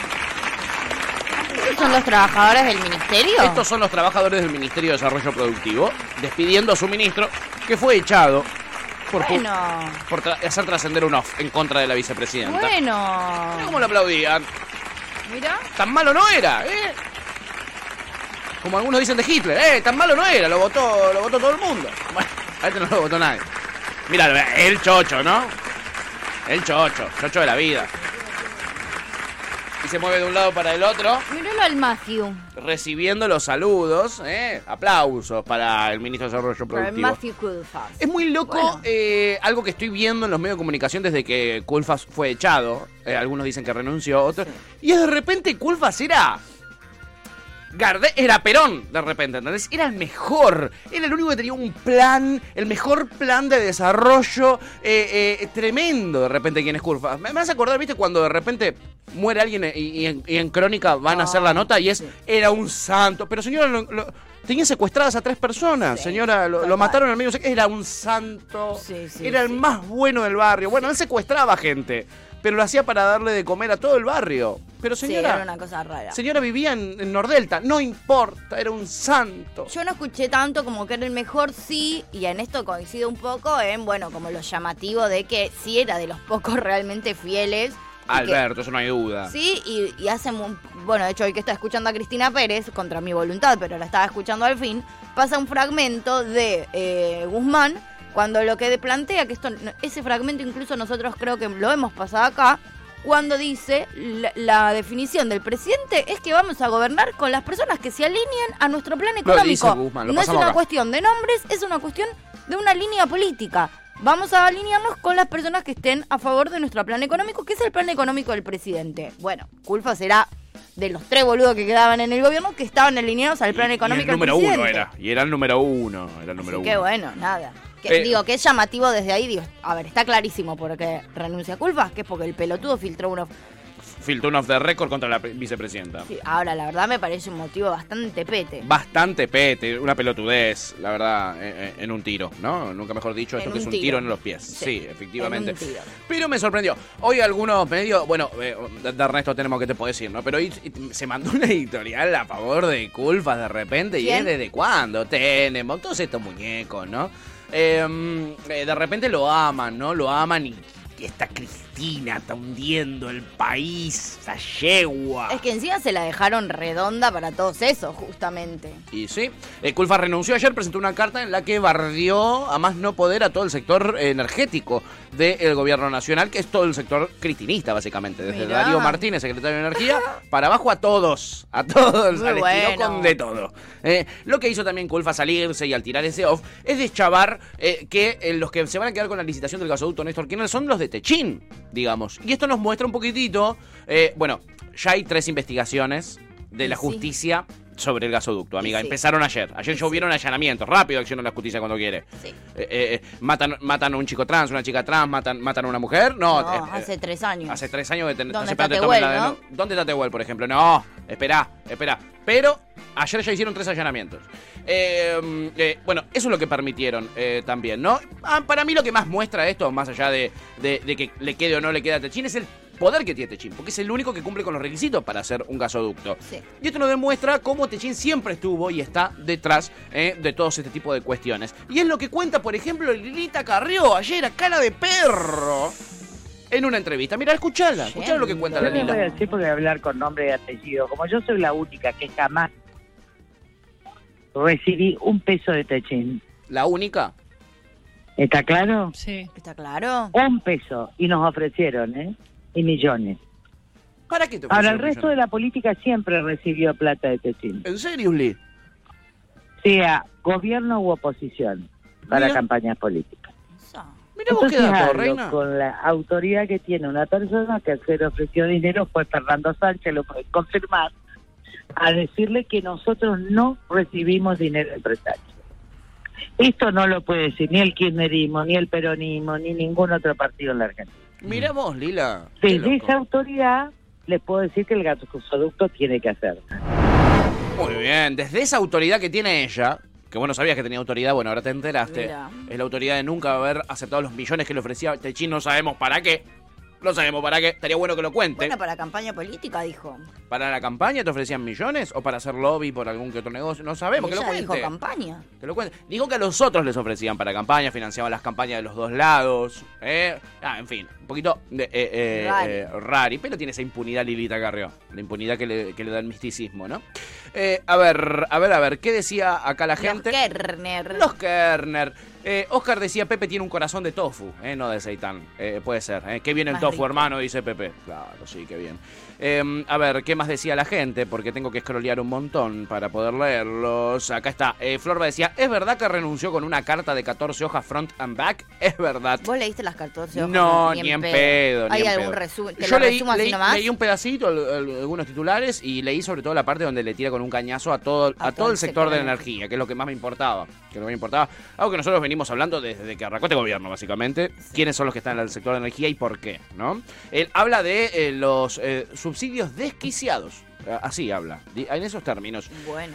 Speaker 3: ¿Estos son los trabajadores del ministerio?
Speaker 2: Estos son los trabajadores del Ministerio de Desarrollo Productivo despidiendo a su ministro que fue echado por, pu-
Speaker 3: Bueno,
Speaker 2: por tra- hacer trascender un off en contra de la vicepresidenta. Mira
Speaker 3: bueno.
Speaker 2: cómo lo aplaudían.
Speaker 3: Mira.
Speaker 2: tan malo no era, ¿eh? Como algunos dicen de Hitler, ¿eh? Tan malo no era, lo votó, lo votó todo el mundo. Bueno, a este no lo votó nadie. Mira, el chocho, ¿no? El chocho, chocho de la vida. Y se mueve de un lado para el otro,
Speaker 3: Míralo al Matthew.
Speaker 2: recibiendo los saludos, ¿eh? Aplausos para el ministro de Desarrollo
Speaker 3: Para el
Speaker 2: Productivo.
Speaker 3: Matthew Kulfas.
Speaker 2: Es muy loco
Speaker 3: Bueno.
Speaker 2: eh, algo que estoy viendo en los medios de comunicación desde que Culfas fue echado. Eh, algunos dicen que renunció, otros. Y de repente Culfas era. Gardé, era Perón, de repente, ¿entendés? Era el mejor, era el único que tenía un plan, el mejor plan de desarrollo, eh, eh, tremendo de repente quien es Culfas. Me, me hace acordar, ¿viste? Cuando de repente muere alguien y, y en, y en crónica van a hacer la nota y es,
Speaker 3: Ah, Sí.
Speaker 2: era un santo. Pero señora, lo- lo- tenía secuestradas a tres personas,
Speaker 3: Sí,
Speaker 2: señora, lo, lo
Speaker 3: tal cual.
Speaker 2: mataron al medio, era un santo,
Speaker 3: Sí, sí,
Speaker 2: era el
Speaker 3: sí.
Speaker 2: más bueno del barrio. Bueno, él secuestraba gente, pero lo hacía para darle de comer a todo el barrio. Pero
Speaker 3: Sí,
Speaker 2: señora...
Speaker 3: era una cosa rara.
Speaker 2: Señora vivía en, en Nordelta, no importa, era un santo.
Speaker 3: Yo no escuché tanto como que era el mejor sí, y en esto coincido un poco en, bueno, como lo llamativo de que sí era de los pocos realmente fieles
Speaker 2: Alberto, eso no hay duda.
Speaker 3: Sí, y, y hace. mu- Bueno, de hecho, hoy que estaba escuchando a Cristina Pérez, contra mi voluntad, pero la estaba escuchando al fin, pasa un fragmento de eh, Guzmán, cuando lo que plantea, que esto, no- ese fragmento incluso nosotros creo que lo hemos pasado acá, cuando dice la, la definición del presidente es que vamos a gobernar con las personas que se alineen a nuestro plan económico.
Speaker 2: dice Guzmán, lo
Speaker 3: no es
Speaker 2: pasamos
Speaker 3: una
Speaker 2: acá.
Speaker 3: cuestión de nombres, es una cuestión de una línea política. Vamos a alinearnos con las personas que estén a favor de nuestro plan económico, que es el plan económico del presidente. Bueno, culpa será de los tres boludos que quedaban en el gobierno que estaban alineados al plan
Speaker 2: Y- y
Speaker 3: económico
Speaker 2: el número
Speaker 3: del
Speaker 2: uno
Speaker 3: presidente.
Speaker 2: era. Y era el número uno. Era el número
Speaker 3: Así
Speaker 2: uno.
Speaker 3: que bueno, nada. Que,
Speaker 2: Eh.
Speaker 3: digo que es llamativo desde ahí, digo, a ver, está clarísimo porque renuncia a culpas, que es porque el pelotudo filtró unos
Speaker 2: Filtró un off the record contra la pre- vicepresidenta.
Speaker 3: Sí, ahora la verdad me parece un motivo bastante pete.
Speaker 2: Bastante pete, una pelotudez, la verdad, eh, eh, en un tiro, ¿no? Nunca mejor dicho, esto
Speaker 3: En
Speaker 2: que
Speaker 3: un
Speaker 2: es un
Speaker 3: tiro.
Speaker 2: tiro en los pies. Sí,
Speaker 3: Sí,
Speaker 2: efectivamente.
Speaker 3: en un tiro.
Speaker 2: Pero me sorprendió. Hoy algunos medios, bueno, eh, de de Ernesto tenemos que te puedo decir, ¿no? Pero hoy se mandó una editorial a favor de culpas de repente. ¿Y
Speaker 3: ¿Quién?
Speaker 2: es desde cuándo? Tenemos todos estos muñecos, ¿no? Eh, eh, de repente lo aman, ¿no? Lo aman y, y esta Cristina está hundiendo el país, esa yegua.
Speaker 3: Es que encima se la dejaron redonda para todos esos, justamente.
Speaker 2: Y sí, eh, Culfa renunció ayer, presentó una carta en la que barrió a más no poder a todo el sector energético del gobierno nacional, que es todo el sector cristinista, básicamente. Desde
Speaker 3: Mirá.
Speaker 2: Darío Martínez, secretario de Energía, para abajo a todos, a todos,
Speaker 3: Muy
Speaker 2: al estilo
Speaker 3: bueno.
Speaker 2: con de todo. Eh, lo que hizo también Culfa salirse y al tirar ese off es deschavar eh, que eh, los que se van a quedar con la licitación del gasoducto Néstor Kirchner son los de Techín, digamos. Y esto nos muestra un poquitito, eh, bueno, ya hay tres investigaciones de la
Speaker 3: Y sí.
Speaker 2: justicia sobre el gasoducto, amiga.
Speaker 3: Y sí.
Speaker 2: Empezaron ayer. Ayer ya hubieron allanamientos. Rápido acciona la justicia cuando quiere.
Speaker 3: Sí.
Speaker 2: Eh, eh, eh, matan, matan a un chico trans, una chica trans, matan, matan a una mujer. No,
Speaker 3: No,
Speaker 2: eh, eh,
Speaker 3: hace tres años.
Speaker 2: Hace tres años que ten- estás
Speaker 3: ¿Dónde está
Speaker 2: esperando que tomen
Speaker 3: Tehuel,
Speaker 2: la
Speaker 3: no?
Speaker 2: denu- ¿Dónde está Tehuel, por ejemplo? No, esperá, esperá. Pero ayer ya hicieron tres allanamientos. Eh, eh, bueno, eso es lo que permitieron eh, también, ¿no? Ah, para mí lo que más muestra esto, más allá de, de- de que le quede o no le quede a Techín, es el poder que tiene Techín, porque es el único que cumple con los requisitos para hacer un gasoducto.
Speaker 3: Sí.
Speaker 2: Y esto nos demuestra cómo Techín siempre estuvo y está detrás eh, de todos este tipo de cuestiones. Y es lo que cuenta, por ejemplo, Lilita Carrió ayer a cara de perro en una entrevista. Mira, escuchala, escuchala lo que cuenta la
Speaker 4: Yo les voy a
Speaker 2: Lila.
Speaker 4: decir porque voy a hablar con nombre y apellido. Como yo soy la única que jamás recibí un peso de Techín.
Speaker 2: La única.
Speaker 4: ¿Está claro?
Speaker 5: Sí.
Speaker 3: ¿Está claro?
Speaker 4: Un peso. Y nos ofrecieron, ¿eh? Y millones.
Speaker 2: ¿Para qué te
Speaker 4: Ahora, el
Speaker 2: ofrecieron
Speaker 4: resto de
Speaker 2: millones?
Speaker 4: la política siempre recibió plata de Techín.
Speaker 2: ¿En serio, Lee?
Speaker 4: Sea gobierno u oposición para
Speaker 2: Mira.
Speaker 4: campañas políticas.
Speaker 3: Eso.
Speaker 2: Mira vos qué
Speaker 4: Entonces
Speaker 2: dato,
Speaker 4: hablo
Speaker 2: reina.
Speaker 4: Con la autoridad que tiene una persona que ayer ofreció dinero fue Fernando Sánchez, lo puede confirmar, a decirle que nosotros no recibimos dinero empresario. Esto no lo puede decir ni el kirchnerismo, ni el peronismo, ni ningún otro partido en la Argentina.
Speaker 2: Mira vos, Lila. Qué
Speaker 4: Desde
Speaker 2: loco.
Speaker 4: esa autoridad les puedo decir que el gasoducto tiene que hacer.
Speaker 2: Muy bien, desde esa autoridad que tiene ella, que vos no sabías que tenía autoridad, bueno, ahora te enteraste.
Speaker 3: Mirá.
Speaker 2: Es la autoridad de nunca haber aceptado los millones que le ofrecía Techín, no sabemos para qué. No sabemos para qué. Estaría bueno que lo cuente.
Speaker 3: Bueno, para campaña política, dijo.
Speaker 2: ¿Para la campaña te ofrecían millones o para hacer lobby por algún que otro negocio? No sabemos, que lo
Speaker 3: Ella dijo
Speaker 2: cuente.
Speaker 3: campaña.
Speaker 2: Que lo cuente. Dijo que a los otros les ofrecían para campaña, financiaban las campañas de los dos lados. ¿eh? Ah, en fin, un poquito de, eh, eh,
Speaker 3: Rari.
Speaker 2: eh, rari, pero tiene esa impunidad Lilita Carrió. La impunidad que le, que le da el misticismo, ¿no? Eh, a ver, a ver, a ver, ¿qué decía acá la gente?
Speaker 3: Los Kerner.
Speaker 2: Los Kerner. Eh, Oscar decía, Pepe tiene un corazón de tofu, eh, no de seitán. Eh, puede ser. Eh. Qué bien el
Speaker 3: Más
Speaker 2: tofu,
Speaker 3: rico.
Speaker 2: hermano, dice Pepe. Claro, sí, qué bien. Eh, a ver, ¿qué más decía la gente? Porque tengo que scrollear un montón para poder leerlos. Acá está. Eh, Florba decía, ¿es verdad que renunció con una carta de 14 hojas front and back? Es verdad.
Speaker 3: ¿Vos leíste las 14 hojas?
Speaker 2: No, ni en pedo. ni
Speaker 3: ¿Hay
Speaker 2: en
Speaker 3: algún
Speaker 2: pedo.
Speaker 3: resumen? ¿Te
Speaker 2: Yo
Speaker 3: lo
Speaker 2: leí,
Speaker 3: resumo así
Speaker 2: leí-
Speaker 3: nomás?
Speaker 2: leí un pedacito, al- al- algunos titulares, y leí sobre todo la parte donde le tira con un cañazo a todo, a todo el sector de la energía, que es lo que más me importaba. Que lo que me importaba. Algo que nosotros venimos hablando desde que arrancó este gobierno, básicamente. ¿Quiénes son los que están en el sector de la energía y por qué? ¿no? Él habla de eh, los eh, subsidios desquiciados. Ah, Así habla, di- en esos términos.
Speaker 3: Bueno.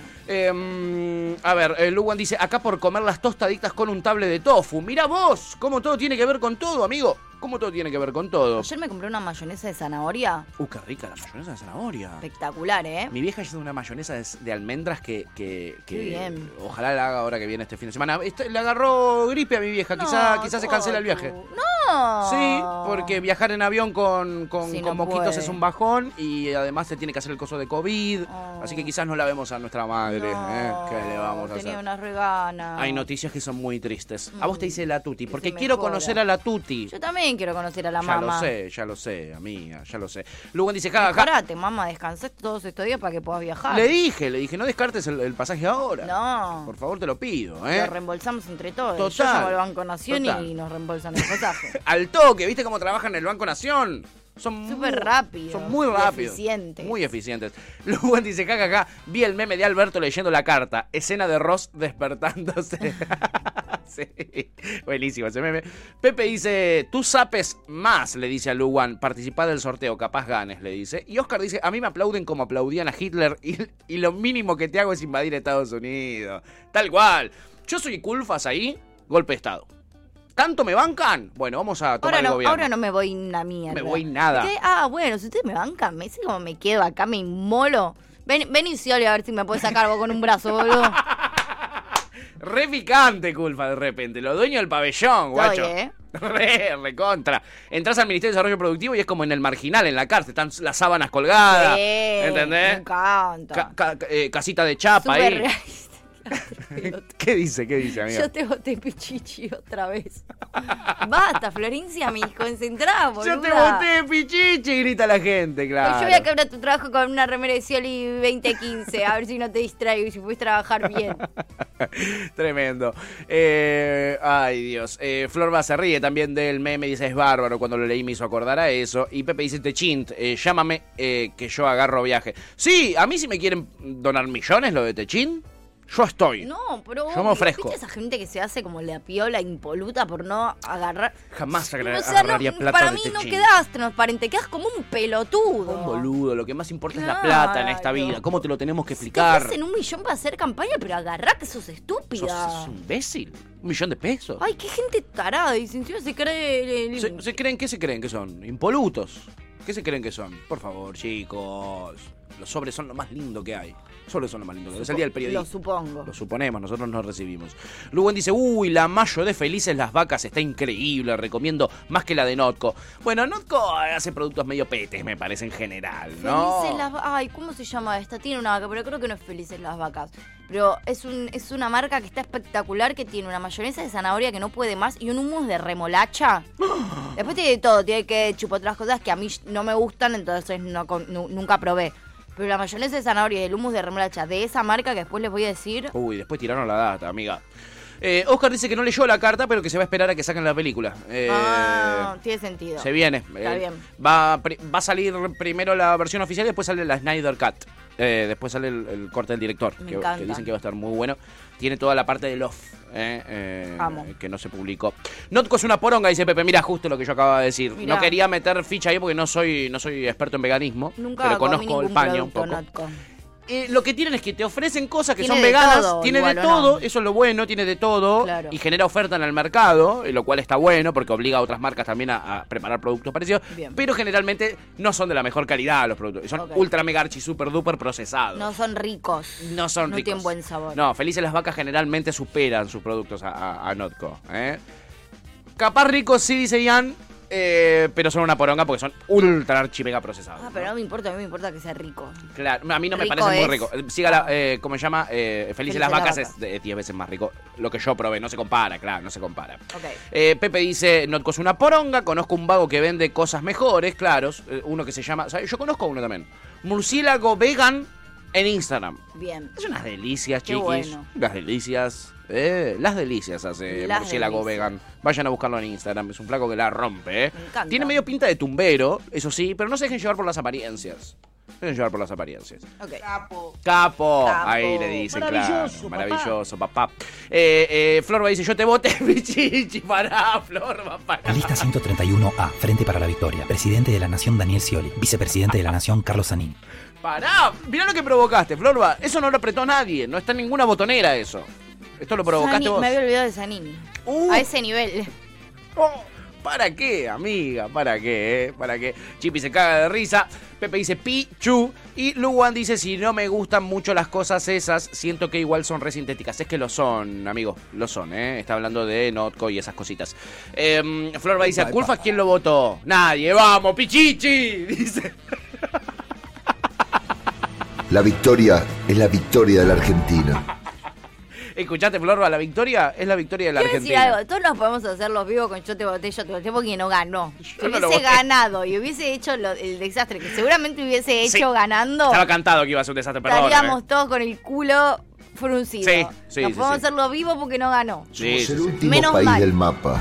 Speaker 2: Eh, a ver, eh, Luwan dice, acá por comer las tostaditas con un table de tofu. Mira vos, cómo todo tiene que ver con todo, amigo. Cómo todo tiene que ver con todo.
Speaker 3: Ayer me compré una mayonesa de zanahoria.
Speaker 2: Uh, qué rica la mayonesa de zanahoria.
Speaker 3: Espectacular, ¿eh?
Speaker 2: Mi vieja hizo una mayonesa de, de almendras que, que, que
Speaker 3: Qué bien.
Speaker 2: ojalá la haga ahora que viene este fin de semana. Este- le agarró gripe a mi vieja, quizá,
Speaker 3: No,
Speaker 2: quizá se cancela el viaje.
Speaker 3: Cotu. No, No.
Speaker 2: Sí, porque viajar en avión con, con,
Speaker 3: Sí,
Speaker 2: con
Speaker 3: no
Speaker 2: moquitos
Speaker 3: puede.
Speaker 2: es un bajón y además se tiene que hacer el coso de COVID.
Speaker 3: Oh.
Speaker 2: Así que quizás no la vemos a nuestra madre. ¿eh?
Speaker 3: No,
Speaker 2: ¿Qué le vamos a hacer?
Speaker 3: Tenía unas reganas.
Speaker 2: Hay noticias que son muy tristes. A vos te dice la Tuti,
Speaker 3: que
Speaker 2: porque
Speaker 3: Mm. se
Speaker 2: quiero
Speaker 3: mejora.
Speaker 2: conocer a la Tuti.
Speaker 3: Yo también quiero conocer a la
Speaker 2: Ya
Speaker 3: mamá.
Speaker 2: lo sé, ya lo sé, amiga, ya lo sé. Luego dice, ja, ja.
Speaker 3: Parate, mamá, descansé todos estos días para que puedas viajar.
Speaker 2: Le dije, le dije, no descartes el, el pasaje ahora.
Speaker 3: No.
Speaker 2: Por favor, te lo pido,
Speaker 3: Lo
Speaker 2: ¿eh?
Speaker 3: reembolsamos entre todos. Yo
Speaker 2: Total.
Speaker 3: llamo al Banco Nación
Speaker 2: Total.
Speaker 3: y nos reembolsan el pasaje.
Speaker 2: Al toque, ¿viste cómo trabajan en el Banco Nación? Son
Speaker 3: Súper
Speaker 2: muy-
Speaker 3: rápidos,
Speaker 2: Son muy
Speaker 3: y
Speaker 2: rápidos.
Speaker 3: eficientes.
Speaker 2: Muy eficientes. Luego dice, jajaja, vi el meme de Alberto leyendo la carta. Escena de Ross despertándose. sí, buenísimo ese meme. Pepe dice, tú sapes más, le dice a Luwan. Participá del sorteo, capaz ganes, le dice. Y Oscar dice, a mí me aplauden como aplaudían a Hitler y, y lo mínimo que te hago es invadir Estados Unidos. Tal cual. Yo soy culfas ahí, golpe de Estado. ¿Tanto me bancan? Bueno, vamos a tomar
Speaker 3: ahora,
Speaker 2: el
Speaker 3: no,
Speaker 2: gobierno.
Speaker 3: ahora no me voy una mierda.
Speaker 2: Me voy nada.
Speaker 3: Ustedes- ah, bueno, si ustedes me bancan, me sé cómo me quedo acá, me inmolo. Ven, ven y Scioli, a ver si me puedes sacar vos con un brazo, boludo.
Speaker 2: Re picante, culpa, de repente. Los dueños del pabellón, guacho.
Speaker 3: ¿eh?
Speaker 2: Re, recontra. Entras al Ministerio de Desarrollo Productivo y es como en el marginal, en la cárcel. Están las sábanas colgadas.
Speaker 3: Sí,
Speaker 2: ¿Entendés?
Speaker 3: Me encanta.
Speaker 2: Ca- ca- eh, casita de chapa
Speaker 3: Súper
Speaker 2: ahí.
Speaker 3: realista.
Speaker 2: ¿Qué dice? ¿Qué dice, amigo?
Speaker 3: Yo te voté pichichi otra vez. Basta, Florencia, me concentrá, boluda.
Speaker 2: Yo te boté, pichichi, grita la gente,
Speaker 3: Hoy
Speaker 2: claro.
Speaker 3: Yo voy a quebrar tu trabajo con una remera de Scioli 2015, a ver si no te distraigo y si puedes trabajar bien.
Speaker 2: Tremendo. Eh, ay, Dios. Eh, Florba se ríe también del meme, dice, es bárbaro. Cuando lo leí me hizo acordar a eso. Y Pepe dice, te chint, eh, llámame eh, que yo agarro viaje. Sí, a mí si me quieren donar millones lo de Techint, yo estoy.
Speaker 3: No, pero
Speaker 2: Yo me ofrezco.
Speaker 3: ¿viste esa gente que se hace como la piola impoluta por no agarrar?
Speaker 2: Jamás agra-
Speaker 3: O sea, no,
Speaker 2: agarraría plata
Speaker 3: para
Speaker 2: de
Speaker 3: mí no
Speaker 2: Techint.
Speaker 3: quedás transparente, quedás como un pelotudo.
Speaker 2: Un boludo, lo que más importa es la
Speaker 3: Claro.
Speaker 2: plata en esta vida. ¿Cómo te lo tenemos que
Speaker 3: Si te
Speaker 2: explicar?
Speaker 3: hacen un millón para hacer campaña, pero agarrá que sos
Speaker 2: ¿Sos,
Speaker 3: estúpida.
Speaker 2: sos un imbécil. Un millón de pesos.
Speaker 3: Ay, qué gente tarada. Y sin se cree. el-
Speaker 2: ¿Se, se creen qué se creen que son? Impolutos. ¿Qué se creen que son? Por favor, chicos. Los sobres son lo más lindo que hay. Los sobres son lo más lindo que hay. Es el día del periodista.
Speaker 3: Lo supongo.
Speaker 2: Lo suponemos, nosotros no recibimos. Luwen dice, uy, la mayo de Felices las Vacas está increíble, recomiendo más que la de Notco. Bueno, Notco hace productos medio petes, me parece en general, ¿no?
Speaker 3: Felices las Vacas. Ay, ¿cómo se llama esta? Tiene una vaca, pero creo que no es Felices las Vacas. Pero es, un, es una marca que está espectacular, que tiene una mayonesa de zanahoria que no puede más y un hummus de remolacha. Después tiene de todo, tiene que chupar otras cosas que a mí no me gustan, entonces no, con- nu- nunca probé. Pero la mayonesa de zanahoria y el hummus de remolacha de esa marca que después les voy a decir,
Speaker 2: Uy, después tiraron la data, amiga. Eh, Oscar dice que no leyó la carta, pero que se va a esperar a que saquen la película. Eh,
Speaker 3: ah, tiene sentido.
Speaker 2: Se viene.
Speaker 3: Está
Speaker 2: Eh,
Speaker 3: bien.
Speaker 2: Va, pri- va a salir primero la versión oficial y después sale la Snyder Cut. Eh, después sale el, el corte del director,
Speaker 3: Me
Speaker 2: que,
Speaker 3: encanta.
Speaker 2: que dicen que va a estar muy bueno. Tiene toda la parte del off, eh, eh,
Speaker 3: Amo.
Speaker 2: que no se publicó. Notco es una poronga, dice Pepe. Mira, justo lo que yo acababa de decir.
Speaker 3: Mirá.
Speaker 2: No quería meter ficha ahí porque no soy, no soy experto en veganismo,
Speaker 3: Nunca
Speaker 2: pero
Speaker 3: comí
Speaker 2: conozco el
Speaker 3: ningún
Speaker 2: paño un
Speaker 3: producto
Speaker 2: poco.
Speaker 3: Notco.
Speaker 2: Eh, lo que tienen es que te ofrecen cosas que
Speaker 3: Tiene
Speaker 2: son
Speaker 3: de
Speaker 2: veganas,
Speaker 3: todo,
Speaker 2: tiene de
Speaker 3: igual, ¿o no?
Speaker 2: todo, eso es lo bueno, tiene de todo
Speaker 3: Claro.
Speaker 2: y genera oferta en el mercado, eh, lo cual está bueno porque obliga a otras marcas también a, a preparar productos parecidos,
Speaker 3: Bien.
Speaker 2: pero generalmente no son de la mejor calidad los productos, son
Speaker 3: Ok.
Speaker 2: ultra mega archi super duper procesados.
Speaker 3: No son ricos.
Speaker 2: No son
Speaker 3: no
Speaker 2: ricos.
Speaker 3: tienen buen sabor.
Speaker 2: No, felices las vacas generalmente superan sus productos a, a- a Notco. ¿eh? Capaz ricos sí, dice Ian, eh, pero son una poronga porque son ultra archi mega procesados.
Speaker 3: Ah,
Speaker 2: ¿no?
Speaker 3: pero no me importa, a mí me importa que sea rico.
Speaker 2: Claro, a mí no me
Speaker 3: Rico
Speaker 2: parece muy
Speaker 3: es.
Speaker 2: rico. Eh, Siga la, eh, ¿cómo se llama? Eh, Felices las
Speaker 3: Felices las
Speaker 2: vacas es
Speaker 3: vacas.
Speaker 2: de- 10 veces más rico. Lo que yo probé, no se compara, claro, no se compara.
Speaker 3: Ok.
Speaker 2: Eh, Pepe dice, no es una poronga, conozco un vago que vende cosas mejores, claros. eh, uno que se llama, ¿sabes? yo conozco uno también. Murciélago vegan en Instagram.
Speaker 3: Bien.
Speaker 2: Es unas delicias,
Speaker 3: Qué
Speaker 2: chiquis.
Speaker 3: bueno.
Speaker 2: Las delicias. eh, las delicias hace
Speaker 3: Las
Speaker 2: Murciélago
Speaker 3: delicias.
Speaker 2: Vegan. Vayan a buscarlo en Instagram. Es un flaco que la rompe. eh.
Speaker 3: Me encanta.
Speaker 2: Tiene medio pinta de tumbero, eso sí, pero no se dejen llevar por las apariencias. No se dejen llevar por las apariencias.
Speaker 3: Ok.
Speaker 2: Capo.
Speaker 3: Capo.
Speaker 2: Ahí le dicen,
Speaker 5: Maravilloso,
Speaker 2: claro. Maravilloso, papá. Eh, eh, Florba dice, yo te voté, pichichi. Pará, Florba, pará.
Speaker 6: Lista 131A, Frente para la Victoria. Presidente de la Nación Daniel Scioli. Vicepresidente de la Nación Carlos Sanín.
Speaker 2: Pará. Mirá lo que provocaste, Florba. Eso no lo apretó nadie. No está en ninguna botonera eso. Esto lo provocaste
Speaker 3: Zanini-
Speaker 2: vos.
Speaker 3: Me había olvidado de Zanini.
Speaker 2: Uh.
Speaker 3: A ese nivel.
Speaker 2: Oh, ¿Para qué, amiga? ¿Para qué? eh? ¿Para qué? Chipi se caga de risa. Pepe dice pichu. Y Luan dice, si no me gustan mucho las cosas esas, siento que igual son resintéticas. Es que lo son, amigo. Lo son, ¿eh? Está hablando de Notco y esas cositas. Em, Florba dice, ¿a Culfas quién lo votó? Nadie. ¡Vamos, pichichi! Dice.
Speaker 5: La victoria es la victoria de la Argentina.
Speaker 2: ¿Escuchaste, Florba? La victoria es la victoria de la
Speaker 3: Quiero decir
Speaker 2: Argentina.
Speaker 3: algo, todos nos podemos hacer los vivos con yo te voté, yo te voté porque no ganó. Si
Speaker 2: no lo
Speaker 3: hubiese
Speaker 2: voté.
Speaker 3: ganado y hubiese hecho lo- el desastre que seguramente hubiese hecho
Speaker 2: Sí.
Speaker 3: ganando,
Speaker 2: Estaba cantado que iba a ser un desastre, perdón. ¿eh?
Speaker 3: estaríamos todos con el culo fruncido.
Speaker 2: Sí, sí,
Speaker 3: nos
Speaker 2: sí,
Speaker 3: podemos
Speaker 2: sí.
Speaker 3: hacer los vivos porque no ganó.
Speaker 2: Sí,
Speaker 5: Somos
Speaker 2: sí,
Speaker 5: el
Speaker 2: sí.
Speaker 5: último
Speaker 3: Menos
Speaker 5: país
Speaker 3: mal.
Speaker 5: del mapa,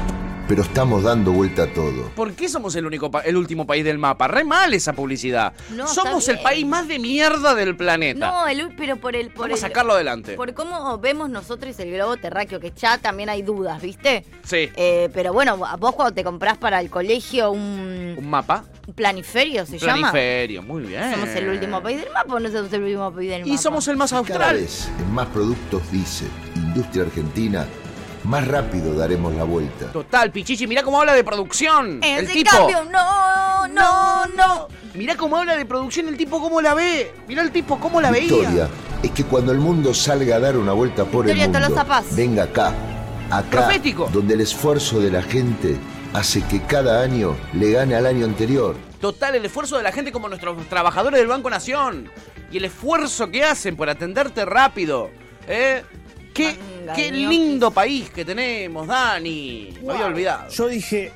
Speaker 5: pero estamos dando vuelta a todo.
Speaker 2: ¿Por qué somos el único pa- el último país del mapa? Re mal esa publicidad.
Speaker 3: No, está
Speaker 2: somos el
Speaker 3: bien.
Speaker 2: país más de mierda del planeta.
Speaker 3: No, el, pero por el... Por
Speaker 2: Vamos a
Speaker 3: el-
Speaker 2: sacarlo adelante.
Speaker 3: Por cómo vemos nosotros el globo terráqueo, que ya también hay dudas, ¿viste?
Speaker 2: Sí.
Speaker 3: Eh, pero bueno, vos cuando te comprás para el colegio un,
Speaker 2: Un mapa.
Speaker 3: un planiferio, ¿se llama?
Speaker 2: Planiferio, muy bien.
Speaker 3: ¿Somos el último país del mapa o no somos el último país del mapa?
Speaker 2: Eh. Y somos el más
Speaker 5: Cada
Speaker 2: austral.
Speaker 5: vez en más productos dice Industria Argentina, más rápido daremos la vuelta.
Speaker 2: Total, Pichichi, mirá cómo habla de producción.
Speaker 3: Eh, En
Speaker 2: el tipo.
Speaker 3: cambio, no, no, no.
Speaker 2: Mirá cómo habla de producción el tipo, cómo la ve. Mirá el tipo, cómo la
Speaker 5: La
Speaker 2: veía.
Speaker 5: victoria es que cuando el mundo salga a dar una vuelta por el
Speaker 3: Victoria
Speaker 5: mundo,
Speaker 3: Tolosa Paz.
Speaker 5: venga acá, acá,
Speaker 2: Profético.
Speaker 5: donde el esfuerzo de la gente hace que cada año le gane al año anterior.
Speaker 2: Total, el esfuerzo de la gente como nuestros trabajadores del Banco Nación. Y el esfuerzo que hacen por atenderte rápido. ¿eh? Qué,
Speaker 3: Manga
Speaker 2: qué
Speaker 3: de
Speaker 2: lindo país que tenemos, Dani. Me había olvidado.
Speaker 7: Yo dije,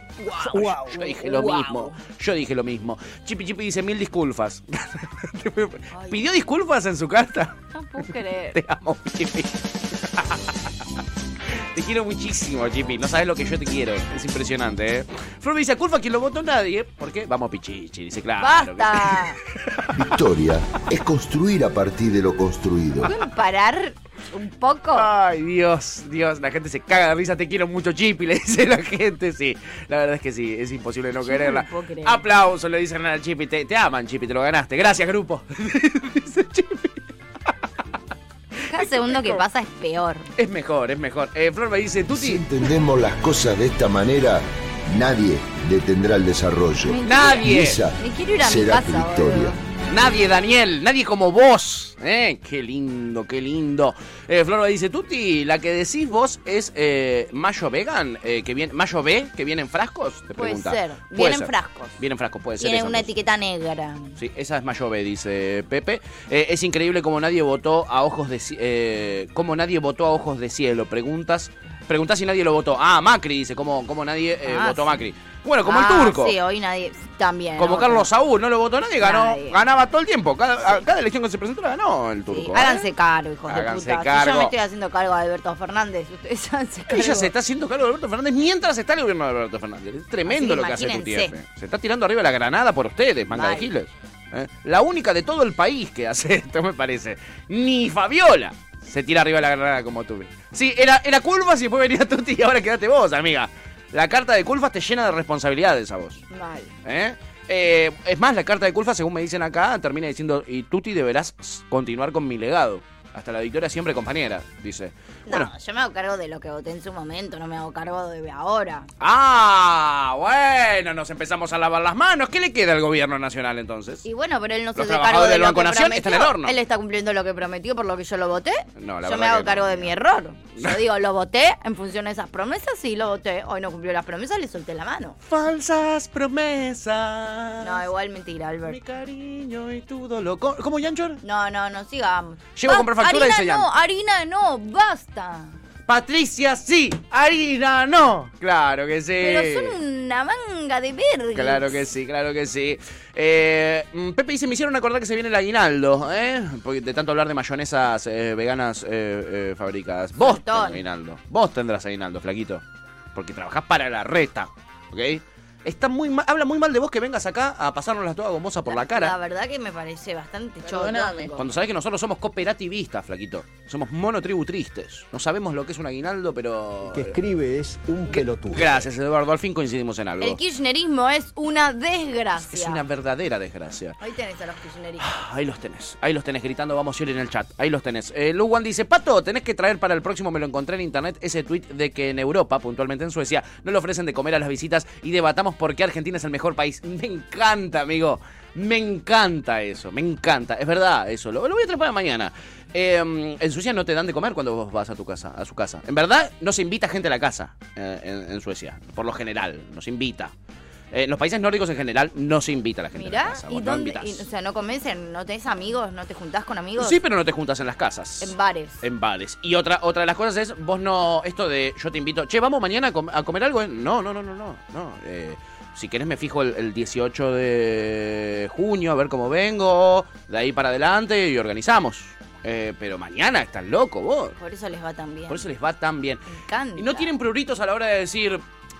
Speaker 7: wow.
Speaker 2: Yo dije lo mismo. Yo dije lo mismo. Chipi Chipi dice mil disculpas. ¿Pidió disculpas en su carta?
Speaker 3: No puedo creer.
Speaker 2: Te amo, Chipi. Te quiero muchísimo, Chipi. No sabes lo que yo te quiero. Es impresionante, ¿eh? Flor me dice, culpa quien lo votó nadie. ¿Por qué? Vamos, Pichichi. Dice, claro.
Speaker 3: ¡Basta!
Speaker 5: Victoria es construir a partir de lo construido.
Speaker 3: ¿Pueden parar un poco?
Speaker 2: Ay, Dios, Dios, la gente se caga de risa, te quiero mucho, Chipi, le dice la gente, sí. La verdad es que sí, es imposible no
Speaker 3: Yo no
Speaker 2: quererla.
Speaker 3: lo puedo creer.
Speaker 2: Aplausos, le dicen al Chipi, te, te aman, Chipi, te lo ganaste. Gracias, grupo. dice Chipi.
Speaker 3: Cada segundo que pasa es peor.
Speaker 2: Es mejor, es mejor. Eh, Flor me dice,
Speaker 5: Si
Speaker 2: Tuti,
Speaker 5: entendemos las cosas de esta manera, nadie detendrá el desarrollo. Y
Speaker 2: nadie,
Speaker 5: esa
Speaker 3: Me quiero ir a mi
Speaker 5: será tu
Speaker 3: casa,
Speaker 5: victoria.
Speaker 3: boludo.
Speaker 2: nadie, Daniel, nadie como vos. Eh, qué lindo, qué lindo. Eh, Flor me dice, Tuti, la que decís vos es eh, Mayo Vegan, eh, que viene, Mayo B, que viene en frascos, te
Speaker 3: Puede
Speaker 2: pregunta.
Speaker 3: ser,
Speaker 2: Puede
Speaker 3: viene en
Speaker 2: ser.
Speaker 3: frascos.
Speaker 2: Viene en frascos, puede ser.
Speaker 3: Tiene
Speaker 2: esas
Speaker 3: una
Speaker 2: dos.
Speaker 3: etiqueta negra.
Speaker 2: Sí, esa es Mayove, dice Pepe. Eh, es increíble como nadie votó a ojos de ci- eh, cómo nadie votó a ojos de cielo. Preguntas, preguntas si nadie lo votó. Ah, Macri dice cómo, cómo nadie eh,
Speaker 3: Ah,
Speaker 2: votó a
Speaker 3: sí.
Speaker 2: Macri. Bueno, como el
Speaker 3: Ah,
Speaker 2: turco.
Speaker 3: Sí, hoy nadie. También.
Speaker 2: Como
Speaker 3: ¿no?
Speaker 2: Carlos Saúl, no lo votó nadie, ganó,
Speaker 3: Nadie.
Speaker 2: ganaba todo el tiempo. Cada, a- cada elección que se presentó la ganó el
Speaker 3: Sí,
Speaker 2: turco. ¿eh?
Speaker 3: Háganse cargo, hijos
Speaker 2: Háganse
Speaker 3: de puta. Si yo
Speaker 2: cargo.
Speaker 3: me estoy haciendo cargo de Alberto Fernández. Ustedes háganse cargo.
Speaker 2: Ella se está haciendo cargo de Alberto Fernández mientras está el gobierno de Alberto Fernández. Es tremendo
Speaker 3: Así que
Speaker 2: lo que hace tu
Speaker 3: imagínense.
Speaker 2: tía. Se está tirando arriba la granada por ustedes, manga
Speaker 3: Mal.
Speaker 2: de giles. ¿Eh? La única de todo el país que hace esto, me parece. Ni Fabiola se tira arriba la granada como tú. Sí, era, era Culfas y después venía Tuti y ahora quédate vos, amiga. La carta de Culfas te llena de responsabilidades a vos.
Speaker 3: Mal.
Speaker 2: ¿eh? Eh, es más, la carta de Culfas, según me dicen acá, termina diciendo, y Tuti deberás continuar con mi legado. Hasta la victoria siempre compañera, dice.
Speaker 3: No,
Speaker 2: Bueno,
Speaker 3: yo me hago cargo de lo que voté en su momento, no me hago cargo de ahora.
Speaker 2: Ah, bueno, nos empezamos a lavar las manos. ¿Qué le queda al gobierno nacional entonces?
Speaker 3: Y bueno, pero él no se
Speaker 2: Los
Speaker 3: hace cargo
Speaker 2: trabajadores
Speaker 3: de
Speaker 2: del
Speaker 3: lo
Speaker 2: Banco
Speaker 3: que
Speaker 2: Nación
Speaker 3: prometió.
Speaker 2: están en el horno.
Speaker 3: Él está cumpliendo lo que prometió por lo que yo lo voté.
Speaker 2: No, la
Speaker 3: yo me
Speaker 2: verdad
Speaker 3: hago
Speaker 2: que
Speaker 3: cargo
Speaker 2: no.
Speaker 3: de mi error. Yo digo, lo voté en función de esas promesas, sí, lo voté. Hoy no cumplió las promesas, le solté la mano.
Speaker 2: Falsas promesas.
Speaker 3: No, eh. igual mentira,
Speaker 2: Mi
Speaker 3: Albert.
Speaker 2: cariño y tu dolor. ¿Cómo, cómo, Yanchor?
Speaker 3: No, no, no sigamos.
Speaker 2: Llego a
Speaker 3: Bas-
Speaker 2: comprar factura y
Speaker 3: harina
Speaker 2: se llama.
Speaker 3: no, harina no, basta.
Speaker 2: Patricia, sí. Harina, no. Claro que sí.
Speaker 3: Pero son una manga de verdes.
Speaker 2: Eh. Claro que sí, claro que sí. Eh, mm, Pepe dice, me hicieron acordar que se viene el aguinaldo, ¿eh? Porque de tanto hablar de mayonesas eh, veganas eh, eh, fabricadas. Vos
Speaker 3: Montón.
Speaker 2: tendrás aguinaldo. Vos tendrás aguinaldo, flaquito. Porque trabajás para la reta, ¿ok? Está muy mal, habla muy mal de vos que vengas acá a pasarnos la toda gomosa por la
Speaker 3: La
Speaker 2: cara.
Speaker 3: verdad que me parece bastante
Speaker 2: Cuando
Speaker 3: choto.
Speaker 2: sabés que nosotros somos cooperativistas, flaquito. Somos monotributristas. No sabemos lo que es un aguinaldo, pero.
Speaker 7: que escribe es un pelotudo.
Speaker 2: Gracias, Eduardo. Al fin coincidimos en algo.
Speaker 3: El kirchnerismo es una desgracia.
Speaker 2: Es una verdadera desgracia.
Speaker 3: Ahí tenés a los kirchneristas.
Speaker 2: Ah, Ahí los tenés, ahí los tenés gritando, vamos a ir en el chat. Ahí los tenés. Eh, Luwan dice, Pato, tenés que traer para el próximo, me lo encontré en internet, ese tuit de que en Europa, puntualmente en Suecia, no le ofrecen de comer a las visitas y debatamos por qué Argentina es el mejor país. Me encanta, amigo. Me encanta eso, me encanta. Es verdad eso, lo, lo voy a traer para mañana. Eh, en Suecia no te dan de comer cuando vos vas a tu casa, a su casa. En verdad, no se invita gente a la casa eh, en, en Suecia, por lo general, no se invita. Eh, en los países nórdicos en general no se invita a la gente a la
Speaker 3: Mirá,
Speaker 2: casa.
Speaker 3: ¿y
Speaker 2: vos no
Speaker 3: dónde?
Speaker 2: invitás.
Speaker 3: y, o sea, no comés, en- no tenés amigos, no te juntás con amigos.
Speaker 2: Sí, Eh. pero no te juntas en las casas.
Speaker 3: En bares.
Speaker 2: En bares. Y otra, otra de las cosas es, vos no, esto de yo te invito, che, vamos mañana a, com- a comer algo. eh". No, no, no, no, no. no. Eh, si querés me fijo el, el 18 de junio, a ver cómo vengo, de ahí para adelante y organizamos. Eh, pero mañana están locos vos.
Speaker 3: Por eso les va tan bien.
Speaker 2: Por eso les va tan bien.
Speaker 3: Me encanta.
Speaker 2: Y no tienen pruritos a la hora de decir,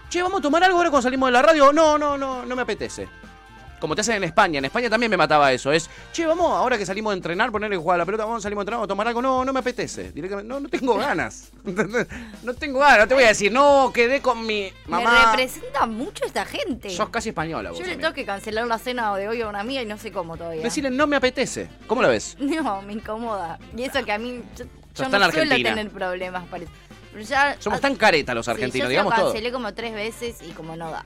Speaker 2: che, vamos a tomar algo ahora cuando salimos de la radio. No, no, no, no me apetece. Como te hacen en España, en España también me mataba eso. Es, che, vamos, ahora que salimos de entrenar, ponerle jugar a la pelota, vamos, salimos a entrenar, vamos a tomar algo. No, no me apetece. Directamente, no, no tengo ganas. ¿Entendés? no tengo ganas, no te voy a decir, no, quedé con mi
Speaker 3: Me
Speaker 2: mamá.
Speaker 3: representa mucho esta gente.
Speaker 2: Sos casi española vos.
Speaker 3: Yo le
Speaker 2: amiga.
Speaker 3: tengo que cancelar la cena de hoy a una amiga y no sé cómo todavía.
Speaker 2: Decirle, no me apetece. ¿Cómo la ves?
Speaker 3: No, me incomoda. Y eso que a mí. Yo, yo
Speaker 2: está en
Speaker 3: no suelo
Speaker 2: Argentina.
Speaker 3: tener problemas, parece. Pero ya.
Speaker 2: Somos
Speaker 3: ah,
Speaker 2: tan careta los
Speaker 3: sí,
Speaker 2: argentinos,
Speaker 3: yo se
Speaker 2: digamos
Speaker 3: lo
Speaker 2: todo.
Speaker 3: cancelé como tres veces y como no da.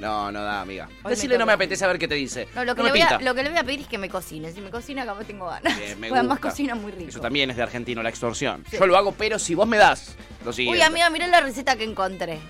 Speaker 2: No, no da, amiga.
Speaker 3: me
Speaker 2: Decirle, no me
Speaker 3: toca.
Speaker 2: apetece a ver qué te dice.
Speaker 3: No, lo que,
Speaker 2: me
Speaker 3: le voy a,
Speaker 2: pinta.
Speaker 3: lo que le voy a pedir es que me cocine. Si me cocina, capaz tengo ganas.
Speaker 2: Bien, me
Speaker 3: Porque además
Speaker 2: gusta.
Speaker 3: cocina muy rico.
Speaker 2: Eso también es de argentino, la extorsión.
Speaker 3: Sí.
Speaker 2: Yo lo hago, pero si vos me das lo siguiente.
Speaker 3: Uy, amiga, mirá la receta que encontré.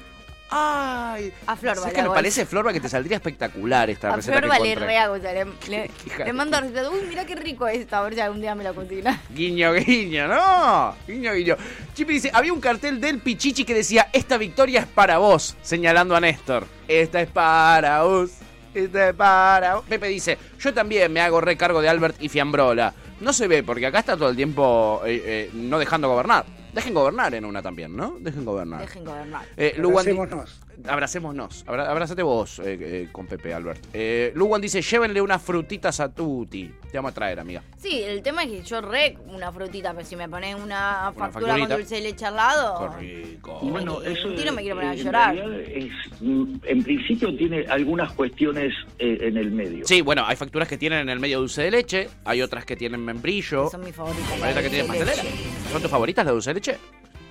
Speaker 2: Ay.
Speaker 3: A Flor
Speaker 2: ¿Sabés
Speaker 3: Balaguer.
Speaker 2: que me parece, Florba, que te saldría espectacular esta
Speaker 3: A
Speaker 2: receta
Speaker 3: Flor
Speaker 2: que encontré?
Speaker 3: Valerrea, o sea, le, le-
Speaker 2: hija
Speaker 3: le
Speaker 2: de
Speaker 3: mando receta. Uy, mirá qué rico esto. A ver si algún día me la cocina.
Speaker 2: Guiño, guiño, no. Guiño, guiño. Chipi dice, había un cartel del Pichichi que decía, esta victoria es para vos, señalando a Néstor. Esta es para vos. Esta es para vos. Pepe dice, yo también me hago recargo de Albert y Fiambrola. No se ve, porque acá está todo el tiempo eh, eh, no dejando gobernar. Dejen gobernar en una también, ¿no? Dejen gobernar.
Speaker 3: Dejen gobernar.
Speaker 2: Eh, Luwan di-
Speaker 8: Abracémonos.
Speaker 2: Abracémonos. Abra- abrázate vos eh, eh, con Pepe, Albert. Eh, Luwan dice, llévenle unas frutitas a Tuti. Te vamos a traer, amiga.
Speaker 3: Sí, el tema es que yo re una frutita, pero si me pones una, factura
Speaker 2: facturita.
Speaker 3: con dulce de leche al lado.
Speaker 2: rico.
Speaker 3: Y
Speaker 8: Oh, Bueno,
Speaker 3: eh,
Speaker 8: eso
Speaker 3: un tiro me quiero poner a
Speaker 8: eh, en
Speaker 3: llorar.
Speaker 8: realidad es, mm, en principio tiene algunas cuestiones eh, en el medio.
Speaker 2: Sí, bueno, hay facturas que tienen en el medio dulce de leche, hay otras que tienen membrillo.
Speaker 3: Son mis favoritas.
Speaker 2: Hay otras que
Speaker 3: las
Speaker 2: tienen
Speaker 3: de leche.
Speaker 2: pastelera. ¿Son tus favoritas la dulce de leche?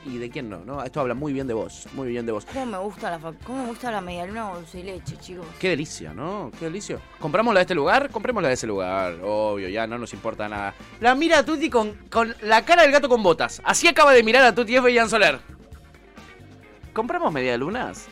Speaker 2: ¿Y de quién no? no? Esto habla muy bien de vos, muy bien de vos.
Speaker 3: ¿Cómo me gusta la, fa- cómo me gusta la medialuna con dulce de leche, chicos?
Speaker 2: Qué delicia, ¿no? Qué delicia. ¿Compramos la de este lugar? Compremos la de ese lugar. Obvio, ya no nos importa nada. La mira a Tuti con, con la cara del gato con botas. Así acaba de mirar a Tuti es Bellan Soler. ¿Compramos media lunas?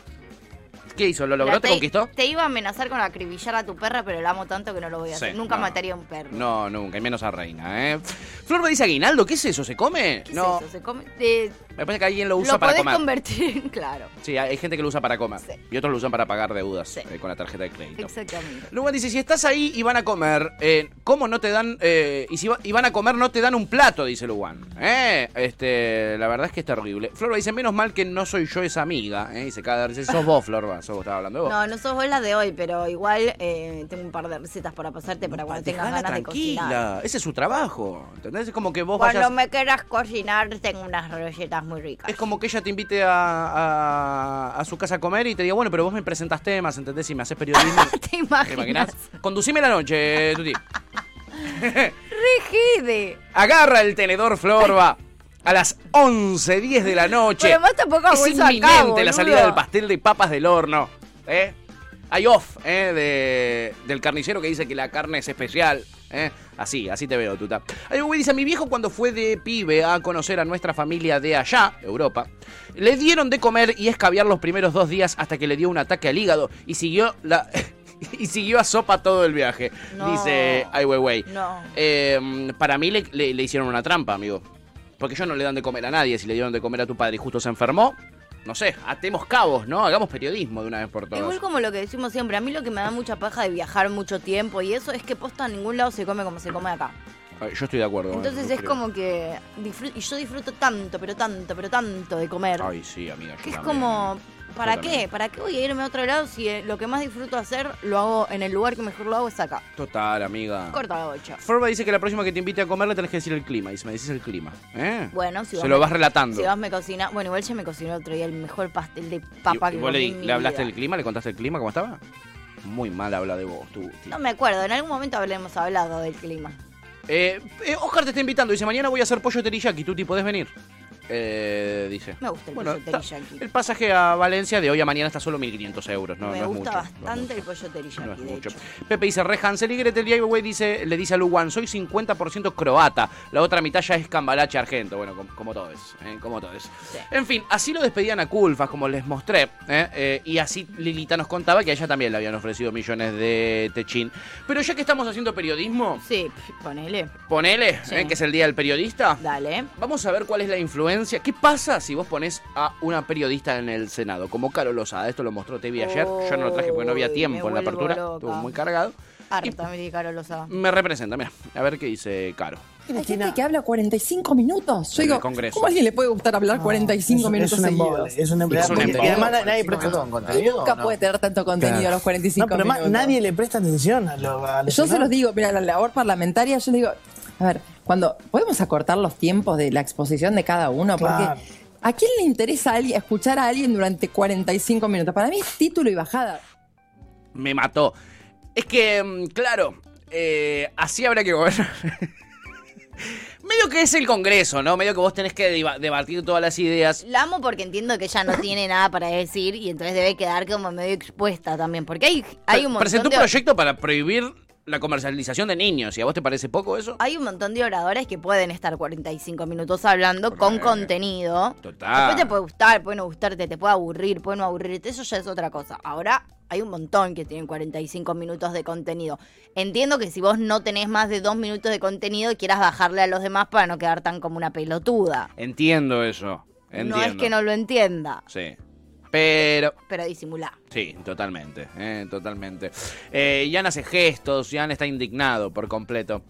Speaker 2: ¿Qué hizo? ¿Lo logró?
Speaker 3: La
Speaker 2: ¿Te conquistó?
Speaker 3: Te iba a amenazar con acribillar a tu perra, pero la amo tanto que no lo voy a
Speaker 2: Sí,
Speaker 3: hacer. Nunca
Speaker 2: no.
Speaker 3: mataría a un perro.
Speaker 2: No, nunca, y menos a Reina, ¿eh? Flor me dice aguinaldo, ¿qué es eso? ¿Se come?
Speaker 3: ¿Qué
Speaker 2: no,
Speaker 3: es eso? ¿Se come? Eh,
Speaker 2: me parece que alguien lo usa
Speaker 3: lo
Speaker 2: para
Speaker 3: podés
Speaker 2: comer.
Speaker 3: convertir en. Claro,
Speaker 2: Sí, hay hay gente que lo usa para comer.
Speaker 3: Sí.
Speaker 2: Y otros lo usan para pagar deudas
Speaker 3: Sí.
Speaker 2: eh, con la tarjeta de crédito.
Speaker 3: exactamente.
Speaker 2: Luego dice, si estás ahí y van a comer, eh, ¿cómo no te dan? eh, y si va- y van a comer, no te dan un plato, dice Luwan. Eh, este, la verdad es que es terrible. Florba dice, menos mal que no soy yo esa amiga. Eh, y se caga de risa. Sos vos, Florba. Sos vos, estaba hablando de vos.
Speaker 3: No, no sos vos las de hoy, pero igual eh, tengo un par de recetas para pasarte para cuando tengas
Speaker 2: Dejala
Speaker 3: ganas de cocinar.
Speaker 2: tranquila. Ese es su trabajo. ¿Entendés? Es como que vos
Speaker 3: Cuando
Speaker 2: vayas...
Speaker 3: me quieras cocinar, tengo unas recetas muy ricas.
Speaker 2: Es como que ella te invite a, a- a su casa a comer y te diga, bueno, pero vos me presentás temas, ¿entendés? Y me haces periodismo.
Speaker 3: ¿Te
Speaker 2: ¿Te
Speaker 3: imaginas?
Speaker 2: imaginas? Conducime la noche, Tuti.
Speaker 3: Regide.
Speaker 2: Agarra el tenedor, Florba. A las 11.10 de la noche.
Speaker 3: Pero vos tampoco hago
Speaker 2: es
Speaker 3: eso acá,
Speaker 2: inminente la
Speaker 3: boludo.
Speaker 2: salida del pastel de papas del horno. ¿eh? Hay off ¿eh? de- del carnicero que dice que la carne es especial. ¿eh? Así, así te veo, tuta. Hay un güey dice, mi viejo cuando fue de pibe a conocer a nuestra familia de allá, Europa, le dieron de comer y escabiar los primeros dos días hasta que le dio un ataque al hígado y siguió la... Y siguió a sopa todo el viaje.
Speaker 3: No.
Speaker 2: Dice Ai Weiwei.
Speaker 3: No.
Speaker 2: Eh, para mí le, le- le hicieron una trampa, amigo. Porque ellos no le dan de comer a nadie. Si le dieron de comer a tu padre y justo se enfermó, no sé, atemos cabos, ¿no? Hagamos periodismo de una vez por todas.
Speaker 3: Igual como lo que decimos siempre, a mí lo que me da mucha paja de viajar mucho tiempo y eso es que posta en ningún lado se come como se come acá.
Speaker 2: Ay, Yo estoy de acuerdo.
Speaker 3: Entonces
Speaker 2: eh,
Speaker 3: es
Speaker 2: creo.
Speaker 3: como que disfruto, y yo disfruto tanto, pero tanto, pero tanto de comer.
Speaker 2: Ay, sí, amiga. yo
Speaker 3: que es
Speaker 2: también.
Speaker 3: como, ¿Para qué? ¿Para qué voy a irme a otro lado si eh, lo que más disfruto hacer lo hago en el lugar que mejor lo hago es acá?
Speaker 2: Total, amiga.
Speaker 3: Corta la bocha.
Speaker 2: Forba dice que la próxima que te invite a comer le tenés que decir el clima. Y si me decís el clima, ¿eh?
Speaker 3: Bueno, si vos
Speaker 2: Se lo
Speaker 3: me-
Speaker 2: vas relatando.
Speaker 3: Si vos me cocinas. Bueno, igual ya me cocinó el otro día el mejor pastel de papa
Speaker 2: Y-
Speaker 3: que
Speaker 2: y vos le,
Speaker 3: comí
Speaker 2: di-
Speaker 3: en mi
Speaker 2: le hablaste
Speaker 3: vida.
Speaker 2: del clima? ¿Le contaste el clima? ¿Cómo estaba? Muy mal habla de vos, tú. tío.
Speaker 3: No me acuerdo, en algún momento hablemos hablado del clima.
Speaker 2: Eh, eh, Oscar te está invitando. Dice, mañana voy a hacer pollo teriyaki. Tuti, ¿podés venir? Eh, dice.
Speaker 3: Me gusta el
Speaker 2: Bueno,
Speaker 3: pollo
Speaker 2: ta-
Speaker 3: teriyaki.
Speaker 2: El pasaje a Valencia de hoy a mañana está solo 1.500 euros. No,
Speaker 3: me
Speaker 2: no es
Speaker 3: gusta
Speaker 2: mucho, no es
Speaker 3: bastante el
Speaker 2: mucho.
Speaker 3: pollo teriyaki,
Speaker 2: No es
Speaker 3: de
Speaker 2: mucho.
Speaker 3: hecho.
Speaker 2: Pepe dice, re Hansel y Gretel, y Highway dice, le dice a Luwan, soy 50% croata, la otra mitad ya es cambalache argento, bueno, com- como, todo todos, ¿eh? como todos. En fin, así lo despedían a Culfas, como les mostré, ¿eh? Eh, y así Lilita nos contaba que a ella también le habían ofrecido millones de techín. Pero ya que estamos haciendo periodismo,
Speaker 3: Sí, ponele.
Speaker 2: ponele,
Speaker 3: Sí.
Speaker 2: ¿eh? que es el Día del Periodista,
Speaker 3: Dale.
Speaker 2: Vamos a ver cuál es la influencia. ¿Qué pasa si vos pones a una periodista en el Senado? Como Caro Lozada. Esto lo mostró TV ayer. Yo no lo traje porque no había
Speaker 3: Uy,
Speaker 2: tiempo
Speaker 3: me
Speaker 2: en la
Speaker 3: vuelvo
Speaker 2: apertura.
Speaker 3: loca.
Speaker 2: Estuvo muy cargado.
Speaker 3: Harta, me di Caro Lozada.
Speaker 2: Me representa, mira. A ver qué dice Caro.
Speaker 9: Hay gente que habla 45 minutos. Yo
Speaker 2: En el
Speaker 9: digo,
Speaker 2: Congreso.
Speaker 9: ¿cómo a alguien le puede gustar hablar 45 minutos seguidos?
Speaker 10: Es un embole.
Speaker 2: Es un
Speaker 10: Porque-
Speaker 2: embole.
Speaker 10: Y además na- nadie presta todo
Speaker 11: ¿eh?
Speaker 10: contenido.
Speaker 9: Nunca
Speaker 10: ¿o no?
Speaker 9: puede tener tanto contenido
Speaker 10: Claro.
Speaker 9: a los 45
Speaker 10: No, pero más
Speaker 9: minutos.
Speaker 10: nadie le presta atención a, lo, a los
Speaker 9: Yo se
Speaker 10: senadores.
Speaker 9: los digo, mira, la labor parlamentaria, yo le digo, a ver, cuando podemos acortar los tiempos de la exposición de cada uno,
Speaker 10: Claro.
Speaker 9: porque ¿a quién le interesa a alguien- escuchar a alguien durante 45 minutos? Para mí es título y bajada.
Speaker 2: Me mató. Es que, mm, claro, eh, así habrá que gobernar. Medio que es el Congreso, ¿no? Medio que vos tenés que deba- debatir todas las ideas.
Speaker 3: La amo porque entiendo que ella no tiene nada para decir y entonces debe quedar como medio expuesta también. Porque hay, hay un montón
Speaker 2: Presentó un
Speaker 3: de.
Speaker 2: proyecto para prohibir la comercialización de niños. ¿Y a vos te parece poco eso?
Speaker 3: Hay un montón de oradores que pueden estar 45 minutos hablando
Speaker 2: eh.
Speaker 3: con contenido.
Speaker 2: Total.
Speaker 3: Después te puede gustar, puede no gustarte, te puede aburrir, puede no aburrirte. Eso ya es otra cosa. Ahora hay un montón que tienen 45 minutos de contenido. Entiendo que si vos no tenés más de dos minutos de contenido, quieras bajarle a los demás para no quedar tan como una pelotuda.
Speaker 2: Entiendo eso. Entiendo.
Speaker 3: No es que no lo entienda,
Speaker 2: Sí. Pero.
Speaker 3: pero disimulá.
Speaker 2: Sí, totalmente, eh, totalmente. Eh, Ian hace gestos, Ian está indignado por completo.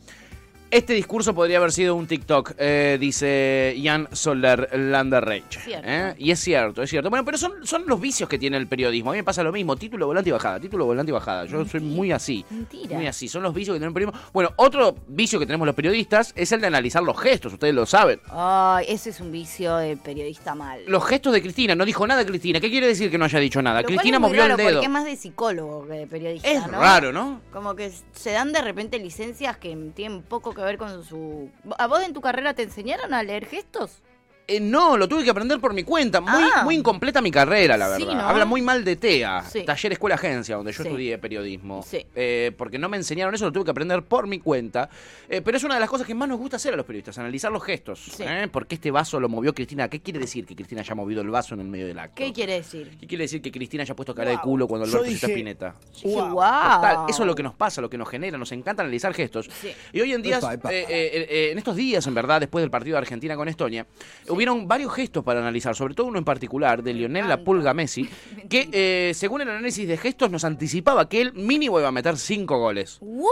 Speaker 2: Este discurso podría haber sido un TikTok, eh, dice Ian Soler Landerreich.
Speaker 3: Cierto.
Speaker 2: ¿eh? Y es cierto, es cierto. Bueno, pero son, son los vicios que tiene el periodismo. A mí me pasa lo mismo, título, volante y bajada, título, volante y bajada. Yo soy muy así.
Speaker 3: Mentira.
Speaker 2: Muy así, son los vicios que tiene el periodismo. Bueno, otro vicio que tenemos los periodistas es el de analizar los gestos, ustedes lo saben.
Speaker 3: Ay, ese es un vicio de periodista mal.
Speaker 2: Los gestos de Cristina, no dijo nada Cristina. ¿Qué quiere decir que no haya dicho nada?
Speaker 3: Lo cual
Speaker 2: Cristina
Speaker 3: es muy
Speaker 2: movió
Speaker 3: raro
Speaker 2: el dedo.
Speaker 3: Porque es más de psicólogo que de periodista.
Speaker 2: Es
Speaker 3: ¿no?
Speaker 2: raro, ¿no?
Speaker 3: Como que se dan de repente licencias que tienen poco que ver con su. ¿A vos en tu carrera te enseñaron a leer gestos?
Speaker 2: Eh, no, lo tuve que aprender por mi cuenta. Muy,
Speaker 3: Ah.
Speaker 2: muy incompleta mi carrera, la
Speaker 3: Sí,
Speaker 2: verdad.
Speaker 3: ¿no?
Speaker 2: Habla muy mal de TEA,
Speaker 3: Sí.
Speaker 2: Taller Escuela Agencia, donde yo
Speaker 3: Sí.
Speaker 2: estudié periodismo.
Speaker 3: Sí.
Speaker 2: Eh, porque no me enseñaron eso, lo tuve que aprender por mi cuenta. Eh, pero es una de las cosas que más nos gusta hacer a los periodistas, analizar los gestos.
Speaker 3: Sí.
Speaker 2: ¿eh? ¿Por qué este vaso lo movió Cristina? ¿Qué quiere decir que Cristina haya movido el vaso en el medio del acto?
Speaker 3: ¿Qué quiere decir?
Speaker 2: ¿Qué quiere decir que Cristina haya puesto cara de culo cuando
Speaker 10: Yo
Speaker 2: Alberto hizo
Speaker 10: dije-
Speaker 2: pineta?
Speaker 3: Yo dije,
Speaker 10: Wow.
Speaker 3: "Guau".
Speaker 2: Total, eso es lo que nos pasa, lo que nos genera, nos encanta analizar gestos.
Speaker 3: Ah. Sí.
Speaker 2: Y hoy en día,
Speaker 7: Epa, epa.
Speaker 2: eh, eh, eh, en estos días, en verdad, después del partido de Argentina con Estonia, hubieron varios gestos para analizar, sobre todo uno en particular de Lionel La
Speaker 3: encanta.
Speaker 2: Pulga Messi, que eh, según el análisis de gestos nos anticipaba que él mínimo iba a meter cinco goles.
Speaker 3: ¡Wow!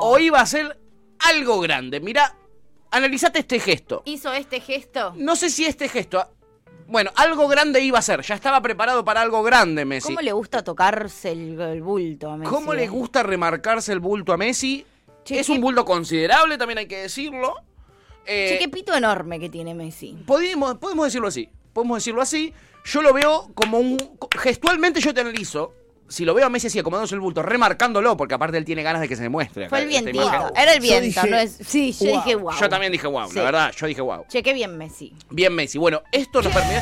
Speaker 2: O iba a ser algo grande. Mirá, analizate este gesto.
Speaker 3: Hizo este gesto.
Speaker 2: No sé si este gesto... Bueno, algo grande iba a ser, ya estaba preparado para algo grande Messi.
Speaker 3: ¿Cómo le gusta tocarse el, el bulto a Messi,
Speaker 2: ¿Cómo
Speaker 3: eh?
Speaker 2: le gusta remarcarse el bulto a Messi?
Speaker 3: Che,
Speaker 2: es
Speaker 3: qué-
Speaker 2: un bulto considerable, también hay que decirlo. Eh,
Speaker 3: Che, qué pito enorme que tiene Messi.
Speaker 2: podemos, podemos decirlo así. Podemos decirlo así. Yo lo veo como un. Gestualmente yo te analizo. Si lo veo a Messi así acomodándose el bulto, remarcándolo, porque aparte él tiene ganas de que se muestre. acá,
Speaker 3: Fue el
Speaker 2: esta
Speaker 3: vientito.
Speaker 2: imagen.
Speaker 3: Era el
Speaker 10: Yo
Speaker 3: viento,
Speaker 10: dije,
Speaker 3: ¿no es? Sí, yo
Speaker 10: "Wow".
Speaker 3: dije wow.
Speaker 2: Yo también dije wow,
Speaker 3: Sí.
Speaker 2: la verdad, yo dije wow.
Speaker 3: Che, qué bien Messi.
Speaker 2: Bien, Messi. Bueno, esto nos permite.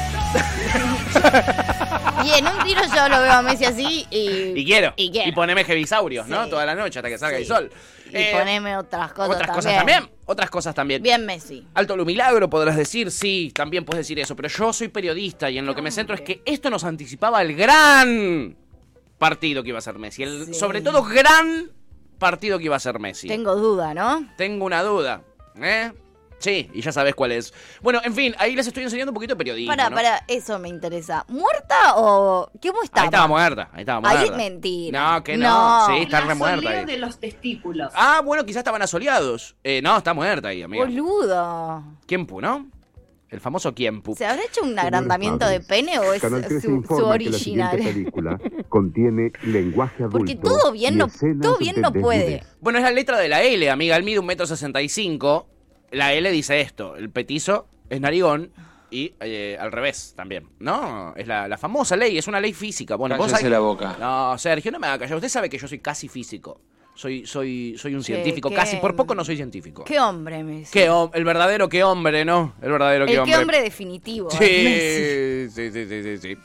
Speaker 3: Y en un tiro yo lo veo a Messi así y.
Speaker 2: Y quiero.
Speaker 3: Y quiero.
Speaker 2: poneme Jevisaurios, ¿no?
Speaker 3: Sí.
Speaker 2: Toda la noche hasta que salga
Speaker 3: Sí.
Speaker 2: el sol.
Speaker 3: Y
Speaker 2: Eh,
Speaker 3: poneme otras cosas
Speaker 2: otras
Speaker 3: también.
Speaker 2: cosas también. Otras cosas también.
Speaker 3: Bien, Messi.
Speaker 2: Alto lo milagro, podrás decir, sí, también puedes decir eso, pero yo soy periodista y en lo que me centro es que esto nos anticipaba el gran partido que iba a ser Messi, el
Speaker 3: Sí.
Speaker 2: sobre todo gran partido que iba a ser Messi.
Speaker 3: Tengo duda, ¿no?
Speaker 2: Tengo una duda, ¿eh? Sí, y ya sabes cuál es. Bueno, en fin, ahí les estoy enseñando un poquito de periodismo.
Speaker 3: Para,
Speaker 2: ¿no?
Speaker 3: para, eso me interesa. ¿Muerta o qué cómo estaba?
Speaker 2: Ahí estaba muerta, ahí estaba muerta.
Speaker 3: Ahí es mentira.
Speaker 2: No, que no,
Speaker 3: No.
Speaker 2: sí, está remuerta ahí.
Speaker 12: de los testículos.
Speaker 2: Ah, bueno, quizás estaban asoleados. Eh, no, está muerta ahí, amigo.
Speaker 3: Boludo.
Speaker 2: ¿Quién pu, no? El famoso Kiempu.
Speaker 3: ¿Se habrá hecho un agrandamiento de pene o es
Speaker 12: Canal 13
Speaker 3: su, su
Speaker 12: informa que la siguiente
Speaker 3: original?
Speaker 12: película contiene lenguaje adulto.
Speaker 3: Porque todo bien
Speaker 12: y
Speaker 3: no-
Speaker 12: escenas
Speaker 3: todo bien no
Speaker 12: de
Speaker 3: puede.
Speaker 12: desnudez.
Speaker 2: Bueno, es la letra de la L, amiga. Él mide un metro sesenta y cinco. La L dice esto. El petizo es narigón y eh, al revés también. No, es la, la famosa ley. Es una ley física. Bueno, vos
Speaker 13: Cállese
Speaker 2: sabés-
Speaker 13: la boca.
Speaker 2: No, Sergio, no me haga callar. Usted sabe que yo soy casi físico. Soy, soy, soy un
Speaker 3: Che,
Speaker 2: científico.
Speaker 3: qué-
Speaker 2: Casi por poco no soy científico.
Speaker 3: Qué hombre, Messi.
Speaker 2: Qué hom- el verdadero qué hombre, ¿no? El verdadero
Speaker 3: El
Speaker 2: qué
Speaker 3: qué
Speaker 2: hombre.
Speaker 3: hombre definitivo. eh. Messi.
Speaker 2: Sí, sí, sí, sí, sí, sí.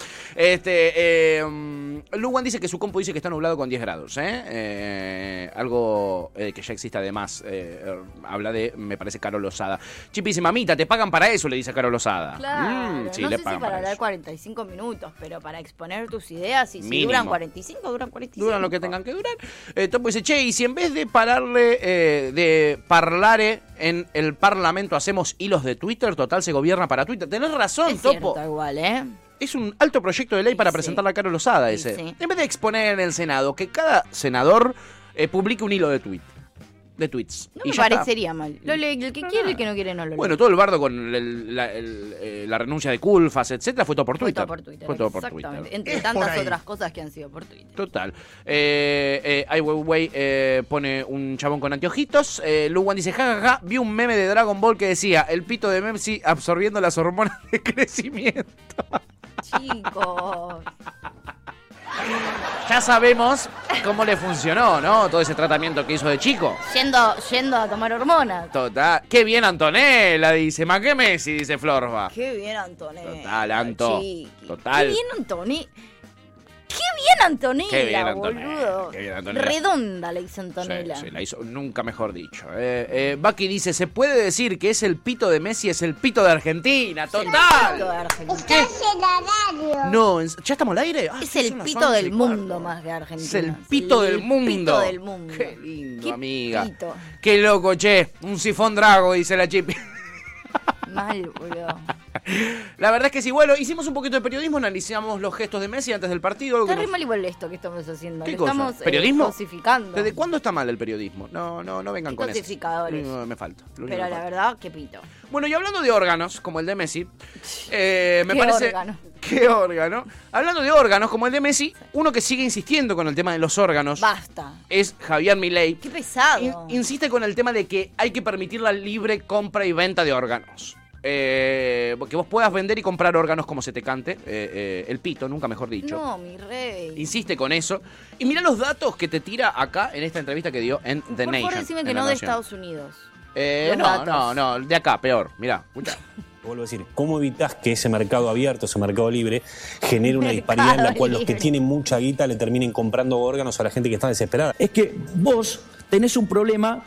Speaker 2: Este, eh, mm, Luwan dice que su compu dice que está nublado con 10 grados, ¿eh? Eh, algo eh, que ya existe además. eh, eh, habla de, me parece, Caro Lozada. Chipi dice, mamita, te pagan para eso, le dice a Caro Lozada.
Speaker 3: Claro,
Speaker 2: Mm, sí,
Speaker 3: no
Speaker 2: le
Speaker 3: sé si
Speaker 2: pagan
Speaker 3: para,
Speaker 2: para eso.
Speaker 3: hablar 45 minutos, pero para exponer tus ideas, y si
Speaker 2: Mínimo.
Speaker 3: duran 45, duran 45.
Speaker 2: Duran lo que tengan que durar. Eh, Topo dice, che, y si en vez de pararle, eh, de parlare en el Parlamento hacemos hilos de Twitter, total se gobierna para Twitter. Tenés razón,
Speaker 3: Es
Speaker 2: Topo.
Speaker 3: cierto, igual, ¿eh?
Speaker 2: Es un alto proyecto de ley para presentar la cara losada ese.
Speaker 3: sí.
Speaker 2: En vez de exponer en el Senado que cada senador eh, publique un hilo de tweet, de tweets.
Speaker 3: No
Speaker 2: Y
Speaker 3: me
Speaker 2: ya está.
Speaker 3: parecería mal. Lo lee el que quiere, el que no quiere, no lo lee.
Speaker 2: Bueno, todo el bardo con el- la, el- eh, la renuncia de Culfas, etcétera, fue todo por
Speaker 3: Fue
Speaker 2: Twitter.
Speaker 3: todo por Twitter.
Speaker 2: Fue todo por
Speaker 3: Exactamente.
Speaker 2: Twitter.
Speaker 3: Entre tantas otras cosas que han sido por Twitter.
Speaker 2: Total. Eh, eh, Ai Weiwei eh, pone un chabón con anteojitos. Eh, Luwan dice, jajaja, ja, ja, vi un meme de Dragon Ball que decía, el pito de Memsi absorbiendo las hormonas de crecimiento.
Speaker 3: Chicos.
Speaker 2: Ya sabemos cómo le funcionó, ¿no? Todo ese tratamiento que hizo de chico.
Speaker 3: Yendo, yendo a tomar hormonas.
Speaker 2: Total. Qué bien Antonella, dice. Más que Messi, dice Florba.
Speaker 3: Qué bien, Antonella.
Speaker 2: Total, Anto.
Speaker 3: Chiqui.
Speaker 2: Total.
Speaker 3: Qué bien, Antonella. Qué bien, Antonella,
Speaker 2: Qué bien, Antonella.
Speaker 3: boludo.
Speaker 2: Qué bien, Antonella.
Speaker 3: Redonda la hizo Antonella.
Speaker 2: Sí, sí, la hizo nunca mejor dicho. Eh, eh, Bucky dice, se puede decir que es el pito de Messi, es el pito de Argentina. Total.
Speaker 3: Estás en la radio.
Speaker 2: No, en- ¿ya estamos al aire? Ah,
Speaker 3: Este Es
Speaker 2: sí,
Speaker 3: el
Speaker 2: son las
Speaker 3: pito
Speaker 2: 11 y
Speaker 3: del
Speaker 2: cuarto.
Speaker 3: mundo más que Argentina.
Speaker 2: Es el pito del mundo.
Speaker 3: pito del mundo.
Speaker 2: Qué lindo, amiga.
Speaker 3: pito.
Speaker 2: Qué loco, che. Un sifón drago, dice la chipi.
Speaker 3: Mal, boludo.
Speaker 2: La verdad es que sí, bueno, hicimos un poquito de periodismo, analizamos los gestos de Messi antes del partido. algo que
Speaker 3: Está re
Speaker 2: nos-
Speaker 3: mal igual esto que estamos haciendo.
Speaker 2: ¿Qué
Speaker 3: Lo
Speaker 2: cosa?
Speaker 3: Estamos eh,
Speaker 2: ¿Periodismo?
Speaker 3: cosificando.
Speaker 2: ¿Desde cuándo está mal el periodismo? No, no, no vengan
Speaker 3: Y
Speaker 2: con eso.
Speaker 3: cosificadores.
Speaker 2: No, me falta. lo único
Speaker 3: Pero
Speaker 2: que
Speaker 3: la
Speaker 2: falta.
Speaker 3: verdad, qué pito.
Speaker 2: Bueno, y hablando de órganos, como el de Messi, eh, me
Speaker 3: Qué
Speaker 2: parece...
Speaker 3: órgano.
Speaker 2: ¿Qué órgano? Hablando de órganos, como el de Messi, uno que sigue insistiendo con el tema de los órganos
Speaker 3: Basta.
Speaker 2: es Javier Milei.
Speaker 3: Qué pesado.
Speaker 2: Insiste con el tema de que hay que permitir la libre compra y venta de órganos. Eh, que vos puedas vender y comprar órganos como se te cante, eh, eh, el pito, nunca mejor dicho.
Speaker 3: No, mi rey.
Speaker 2: Insiste con eso. Y mira los datos que te tira acá en esta entrevista que dio en The
Speaker 3: Por
Speaker 2: Nation.
Speaker 3: favor, decime que
Speaker 2: en La
Speaker 3: no de
Speaker 2: Nación.
Speaker 3: Estados Unidos.
Speaker 2: Eh,
Speaker 3: los
Speaker 2: no,
Speaker 3: datos.
Speaker 2: no, no, de acá, peor. Mirá, escucha.
Speaker 14: Te Vuelvo a decir, ¿cómo evitas que ese mercado abierto, ese mercado libre, genere una disparidad en la cual los que
Speaker 11: libre.
Speaker 14: tienen mucha guita le terminen comprando órganos a la gente que está desesperada?
Speaker 11: Ah, Es que vos tenés un problema,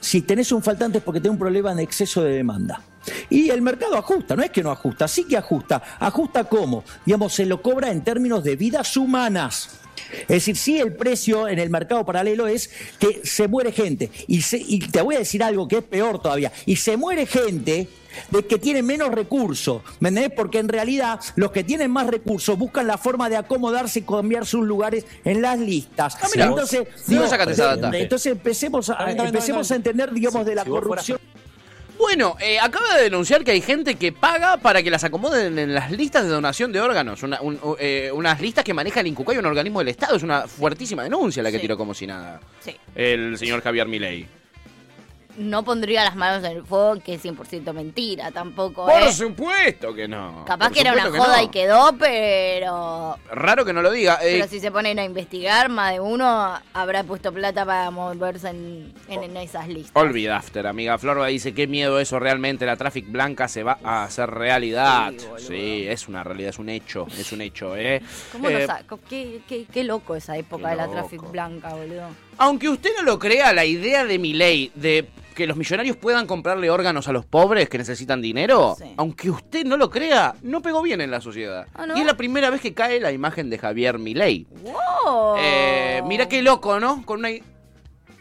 Speaker 11: si tenés un faltante es porque tenés un problema de exceso de demanda. Y el mercado ajusta, no es que no ajusta, sí que ajusta. ¿Ajusta cómo? Digamos, se lo cobra en términos de vidas humanas. Es decir, sí el precio en el mercado paralelo es que se muere gente. Y, se- y te voy a decir algo que es peor todavía. Y se muere gente de que tiene menos recursos. ¿Me entendés? Porque en realidad los que tienen más recursos buscan la forma de acomodarse y cambiar sus lugares en las listas.
Speaker 2: Ah, mirá.
Speaker 11: entonces, eh,
Speaker 2: ¿De dónde sacaste esa data?
Speaker 11: entonces empecemos a,
Speaker 2: bien, está bien,
Speaker 11: empecemos
Speaker 2: está
Speaker 11: a entender, digamos, de la
Speaker 2: si vos fueras-
Speaker 11: corrupción.
Speaker 2: Bueno, eh, acaba de denunciar que hay gente que paga para que las acomoden en las listas de donación de órganos. Una- un- u- eh, unas listas que maneja el Incucay, un organismo del Estado. Es una fuertísima denuncia la que tiró como si nada.
Speaker 3: Sí.
Speaker 2: El señor Javier Milei.
Speaker 3: No pondría las manos en el fuego, que es 100% mentira tampoco.
Speaker 2: Por
Speaker 3: ¿eh?
Speaker 2: supuesto que no.
Speaker 3: Capaz
Speaker 2: Por
Speaker 3: que era una
Speaker 2: supuesto que
Speaker 3: joda
Speaker 2: no.
Speaker 3: y quedó, pero.
Speaker 2: Raro que no lo diga. Eh,
Speaker 3: Pero si se ponen a investigar, más de uno habrá puesto plata para moverse en, en- en esas listas.
Speaker 2: Olvid After, amiga. Florba dice, qué miedo eso realmente, la Traffic Blanca se va a hacer realidad. Sí, es una realidad, es un hecho, es un hecho, ¿eh?
Speaker 3: ¿Cómo
Speaker 2: Eh,
Speaker 3: lo saco? Qué, qué- qué loco esa época
Speaker 2: Qué
Speaker 3: de la
Speaker 2: loco.
Speaker 3: Traffic Blanca, boludo.
Speaker 2: Aunque usted no lo crea, la idea de mi ley de que los millonarios puedan comprarle órganos a los pobres que necesitan dinero, aunque usted no lo crea, no pegó bien en la sociedad.
Speaker 3: Ah, ¿no?
Speaker 2: Y es la primera vez que cae la imagen de Javier Milei.
Speaker 3: ¡Wow!
Speaker 2: Eh, mira qué loco, ¿no? Con una,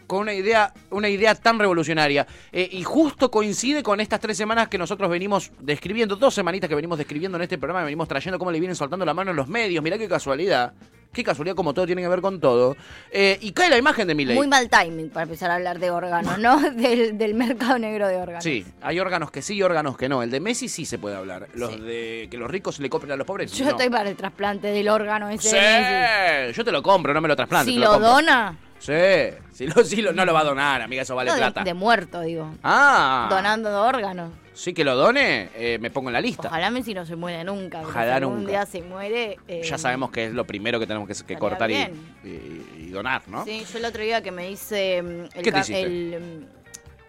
Speaker 2: con una idea, una idea tan revolucionaria. Eh, y justo coincide con estas tres semanas que nosotros venimos describiendo, dos semanitas que venimos describiendo en este programa, que venimos trayendo cómo le vienen soltando la mano en los medios. Mirá qué casualidad. Qué casualidad, como todo tiene que ver con todo. Eh, y cae la imagen de Milei.
Speaker 3: Muy mal timing para empezar a hablar de órganos, ¿no? Del, del mercado negro de órganos.
Speaker 2: Sí, hay órganos que sí y órganos que no. El de Messi sí se puede hablar. Los de que los ricos le compren a los pobres.
Speaker 3: Yo
Speaker 2: no.
Speaker 3: estoy para el trasplante del órgano ese.
Speaker 2: Sí, yo te lo compro, no me lo trasplante.
Speaker 3: Si
Speaker 2: te lo,
Speaker 3: lo
Speaker 2: compro.
Speaker 3: dona,
Speaker 2: Sí, si lo, si lo- no lo va a donar, amiga, eso vale
Speaker 3: no, de-
Speaker 2: plata.
Speaker 3: de, muerto, digo.
Speaker 2: Ah,
Speaker 3: Donando de órganos.
Speaker 2: sí que lo done, eh, me pongo en la lista.
Speaker 3: Ojalá Messi no se muera nunca. porque
Speaker 2: Ojalá
Speaker 3: si algún
Speaker 2: nunca.
Speaker 3: día se muere. eh,
Speaker 2: Ya sabemos que es lo primero que tenemos que, que
Speaker 3: estaría
Speaker 2: cortar y,
Speaker 3: bien.
Speaker 2: y- y donar, ¿no?
Speaker 3: Sí, yo el otro día que me hice mm, el
Speaker 2: ¿Qué te
Speaker 3: ca-
Speaker 2: hiciste?
Speaker 3: el, mm,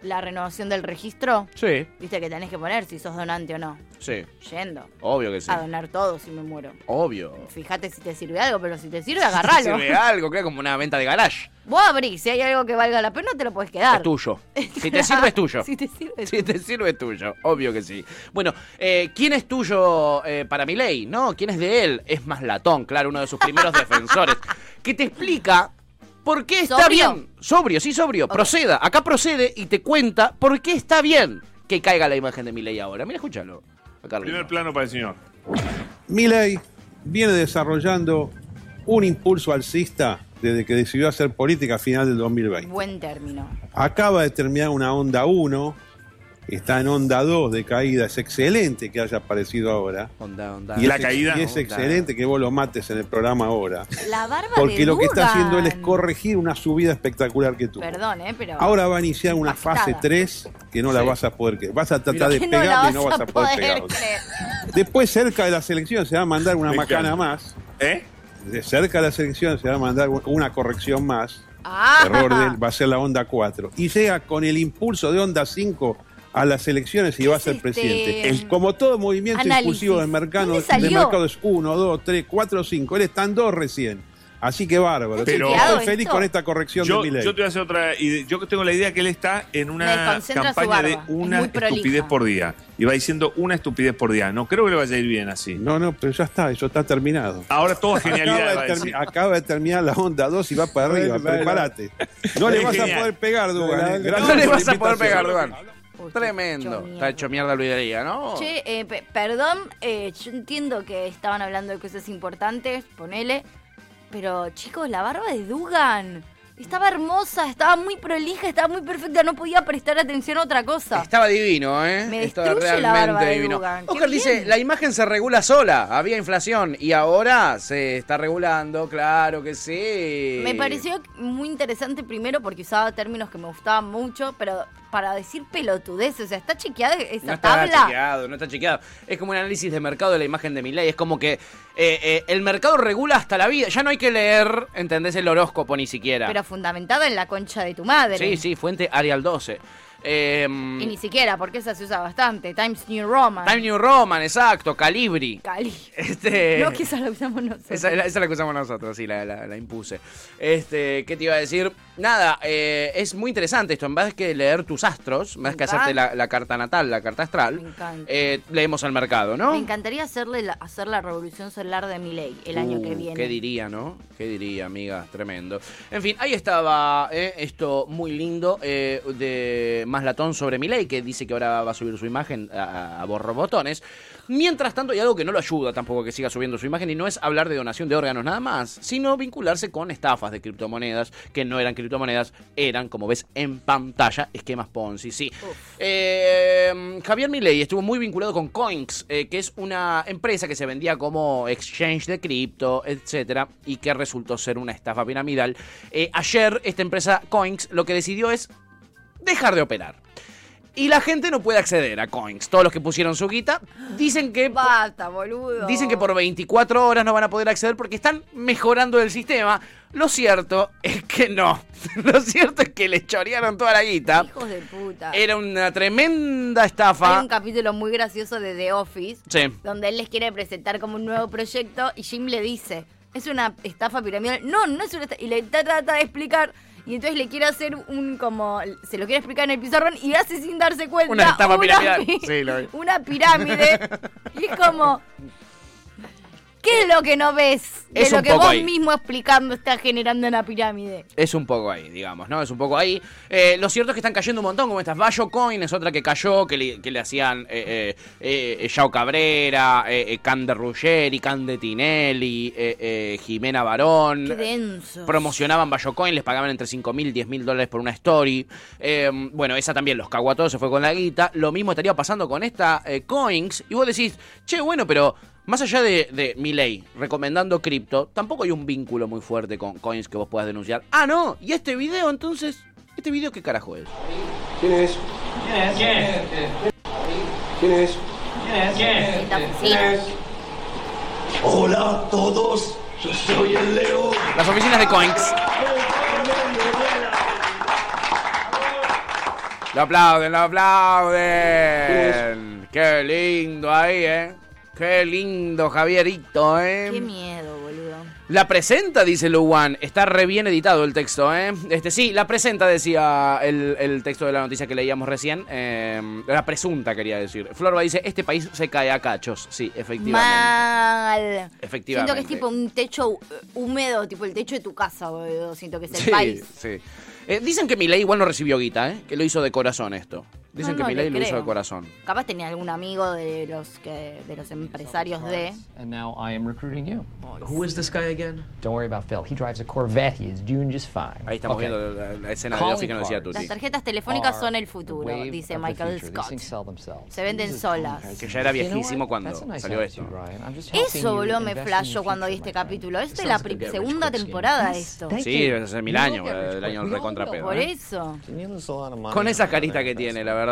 Speaker 3: la renovación del registro,
Speaker 2: Sí,
Speaker 3: viste que tenés que poner si sos donante o no.
Speaker 2: sí,
Speaker 3: Yendo.
Speaker 2: obvio que sí.
Speaker 3: A donar todo si me muero.
Speaker 2: Obvio.
Speaker 3: Fíjate si te sirve algo, pero si te sirve,
Speaker 2: Si
Speaker 3: agarralo.
Speaker 2: sirve algo, que es como una venta de garage.
Speaker 3: Vos abrís, si hay algo que valga la pena, te lo puedes quedar.
Speaker 2: Es tuyo. Si te sirve, es tuyo.
Speaker 3: Si te sirve, es
Speaker 2: Si te sirve, es tuyo. Obvio que sí. Bueno, eh, ¿quién es tuyo eh, para mi ley? ¿No? ¿Quién es de él? Es más latón, claro, uno de sus primeros defensores. Que te explica por qué está
Speaker 3: ¿Sobrio?
Speaker 2: bien. Sobrio, sí, sobrio. Proceda. Acá procede y te cuenta por qué está bien que caiga la imagen de mi ley ahora. Mira, escúchalo. Acá arriba.
Speaker 13: Primer plano para el señor.
Speaker 15: Milei viene desarrollando un impulso alcista desde que decidió hacer política a final del 2020.
Speaker 3: Buen término.
Speaker 15: Acaba de terminar una onda 1, está en onda 2 de caída, es excelente que haya aparecido ahora.
Speaker 2: Onda, onda.
Speaker 15: Y es ex- Y es excelente que vos lo mates en el programa ahora.
Speaker 3: La barba
Speaker 15: Porque
Speaker 3: de
Speaker 15: lo que está
Speaker 3: Dugan.
Speaker 15: haciendo él es corregir una subida espectacular que tuvo.
Speaker 3: Perdón, ¿eh? Pero.
Speaker 15: Ahora va a iniciar una
Speaker 3: Impactada.
Speaker 15: fase 3 que no la vas a poder creer. Vas a tratar de
Speaker 3: Que no la
Speaker 15: pegarle
Speaker 3: vas
Speaker 15: y no vas a poder pegarle.
Speaker 3: creer.
Speaker 15: Después, cerca de la selección, se va a mandar una
Speaker 13: Me
Speaker 15: macana
Speaker 13: encanta.
Speaker 15: más. ¿Eh? Cerca de la selección se va a mandar una corrección más.
Speaker 3: Ah.
Speaker 15: Error de él, va a ser la onda 4. Y llega con el impulso de onda 5 a las elecciones y va a ser presidente.
Speaker 3: este?
Speaker 15: El- como todo movimiento
Speaker 3: Análisis.
Speaker 15: impulsivo del mercado,
Speaker 3: ¿Dónde salió?
Speaker 15: de mercado es 1, 2, 3, 4, 5. Él está en 2 recién. Así que bárbaro.
Speaker 13: Pero-
Speaker 15: estoy feliz con esta corrección
Speaker 13: yo,
Speaker 15: de mi
Speaker 13: Yo te voy a hacer otra idea. Yo tengo la idea que él está en
Speaker 3: Me
Speaker 13: una
Speaker 3: desconcentra su
Speaker 13: campaña de
Speaker 3: barba. Es
Speaker 13: una
Speaker 3: muy prolija.
Speaker 13: estupidez por día. Y va diciendo una estupidez por día. No creo que le vaya a ir bien así.
Speaker 15: No, no, pero ya está, eso está terminado.
Speaker 13: Ahora todo
Speaker 15: Acaba
Speaker 13: genialidad.
Speaker 15: de,
Speaker 13: va a
Speaker 15: termi-
Speaker 13: decir.
Speaker 15: acaba de terminar la onda 2 y va para arriba.
Speaker 13: Bueno, bueno.
Speaker 15: Prepárate. No le
Speaker 13: Es
Speaker 15: vas
Speaker 13: genial.
Speaker 15: a poder pegar, Dugan. eh. Gracias
Speaker 2: No le
Speaker 15: por
Speaker 2: vas
Speaker 15: la
Speaker 2: a poder
Speaker 15: invitación.
Speaker 2: pegar, Dugan. Tremendo. Está hecho mierda Luis de Liga, ¿no?
Speaker 3: Che, eh, pe- perdón, eh, yo entiendo que estaban hablando de cosas importantes, ponele. Pero chicos, la barba de Dugan estaba hermosa, estaba muy prolija, estaba muy perfecta, no podía prestar atención a otra cosa.
Speaker 2: Estaba divino, ¿eh?
Speaker 3: Me
Speaker 2: Estaba
Speaker 3: destruye la barba de Dugan. Qué
Speaker 2: Oscar dice,
Speaker 3: bien.
Speaker 2: la imagen se regula sola, había inflación y ahora se está regulando, claro que sí.
Speaker 3: Me pareció muy interesante primero porque usaba términos que me gustaban mucho, pero para decir pelotudez, o sea, está chequeada esa
Speaker 2: No está
Speaker 3: tabla.
Speaker 2: chequeado, no está chequeado. Es como un análisis de mercado de la imagen de Milei. Es como que eh, eh, el mercado regula hasta la vida. Ya no hay que leer, ¿entendés? El horóscopo ni siquiera.
Speaker 3: Pero fundamentada en la concha de tu madre.
Speaker 2: sí, sí, fuente Arial 12. Em,
Speaker 3: Y ni siquiera, porque esa se usa bastante. Times New Roman.
Speaker 2: Time New Roman, exacto, Calibri.
Speaker 3: Cali.
Speaker 2: Este...
Speaker 3: No, que esa la usamos nosotros.
Speaker 2: Esa, la- esa es la que usamos nosotros, sí, la, la- la impuse. Este, ¿qué te iba a decir? Nada, eh, es muy interesante esto. En vez que leer tus astros, más que hacerte la, la carta natal, la carta
Speaker 3: Me
Speaker 2: astral,
Speaker 3: encanta.
Speaker 2: eh, leemos al mercado, ¿no?
Speaker 3: Me encantaría hacerle la, hacer la revolución solar de Milei el año que
Speaker 2: Uh,
Speaker 3: viene.
Speaker 2: ¿Qué diría, no? ¿Qué diría, amiga? Tremendo. En fin, ahí estaba eh, esto muy lindo eh, de Más Latón sobre Milei, que dice que ahora va a subir su imagen a, a borrobotones. Mientras tanto, hay algo que no lo ayuda tampoco que siga subiendo su imagen, y no es hablar de donación de órganos nada más, sino vincularse con estafas de criptomonedas, que no eran criptomonedas, eran, como ves en pantalla, esquemas Ponzi, sí. Eh, Javier Milei estuvo muy vinculado con Coinx, eh, que es una empresa que se vendía como exchange de cripto, etcétera, y que resultó ser una estafa piramidal. Eh, ayer, esta empresa Coinx lo que decidió es dejar de operar. Y la gente no puede acceder a Coinx. Todos los que pusieron su guita dicen que
Speaker 3: Basta, boludo.
Speaker 2: Dicen que por 24 horas no van a poder acceder porque están mejorando el sistema. Lo cierto es que no. Lo cierto es que le chorearon toda la guita.
Speaker 3: Hijos de puta.
Speaker 2: Era una tremenda
Speaker 3: Hay
Speaker 2: estafa.
Speaker 3: un capítulo muy gracioso de The Office
Speaker 2: Sí.
Speaker 3: donde él les quiere presentar como un nuevo proyecto y Jim le dice, es una estafa piramidal. No, no es una estafa. Y le tra- trata de explicar. Y entonces le quiere hacer un como. Se lo quiere explicar en el pizarrón y hace sin darse cuenta.
Speaker 2: Una estafa piramidal.
Speaker 3: pi-
Speaker 2: Sí, lo vi.
Speaker 3: Una pirámide. y es como. ¿Qué es lo que no ves? De
Speaker 2: es
Speaker 3: lo
Speaker 2: un
Speaker 3: que
Speaker 2: poco
Speaker 3: vos
Speaker 2: ahí.
Speaker 3: mismo explicando está generando una pirámide.
Speaker 2: Es un poco ahí, digamos, ¿no? Es un poco ahí. Eh, lo cierto es que están cayendo un montón, como estas. Bayo Coin es otra que cayó, que le, que le hacían eh, eh, eh, Yao Cabrera, eh, eh, Can de Ruggeri, Can de Tinelli, eh, eh, Jimena Barón.
Speaker 3: Qué denso.
Speaker 2: Promocionaban Bayo Coin, les pagaban entre 5 mil, 10 mil dólares por una story. Eh, bueno, esa también los cagó a todos, se fue con la guita. Lo mismo estaría pasando con esta eh, Coins. Y vos decís, che, bueno, pero más allá de, de Milei recomendando cripto, tampoco hay un vínculo muy fuerte con Coins que vos puedas denunciar. Ah, no, y este video entonces, ¿este video qué carajo es?
Speaker 16: ¿Quién es?
Speaker 17: ¿Quién es?
Speaker 16: ¿Quién es? ¿Quién es? ¿Quién es? Hola a todos, yo soy el Leo.
Speaker 2: Las oficinas de Coins. Lo aplauden, lo aplauden. Qué lindo ahí, ¿eh? Qué lindo, Javierito, ¿eh?
Speaker 3: Qué miedo, boludo.
Speaker 2: La presenta, dice Luwan. Está re bien editado el texto, ¿eh? Este, sí, la presenta, decía el, el texto de la noticia que leíamos recién. Eh, la presunta, quería decir. Florba dice, este país se cae a cachos. Sí, efectivamente.
Speaker 3: Mal.
Speaker 2: efectivamente.
Speaker 3: Siento que es tipo un techo eh, húmedo, tipo el techo de tu casa, boludo. Siento que es el
Speaker 2: Sí,
Speaker 3: país.
Speaker 2: sí. Eh, dicen que Milei igual no recibió guita, ¿eh? Que lo hizo de corazón esto. Dicen
Speaker 3: No,
Speaker 2: que
Speaker 3: no,
Speaker 2: Milei lo
Speaker 3: le
Speaker 2: hizo
Speaker 3: creo.
Speaker 2: de corazón.
Speaker 3: Capaz tenía algún amigo de los que de los empresarios de.
Speaker 18: And now I am recruiting you. Who is this guy again? Don't worry about Phil. He drives a Corvette. He is doing just fine.
Speaker 2: Ahí estamos viendo la, la escena de
Speaker 18: Calling
Speaker 2: Office que nos decía
Speaker 18: cards.
Speaker 2: Tuti.
Speaker 3: Las tarjetas telefónicas son el futuro,
Speaker 18: Wave
Speaker 3: dice
Speaker 18: of the future.
Speaker 3: Michael
Speaker 18: These
Speaker 3: Scott.
Speaker 18: things sell themselves.
Speaker 3: Se venden solas.
Speaker 2: Que ya era
Speaker 18: You know
Speaker 2: viejísimo
Speaker 18: what?
Speaker 2: cuando
Speaker 18: That's a nice
Speaker 2: salió esto.
Speaker 18: attitude, Ryan. I'm just helping
Speaker 3: Eso,
Speaker 18: you
Speaker 3: boludo,
Speaker 18: invest
Speaker 3: me
Speaker 18: in your
Speaker 3: flasho
Speaker 18: future.
Speaker 3: cuando vi este capítulo. Es de
Speaker 18: Sounds
Speaker 3: la
Speaker 18: like a
Speaker 3: pri-
Speaker 18: get rich
Speaker 3: segunda
Speaker 18: quick
Speaker 3: temporada
Speaker 18: scheme.
Speaker 3: esto.
Speaker 18: Thank
Speaker 2: Sí,
Speaker 18: you.
Speaker 2: debe ser mil
Speaker 18: You
Speaker 2: años,
Speaker 18: look at
Speaker 2: el
Speaker 18: rich
Speaker 2: año
Speaker 18: quick.
Speaker 2: recontra
Speaker 18: We all
Speaker 2: pedo,
Speaker 18: know
Speaker 2: ¿eh?
Speaker 3: Por eso.
Speaker 2: Con esa carita que tiene, la verdad.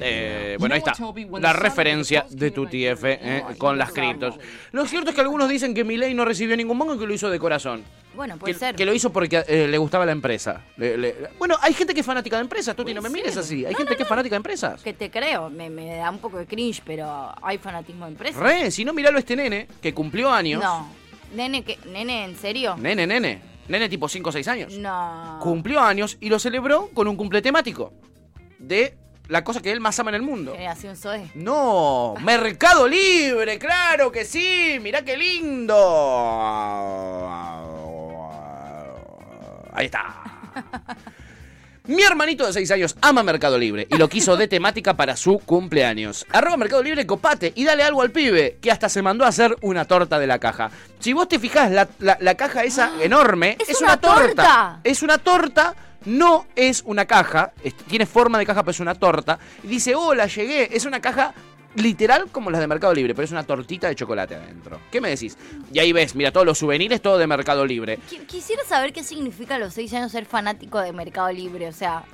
Speaker 2: Eh, bueno, ahí está. La referencia de Tuti F eh, con las criptos. Lo cierto es que algunos dicen que Milei no recibió ningún banco y que lo hizo de corazón.
Speaker 3: Bueno, puede
Speaker 2: Que,
Speaker 3: ser.
Speaker 2: que lo hizo porque eh, le gustaba la empresa. Le- le- Bueno, hay gente que es fanática de empresas, Tuti, no me mires así. Hay gente que es fanática de empresas.
Speaker 3: Que te creo, me, me da un poco de cringe, pero hay fanatismo de empresa.
Speaker 2: Re, si no, miralo a este nene que cumplió años.
Speaker 3: No. Nene, que, nene, ¿en serio?
Speaker 2: Nene, nene. Nene tipo 5 o 6 años.
Speaker 3: No.
Speaker 2: Cumplió años y lo celebró con un cumple temático de la cosa que él más ama en el mundo.
Speaker 3: Generación Zoe.
Speaker 2: No, Mercado Libre, claro que sí, mirá qué lindo. Ahí está. Mi hermanito de 6 años ama Mercado Libre y lo quiso de temática para su cumpleaños. Arroba Mercado Libre, copate y dale algo al pibe, que hasta se mandó a hacer una torta de la caja. Si vos te fijás, la, la- la caja esa enorme
Speaker 3: Ah, ¡Es
Speaker 2: es,
Speaker 3: una
Speaker 2: una, torta.
Speaker 3: torta!
Speaker 2: Es una torta, no es una caja. es- tiene forma de caja, pero es una torta. Y dice, hola, llegué. Es una caja literal como las de Mercado Libre, pero es una tortita de chocolate adentro. ¿Qué me decís? Y ahí ves, mira, todos los souvenirs, todo de Mercado Libre.
Speaker 3: Qui- Quisiera saber qué significa a los seis años ser fanático de Mercado Libre. O sea,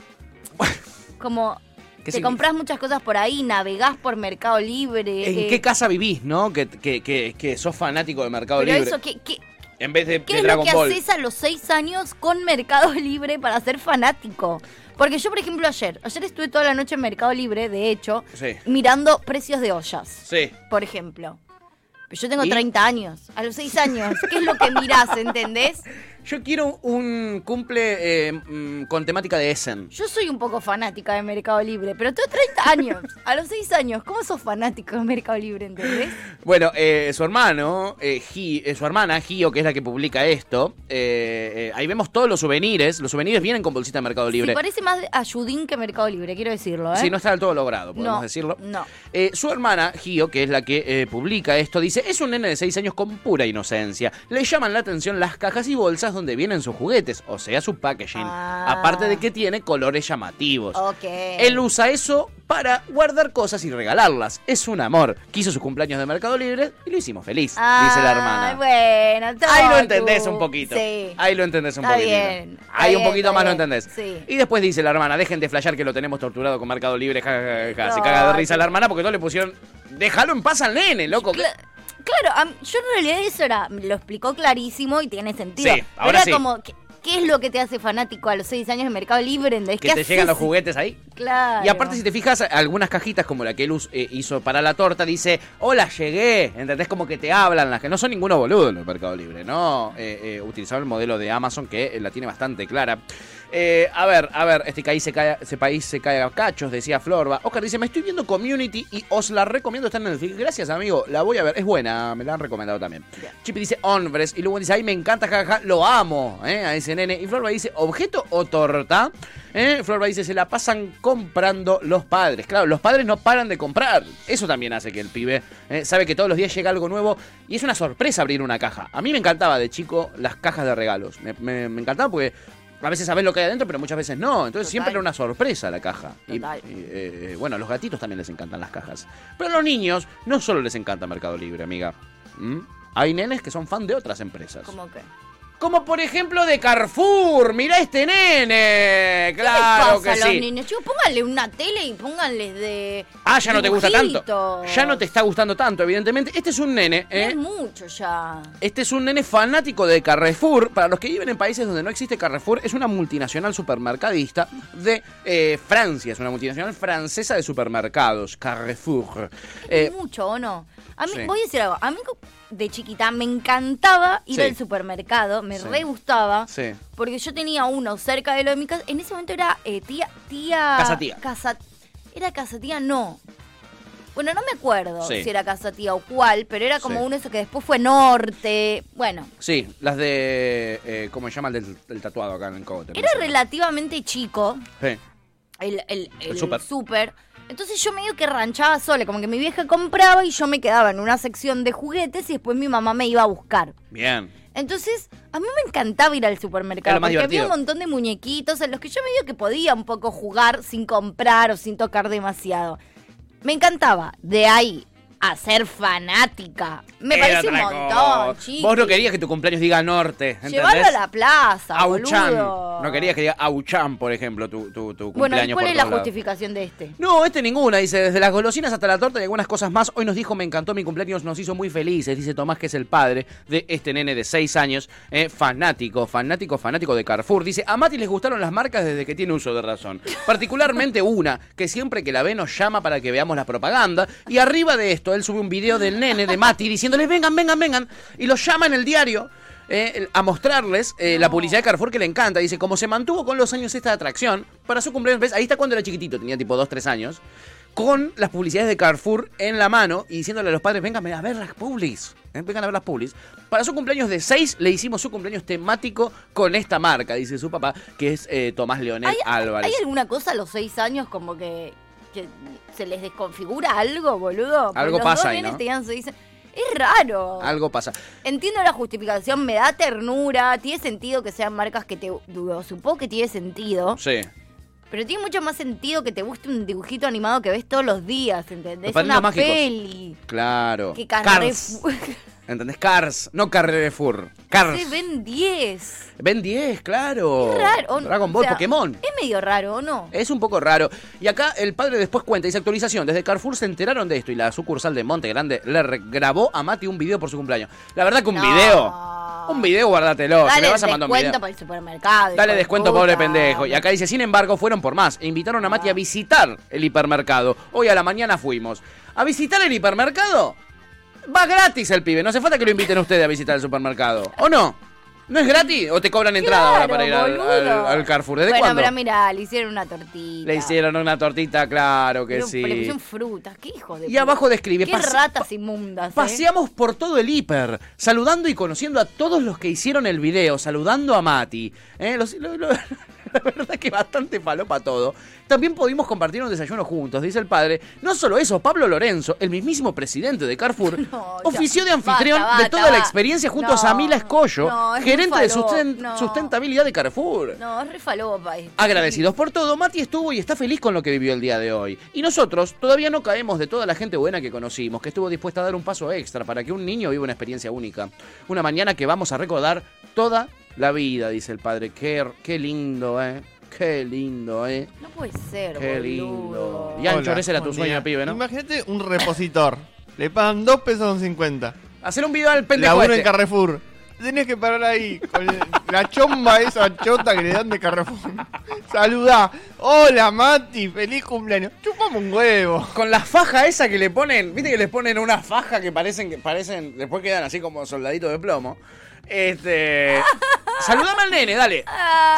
Speaker 3: como
Speaker 2: ¿Qué
Speaker 3: te
Speaker 2: significa?
Speaker 3: compras muchas cosas por ahí, navegás por Mercado Libre.
Speaker 2: ¿En
Speaker 3: eh,
Speaker 2: qué casa vivís, no? Que, que, que, que sos fanático de Mercado
Speaker 3: Pero
Speaker 2: Libre.
Speaker 3: eso, ¿qué, qué,
Speaker 2: En vez de,
Speaker 3: qué
Speaker 2: de
Speaker 3: es lo
Speaker 2: Dragon
Speaker 3: que
Speaker 2: Ball.
Speaker 3: haces a los seis años con Mercado Libre para ser fanático? Porque yo, por ejemplo, ayer, ayer estuve toda la noche en Mercado Libre, de hecho,
Speaker 2: Sí.
Speaker 3: mirando precios de ollas,
Speaker 2: Sí.
Speaker 3: por ejemplo. Pero Yo tengo
Speaker 2: ¿Y?
Speaker 3: 30 años. A los seis años, ¿qué es lo que mirás, entendés?
Speaker 2: Yo quiero un cumple eh, mm, con temática de Essen.
Speaker 3: Yo soy un poco fanática de Mercado Libre, pero tengo 30 años. A los 6 años, ¿cómo sos fanático de Mercado Libre, entendés?
Speaker 2: Bueno, eh, su hermano, eh, Gi- eh, su hermana, Gio, que es la que publica esto, eh, eh, ahí vemos todos los souvenirs. Los souvenirs vienen con bolsita de Mercado
Speaker 3: Sí,
Speaker 2: Libre.
Speaker 3: parece más a Judín que Mercado Libre, quiero decirlo, ¿eh?
Speaker 2: Sí, no está del todo logrado, podemos
Speaker 3: No,
Speaker 2: decirlo.
Speaker 3: No.
Speaker 2: Eh, su hermana, Gio, que es la que eh, publica esto, dice, es un nene de 6 años con pura inocencia. Le llaman la atención las cajas y bolsas donde vienen sus juguetes, o sea, su packaging. Aparte de que tiene colores llamativos.
Speaker 3: Ah. Ok.
Speaker 2: Él usa eso para guardar cosas y regalarlas. Es un amor. Quiso su cumpleaños de Mercado Libre y lo hicimos feliz, dice la hermana.
Speaker 3: Ay, bueno. todo
Speaker 2: Ahí lo entendés
Speaker 3: tú.
Speaker 2: un poquito.
Speaker 3: Sí.
Speaker 2: Ahí lo entendés un
Speaker 3: Está
Speaker 2: poquitito.
Speaker 3: bien, está
Speaker 2: Ahí un
Speaker 3: bien,
Speaker 2: poquito
Speaker 3: está
Speaker 2: más
Speaker 3: bien.
Speaker 2: lo entendés.
Speaker 3: Sí.
Speaker 2: Y después dice la hermana, dejen de flashear que lo tenemos torturado con Mercado Libre, ja, ja, ja, ja". Se
Speaker 3: No,
Speaker 2: caga de risa
Speaker 3: sí.
Speaker 2: la hermana porque todos le pusieron, déjalo en paz al nene, loco.
Speaker 3: Cla- claro, a mí- yo en realidad eso era, me lo explicó clarísimo y tiene sentido.
Speaker 2: Sí,
Speaker 3: Pero
Speaker 2: ahora
Speaker 3: era
Speaker 2: sí.
Speaker 3: como, ¿qué, qué es lo que te hace fanático a los 6 años de Mercado Libre? ¿entendés?
Speaker 2: Que
Speaker 3: ¿Qué
Speaker 2: te
Speaker 3: haces?
Speaker 2: llegan los juguetes ahí.
Speaker 3: Claro.
Speaker 2: Y aparte, si te fijas, algunas cajitas como la que él us- eh, hizo para la torta, dice, hola, llegué. ¿Entendés? Como que te hablan las que no son ninguno boludo en el Mercado Libre, ¿no? Eh, eh, utilizaron el modelo de Amazon que eh, la tiene bastante clara. Eh, a ver, a ver, este país se cae, ese país se cae a cachos, decía Florba. Oscar dice, me estoy viendo Community y os la recomiendo, está en Netflix. Gracias, amigo, la voy a ver, es buena, me la han recomendado también. Chipi dice, hombres, y luego dice, ay, me encanta, jajaja, lo amo, eh, a ese nene. Y Florba dice, objeto o torta. Eh, Florba dice, se la pasan comprando los padres. Claro, los padres no paran de comprar. Eso también hace que el pibe eh, sabe que todos los días llega algo nuevo y es una sorpresa abrir una caja. A mí me encantaba de chico las cajas de regalos. Me, me- me encantaba porque a veces sabes lo que hay adentro, pero muchas veces no. Entonces siempre era una sorpresa la caja. Y, y, eh, eh, bueno, a los gatitos también les encantan las cajas. Pero a los niños no solo les encanta Mercado Libre, amiga. ¿Mm? Hay nenes que son fan de otras empresas.
Speaker 3: Como que.
Speaker 2: Como por ejemplo de Carrefour. Mirá este nene. Claro
Speaker 3: ¿Qué les pasa
Speaker 2: que
Speaker 3: a los
Speaker 2: sí.
Speaker 3: niños? Chicos, pónganle una tele y pónganles de.
Speaker 2: Ah, ya no te gusta tanto.
Speaker 3: dibujitos.
Speaker 2: Ya no te está gustando tanto, evidentemente. Este es un nene,
Speaker 3: No
Speaker 2: ¿eh?
Speaker 3: es mucho ya.
Speaker 2: Este es un nene fanático de Carrefour. Para los que viven en países donde no existe Carrefour, es una multinacional supermercadista de eh, Francia. Es una multinacional francesa de supermercados, Carrefour. Eh,
Speaker 3: mucho, ¿o no? A mí,
Speaker 2: sí.
Speaker 3: voy a decir algo. A mí de chiquita me encantaba ir
Speaker 2: Sí.
Speaker 3: al supermercado, me
Speaker 2: Sí.
Speaker 3: re gustaba.
Speaker 2: sí.
Speaker 3: Porque yo tenía uno cerca de lo de mi casa. En ese momento era eh, tía. tía
Speaker 2: Casa tía.
Speaker 3: casa- era casa tía, no. Bueno, no me acuerdo
Speaker 2: Sí.
Speaker 3: si era casa tía o cuál, pero era como
Speaker 2: Sí.
Speaker 3: uno de esos que después fue norte. Bueno,
Speaker 2: Sí, las de. eh, ¿Cómo se llama el del, del tatuado acá en el cogote?
Speaker 3: era relativamente chico
Speaker 2: Sí.
Speaker 3: el, el, el,
Speaker 2: El súper.
Speaker 3: súper. Entonces yo medio que ranchaba sola, como que mi vieja compraba y yo me quedaba en una sección de juguetes y después mi mamá me iba a buscar.
Speaker 2: Bien.
Speaker 3: Entonces, a mí me encantaba ir al supermercado.
Speaker 2: Era lo más
Speaker 3: porque había un
Speaker 2: divertido.
Speaker 3: montón de muñequitos en los que yo medio que podía un poco jugar sin comprar o sin tocar demasiado. Me encantaba. De ahí a ser fanática. Me
Speaker 2: Era
Speaker 3: parece un
Speaker 2: otra
Speaker 3: montón,
Speaker 2: cosa.
Speaker 3: chiqui.
Speaker 2: Vos no querías que tu cumpleaños diga norte. ¿entendés?
Speaker 3: Llevarlo a la plaza,
Speaker 2: Auchan.
Speaker 3: boludo.
Speaker 2: No querías que diga Auchan, por ejemplo, tu, tu, tu
Speaker 3: Bueno,
Speaker 2: cumpleaños.
Speaker 3: ¿y cuál
Speaker 2: por
Speaker 3: es la
Speaker 2: todos lados.
Speaker 3: justificación de este?
Speaker 2: No, este ninguna, dice, desde las golosinas hasta la torta y algunas cosas más. Hoy nos dijo, me encantó mi cumpleaños, nos hizo muy felices, dice Tomás, que es el padre de este nene de 6 años, eh, fanático, fanático, fanático de Carrefour. Dice, a Mati les gustaron las marcas desde que tiene uso de razón. Particularmente una, que siempre que la ve nos llama para que veamos la propaganda. Y arriba de esto, él sube un video del nene de Mati diciéndole, vengan, vengan, vengan. Y los llama en el diario. eh, el- a mostrarles eh, la publicidad de Carrefour que le encanta. Dice, como se mantuvo con los años esta atracción, para su cumpleaños, ¿ves? Ahí está cuando era chiquitito, tenía tipo 2, 3 años con las publicidades de Carrefour en la mano y diciéndole a los padres, vengan a ver las publis, ¿eh? vengan a ver las publis. Para su cumpleaños de 6 le hicimos su cumpleaños temático con esta marca, dice su papá, que es eh, Tomás Leonel Álvarez.
Speaker 3: ¿Hay alguna cosa a los seis años como que, que se les desconfigura algo, boludo? Porque
Speaker 2: Algo
Speaker 3: los
Speaker 2: pasa
Speaker 3: dos
Speaker 2: ahí,
Speaker 3: nenes
Speaker 2: ¿no?
Speaker 3: tenían seis años. Es raro.
Speaker 2: Algo pasa.
Speaker 3: Entiendo la justificación, me da ternura, tiene sentido que sean marcas que te dudo, supongo que tiene sentido,
Speaker 2: Sí.
Speaker 3: pero tiene mucho más sentido que te guste un dibujito animado que ves todos los días, ¿entendés?
Speaker 2: Los padrinos
Speaker 3: Una
Speaker 2: mágicos.
Speaker 3: peli.
Speaker 2: Claro.
Speaker 3: Que
Speaker 2: Cars.
Speaker 3: Carrefour.
Speaker 2: ¿Entendés? Cars, no Carrefour. Cars.
Speaker 3: Se ven 10.
Speaker 2: Ben 10, claro.
Speaker 3: Es raro. o-
Speaker 2: Dragon Ball,
Speaker 3: o sea,
Speaker 2: Pokémon.
Speaker 3: Es medio raro, ¿o no?
Speaker 2: Es un poco raro. Y acá el padre después cuenta, dice actualización, desde Carrefour se enteraron de esto y la sucursal de Monte Grande le re- grabó a Mati un video por su cumpleaños. La verdad que un video, un video guárdatelo, se
Speaker 3: Dale
Speaker 2: le vas a mandar un video.
Speaker 3: descuento para el supermercado. hijo
Speaker 2: Dale
Speaker 3: de
Speaker 2: descuento,
Speaker 3: puta.
Speaker 2: pobre pendejo. Y acá dice, sin embargo, fueron por más. E invitaron a Mati a visitar el hipermercado. Hoy a la mañana fuimos. ¿A visitar el hipermercado? Va gratis el pibe. No hace falta que lo inviten ustedes a visitar el supermercado. ¿O no? ¿No es gratis? ¿O te cobran entrada ahora
Speaker 3: Claro,
Speaker 2: para ir al, al-
Speaker 3: boludo.
Speaker 2: al Carrefour? ¿Desde
Speaker 3: bueno,
Speaker 2: cuándo?
Speaker 3: pero mira, le hicieron una tortilla.
Speaker 2: Le hicieron una tortita, claro que
Speaker 3: Pero
Speaker 2: sí.
Speaker 3: Le pusieron frutas, qué hijo de
Speaker 2: Y
Speaker 3: puta.
Speaker 2: abajo describe,
Speaker 3: Qué
Speaker 2: "Pase-
Speaker 3: ratas inmundas. ¿eh?
Speaker 2: Paseamos por todo el hiper, saludando y conociendo a todos los que hicieron el video, saludando a Mati. Eh, los- lo- lo- la verdad que bastante palopa todo. También pudimos compartir un desayuno juntos, dice el padre. No solo eso, Pablo Lorenzo, el mismísimo presidente de Carrefour, ofició de anfitrión
Speaker 3: Basta,
Speaker 2: de
Speaker 3: basta,
Speaker 2: toda la
Speaker 3: basta.
Speaker 2: experiencia junto a
Speaker 3: No,
Speaker 2: Samila Escollo,
Speaker 3: no, es
Speaker 2: gerente
Speaker 3: un
Speaker 2: de
Speaker 3: falopa,
Speaker 2: susten-
Speaker 3: no.
Speaker 2: sustentabilidad de Carrefour.
Speaker 3: No, es re falopa esto.
Speaker 2: Agradecidos por todo, Mati estuvo y está feliz con lo que vivió el día de hoy. Y nosotros todavía no caemos de toda la gente buena que conocimos, que estuvo dispuesta a dar un paso extra para que un niño viva una experiencia única. Una mañana que vamos a recordar toda la vida, dice el padre. Qué, qué lindo, ¿eh? Qué lindo, ¿eh?
Speaker 3: No puede ser,
Speaker 2: Qué
Speaker 3: boludo.
Speaker 2: lindo. Y Ancho,
Speaker 17: Hola,
Speaker 2: ese era tu
Speaker 17: buen
Speaker 2: sueño,
Speaker 17: día.
Speaker 2: pibe, ¿no?
Speaker 17: Imagínate un repositor. Le pagan 2 pesos con 50.
Speaker 2: Hacer un video al pendejo
Speaker 17: Laburo en
Speaker 2: este.
Speaker 17: Carrefour. Tenés que parar ahí. Con el- la chomba esa chota que le dan de Carrefour. Saludá. Hola, Mati. Feliz cumpleaños. Chupame un huevo.
Speaker 2: Con la faja esa que le ponen, viste que les ponen una faja que parecen, que parecen, después quedan así como soldaditos de plomo. Este. Saludame al nene, dale.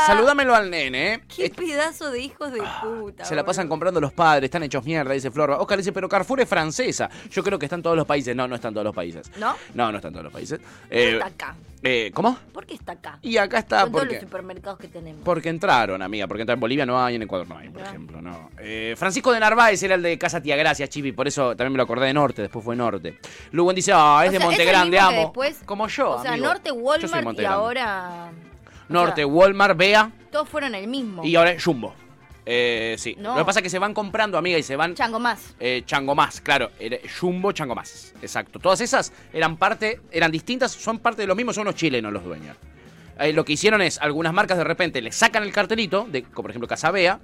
Speaker 2: Saludámelo al nene, ¿eh?
Speaker 3: Ah, Qué pedazo de hijos de puta.
Speaker 2: Ah, Se la pasan comprando los padres, están hechos mierda, dice Florba. Oscar dice, pero Carrefour es francesa. Yo creo que está en todos los países. No, no está en todos los países.
Speaker 3: ¿No?
Speaker 2: No, no está en todos los países.
Speaker 3: ¿Por qué
Speaker 2: Eh,
Speaker 3: está acá?
Speaker 2: eh, ¿Cómo?
Speaker 3: ¿Por qué está acá?
Speaker 2: Y acá está,
Speaker 3: Con todos
Speaker 2: porque-
Speaker 3: los supermercados que tenemos.
Speaker 2: Porque entraron, amiga. Porque en Bolivia no hay, en Ecuador no hay, por
Speaker 3: Ah.
Speaker 2: ejemplo, no. Eh, Francisco de Narváez era el de Casa Tía Gracias, Chivi. Por eso también me lo acordé de Norte, después fue Norte. Lugo dice, ah, es
Speaker 3: O
Speaker 2: de
Speaker 3: sea,
Speaker 2: Monte
Speaker 3: es el
Speaker 2: Grande,
Speaker 3: mismo que
Speaker 2: amo.
Speaker 3: después-
Speaker 2: Como yo,
Speaker 3: O sea,
Speaker 2: amigo.
Speaker 3: Norte,
Speaker 2: Yo soy
Speaker 3: Walmart
Speaker 2: Monte
Speaker 3: y
Speaker 2: Grande.
Speaker 3: ahora.
Speaker 2: Norte, Walmart, Bea
Speaker 3: Todos fueron el mismo.
Speaker 2: y ahora es Jumbo. Eh, sí.
Speaker 3: No.
Speaker 2: Lo que pasa es que se van comprando, amiga, y se van...
Speaker 3: Chango más.
Speaker 2: Eh, Chango Más, claro, era Jumbo Chango Más, exacto. Todas esas eran parte, eran distintas, son parte de lo mismo, son unos chilenos los dueños. Eh, lo que hicieron es, algunas marcas de repente le sacan el cartelito, de, como por ejemplo Casabea,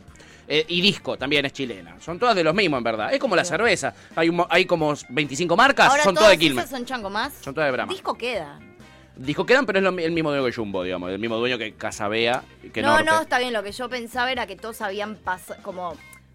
Speaker 2: eh, y Disco también es chilena. Son todas de los mismos, en verdad. Es como la cerveza. Hay, un mo- hay como 25 marcas,
Speaker 3: Ahora
Speaker 2: Ah, son todas de
Speaker 3: todas
Speaker 2: Quilmes.
Speaker 3: esas son Chango más.
Speaker 2: Son todas de Brahma.
Speaker 3: Disco queda.
Speaker 2: Disco quedan, pero es lo- el mismo dueño que Jumbo, digamos. El mismo dueño que Casabea, que
Speaker 3: no,
Speaker 2: Norte.
Speaker 3: no, está bien. Lo que yo pensaba era que todos habían pasado, como,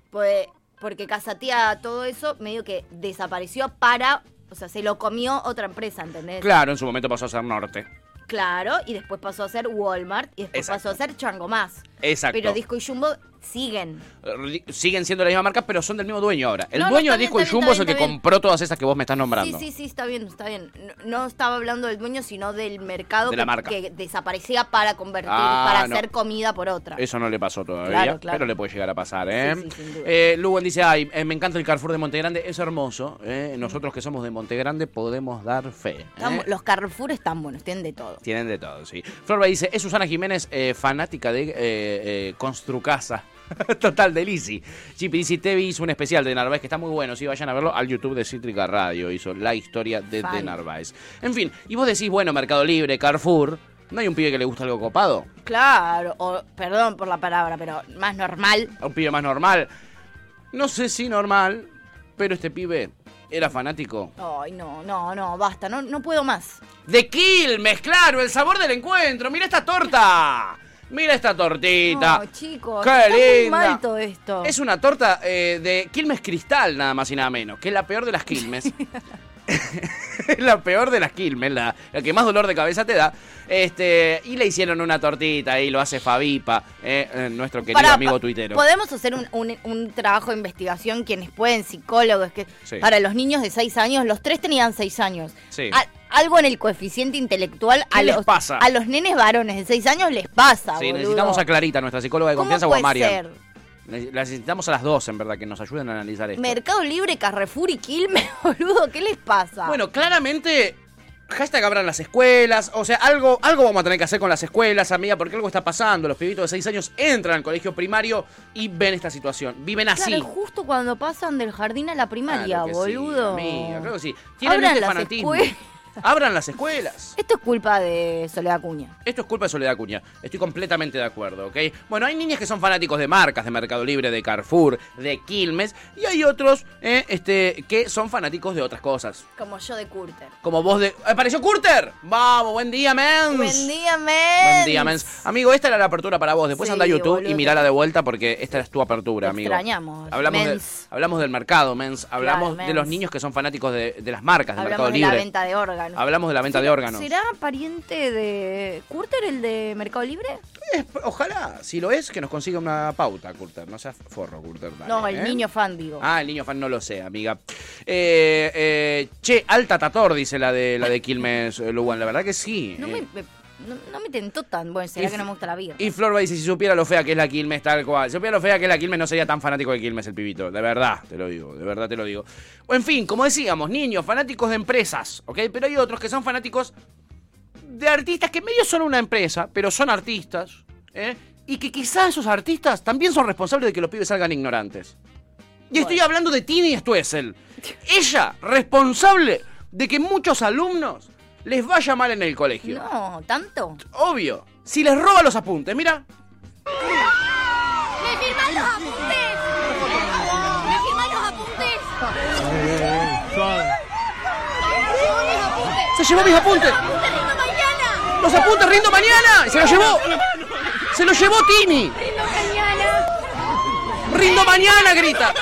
Speaker 3: pues, porque Casatía, todo eso, medio que desapareció para, o sea, se lo comió otra empresa, ¿entendés?
Speaker 2: Claro, en su momento pasó a ser Norte.
Speaker 3: Claro, y después pasó a ser Walmart y después pasó a ser Chango Más.
Speaker 2: Exacto.
Speaker 3: Pero Disco y Jumbo siguen.
Speaker 2: Ri- siguen siendo la misma marca, pero son del mismo dueño ahora. El
Speaker 3: No, no,
Speaker 2: dueño
Speaker 3: está
Speaker 2: de
Speaker 3: bien,
Speaker 2: Disco y
Speaker 3: está bien,
Speaker 2: Jumbo es
Speaker 3: está
Speaker 2: el que
Speaker 3: bien, está bien.
Speaker 2: compró todas esas que vos me estás nombrando.
Speaker 3: Sí, sí, sí, está bien, está bien. No, no estaba hablando del dueño, sino del mercado
Speaker 2: De la
Speaker 3: que-
Speaker 2: marca.
Speaker 3: que, desaparecía para convertir,
Speaker 2: Ah,
Speaker 3: para
Speaker 2: no.
Speaker 3: hacer comida por otra.
Speaker 2: Eso no le pasó todavía,
Speaker 3: Claro, claro.
Speaker 2: pero le puede llegar a pasar, ¿eh?
Speaker 3: Sí, sí, sin duda.
Speaker 2: Eh, Lugan dice, ay, eh, me encanta el Carrefour de Montegrande, es hermoso. ¿eh? Nosotros que somos de Montegrande podemos dar fe. ¿eh?
Speaker 3: Están bu- Los Carrefour están buenos, tienen de todo.
Speaker 2: Tienen de todo, sí. Florba dice, es Susana Jiménez, eh, fanática de eh, eh, Construcasa. Total, de Lizzy. Chipi dice, Tevi hizo un especial de Narváez que está muy bueno. Sí, vayan a verlo al YouTube de Cítrica Radio. Hizo la historia de, de
Speaker 3: Fan.
Speaker 2: Narváez. En fin, y vos decís, bueno, Mercado Libre, Carrefour. ¿No hay un pibe que le gusta algo copado?
Speaker 3: Claro, o perdón por la palabra, pero más normal.
Speaker 2: a un pibe más normal. No sé si normal, pero este pibe era fanático.
Speaker 3: Ay, no, no, no, basta, no, no puedo más.
Speaker 2: De Quilmes, claro, el sabor del encuentro. Mira esta torta. Mira esta tortita.
Speaker 3: No, chicos,
Speaker 2: Qué
Speaker 3: está muy
Speaker 2: linda.
Speaker 3: mal todo esto.
Speaker 2: Es una torta eh, de Quilmes Cristal, nada más y nada menos, que es la peor de las Quilmes. Es la peor de las Quilmes, la, la que más dolor de cabeza te da. Este, y le hicieron una tortita y lo hace Fabipa, eh, eh, nuestro querido
Speaker 3: Pará,
Speaker 2: amigo
Speaker 3: pa-
Speaker 2: tuitero.
Speaker 3: Podemos hacer un, un- un trabajo de investigación, quienes pueden, psicólogos, que
Speaker 2: Sí.
Speaker 3: para los niños de 6 años, los tres tenían 6 años.
Speaker 2: Sí.
Speaker 3: A- algo en el coeficiente intelectual a
Speaker 2: ¿Qué les
Speaker 3: los,
Speaker 2: pasa?
Speaker 3: a los nenes varones de 6 años les pasa,
Speaker 2: Sí,
Speaker 3: boludo.
Speaker 2: necesitamos a Clarita, nuestra psicóloga de
Speaker 3: ¿Cómo
Speaker 2: confianza, o a
Speaker 3: puede
Speaker 2: Marian.
Speaker 3: ser?
Speaker 2: Ne- Las necesitamos a las dos, en verdad, que nos ayuden a analizar esto.
Speaker 3: Mercado Libre, Carrefour y Quilmes, boludo, ¿qué les pasa?
Speaker 2: Bueno, claramente, hashtag abran las escuelas. O sea, algo, algo vamos a tener que hacer con las escuelas, amiga, porque algo está pasando. Los pibitos de 6 años entran al colegio primario y ven esta situación. Viven
Speaker 3: claro,
Speaker 2: así.
Speaker 3: es justo cuando pasan del jardín a la primaria,
Speaker 2: Claro que sí,
Speaker 3: boludo.
Speaker 2: amiga, claro que sí. Tienen
Speaker 3: Abran
Speaker 2: este
Speaker 3: las
Speaker 2: fanatismo.
Speaker 3: escuelas.
Speaker 2: Abran las escuelas.
Speaker 3: Esto es culpa de Soledad Cuña.
Speaker 2: Esto es culpa de Soledad Acuña. Estoy completamente de acuerdo, ¿ok? Bueno, hay niñas que son fanáticos de marcas, de Mercado Libre, de Carrefour, de Quilmes, y hay otros eh, este, que son fanáticos de otras cosas.
Speaker 3: Como yo de Curter.
Speaker 2: Como voz de. ¡Apareció Curter! ¡Vamos! ¡Buen día, mens!
Speaker 3: Buen día, men.
Speaker 2: Buen día, mens. Amigo, esta era la apertura para vos. Después
Speaker 3: Sí,
Speaker 2: anda a YouTube
Speaker 3: boludo.
Speaker 2: y mirala de vuelta porque esta es tu apertura,
Speaker 3: Te
Speaker 2: amigo.
Speaker 3: extrañamos,
Speaker 2: Hablamos, de-
Speaker 3: mens.
Speaker 2: hablamos del mercado, mens. Hablamos
Speaker 3: Claro,
Speaker 2: de los
Speaker 3: mens.
Speaker 2: niños que son fanáticos de, de las marcas, del Mercado
Speaker 3: Hablamos de
Speaker 2: Libre.
Speaker 3: la venta de órganos.
Speaker 2: Hablamos de la venta de órganos.
Speaker 3: ¿Será pariente de Curter, el de Mercado Libre?
Speaker 2: Ojalá, si lo es, que nos consiga una pauta, Curter. No seas forro, Curter. dale,
Speaker 3: no, el
Speaker 2: ¿eh?
Speaker 3: niño fan, digo.
Speaker 2: Ah, el niño fan no lo sé, amiga. Eh, eh, che, alta tator, dice la de la de Quilmes eh, Lugan. La verdad que sí.
Speaker 3: no,
Speaker 2: eh.
Speaker 3: me, me- no, no me tentó tan. Bueno, será
Speaker 2: Y
Speaker 3: que
Speaker 2: si-
Speaker 3: no me gusta la vida.
Speaker 2: Y Florba dice, si supiera lo fea que es la Quilmes, tal cual. Si supiera lo fea que es la Quilmes, no sería tan fanático de Quilmes el pibito. De verdad, te lo digo, de verdad te lo digo. O, En fin, como decíamos, niños, fanáticos de empresas, ¿ok? Pero hay otros que son fanáticos de artistas que medio son una empresa, pero son artistas, ¿eh? Y que quizás esos artistas también son responsables de que los pibes salgan ignorantes. Y estoy hablando de Tini Stuessel. Ella, responsable de que muchos alumnos les vaya mal en el colegio.
Speaker 3: No, ¿tanto?
Speaker 2: Obvio. Si les roba los apuntes, mira.
Speaker 19: ¡Me firman los apuntes! ¡Me firman los apuntes!
Speaker 2: ¡Se llevó mis apuntes! ¡Los apuntes rindo mañana! ¡Se los llevó! ¡Se los llevó Tini!
Speaker 19: ¡Rindo mañana!
Speaker 2: ¡Rindo mañana! grita.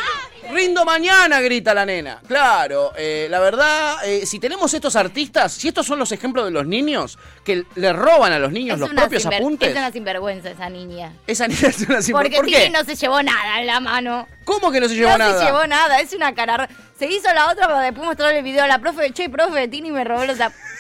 Speaker 2: rindo mañana, grita la nena. Claro, eh, la verdad, eh, si tenemos estos artistas, si estos son los ejemplos de los niños, que le roban a los niños los
Speaker 3: una
Speaker 2: propios
Speaker 3: sinver-
Speaker 2: apuntes.
Speaker 3: Es una sinvergüenza esa niña.
Speaker 2: Esa niña es una sinver-
Speaker 3: Porque
Speaker 2: ¿Por
Speaker 3: Tini
Speaker 2: qué?
Speaker 3: no se llevó nada en la mano.
Speaker 2: ¿Cómo que no se llevó
Speaker 3: No
Speaker 2: nada?
Speaker 3: se llevó nada, es una cara. re- Se hizo la otra para después mostrarle el video a la profe. Che, profe, Tini me robó los apuntes.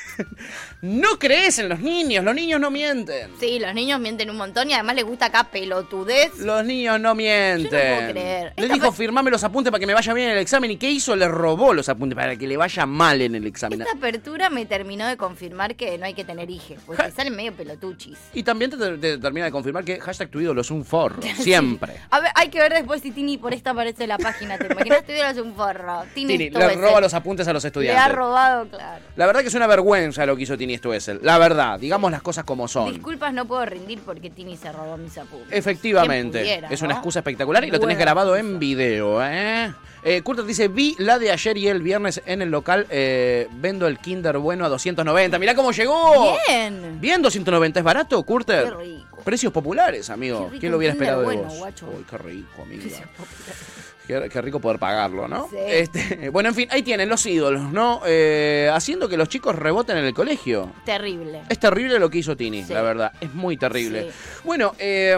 Speaker 2: No crees en los niños, los niños no mienten.
Speaker 3: Sí, los niños mienten un montón y además les gusta acá pelotudez.
Speaker 2: Los niños no mienten.
Speaker 3: creer.
Speaker 2: Le dijo, firmame los apuntes para que me vaya bien en el examen. ¿Y qué hizo? Le robó los apuntes para que le vaya mal en el examen.
Speaker 3: Esta apertura me terminó de confirmar que no hay que tener hijes, porque te salen medio pelotuchis.
Speaker 2: Y también te, te termina de confirmar que hashtag tu ídolo es un forro. Siempre.
Speaker 3: A ver, hay que ver después si Tini por esta aparece la página. ¿Te imaginas? Tuvieras un forro. Tini,
Speaker 2: Tini,
Speaker 3: estuvo
Speaker 2: le roba
Speaker 3: ese.
Speaker 2: los apuntes a los
Speaker 3: Le ha
Speaker 2: estudiantes.
Speaker 3: robado, claro.
Speaker 2: La verdad que es una vergüenza lo que hizo Tini Stuessel. La verdad, digamos las cosas como son.
Speaker 3: Disculpas, no puedo rendir porque Tini se robó mis apuntes.
Speaker 2: Efectivamente.
Speaker 3: Quien pudiera,
Speaker 2: es una
Speaker 3: ¿no?
Speaker 2: excusa espectacular y lo tenés
Speaker 3: Buena
Speaker 2: grabado en video, ¿eh? Eh, Curtis dice, vi la de ayer y el viernes en el local, eh, vendo el Kinder Bueno a 290. Mirá cómo llegó.
Speaker 3: Bien.
Speaker 2: Bien, 290. ¿Es barato, Curter?
Speaker 3: Qué rico.
Speaker 2: Precios populares, amigo.
Speaker 3: Qué rico
Speaker 2: ¿Quién lo hubiera
Speaker 3: Kinder
Speaker 2: esperado de
Speaker 3: Bueno,
Speaker 2: vos?
Speaker 3: guacho.
Speaker 2: Uy, qué rico, amigo. Qué, qué rico poder pagarlo, ¿no?
Speaker 3: Sí.
Speaker 2: Este, bueno, en fin, ahí tienen los ídolos, ¿no? Eh, haciendo que los chicos reboten en el colegio.
Speaker 3: Terrible.
Speaker 2: Es terrible lo que hizo Tini,
Speaker 3: Sí.
Speaker 2: la verdad. Es muy terrible.
Speaker 3: Sí.
Speaker 2: Bueno, eh,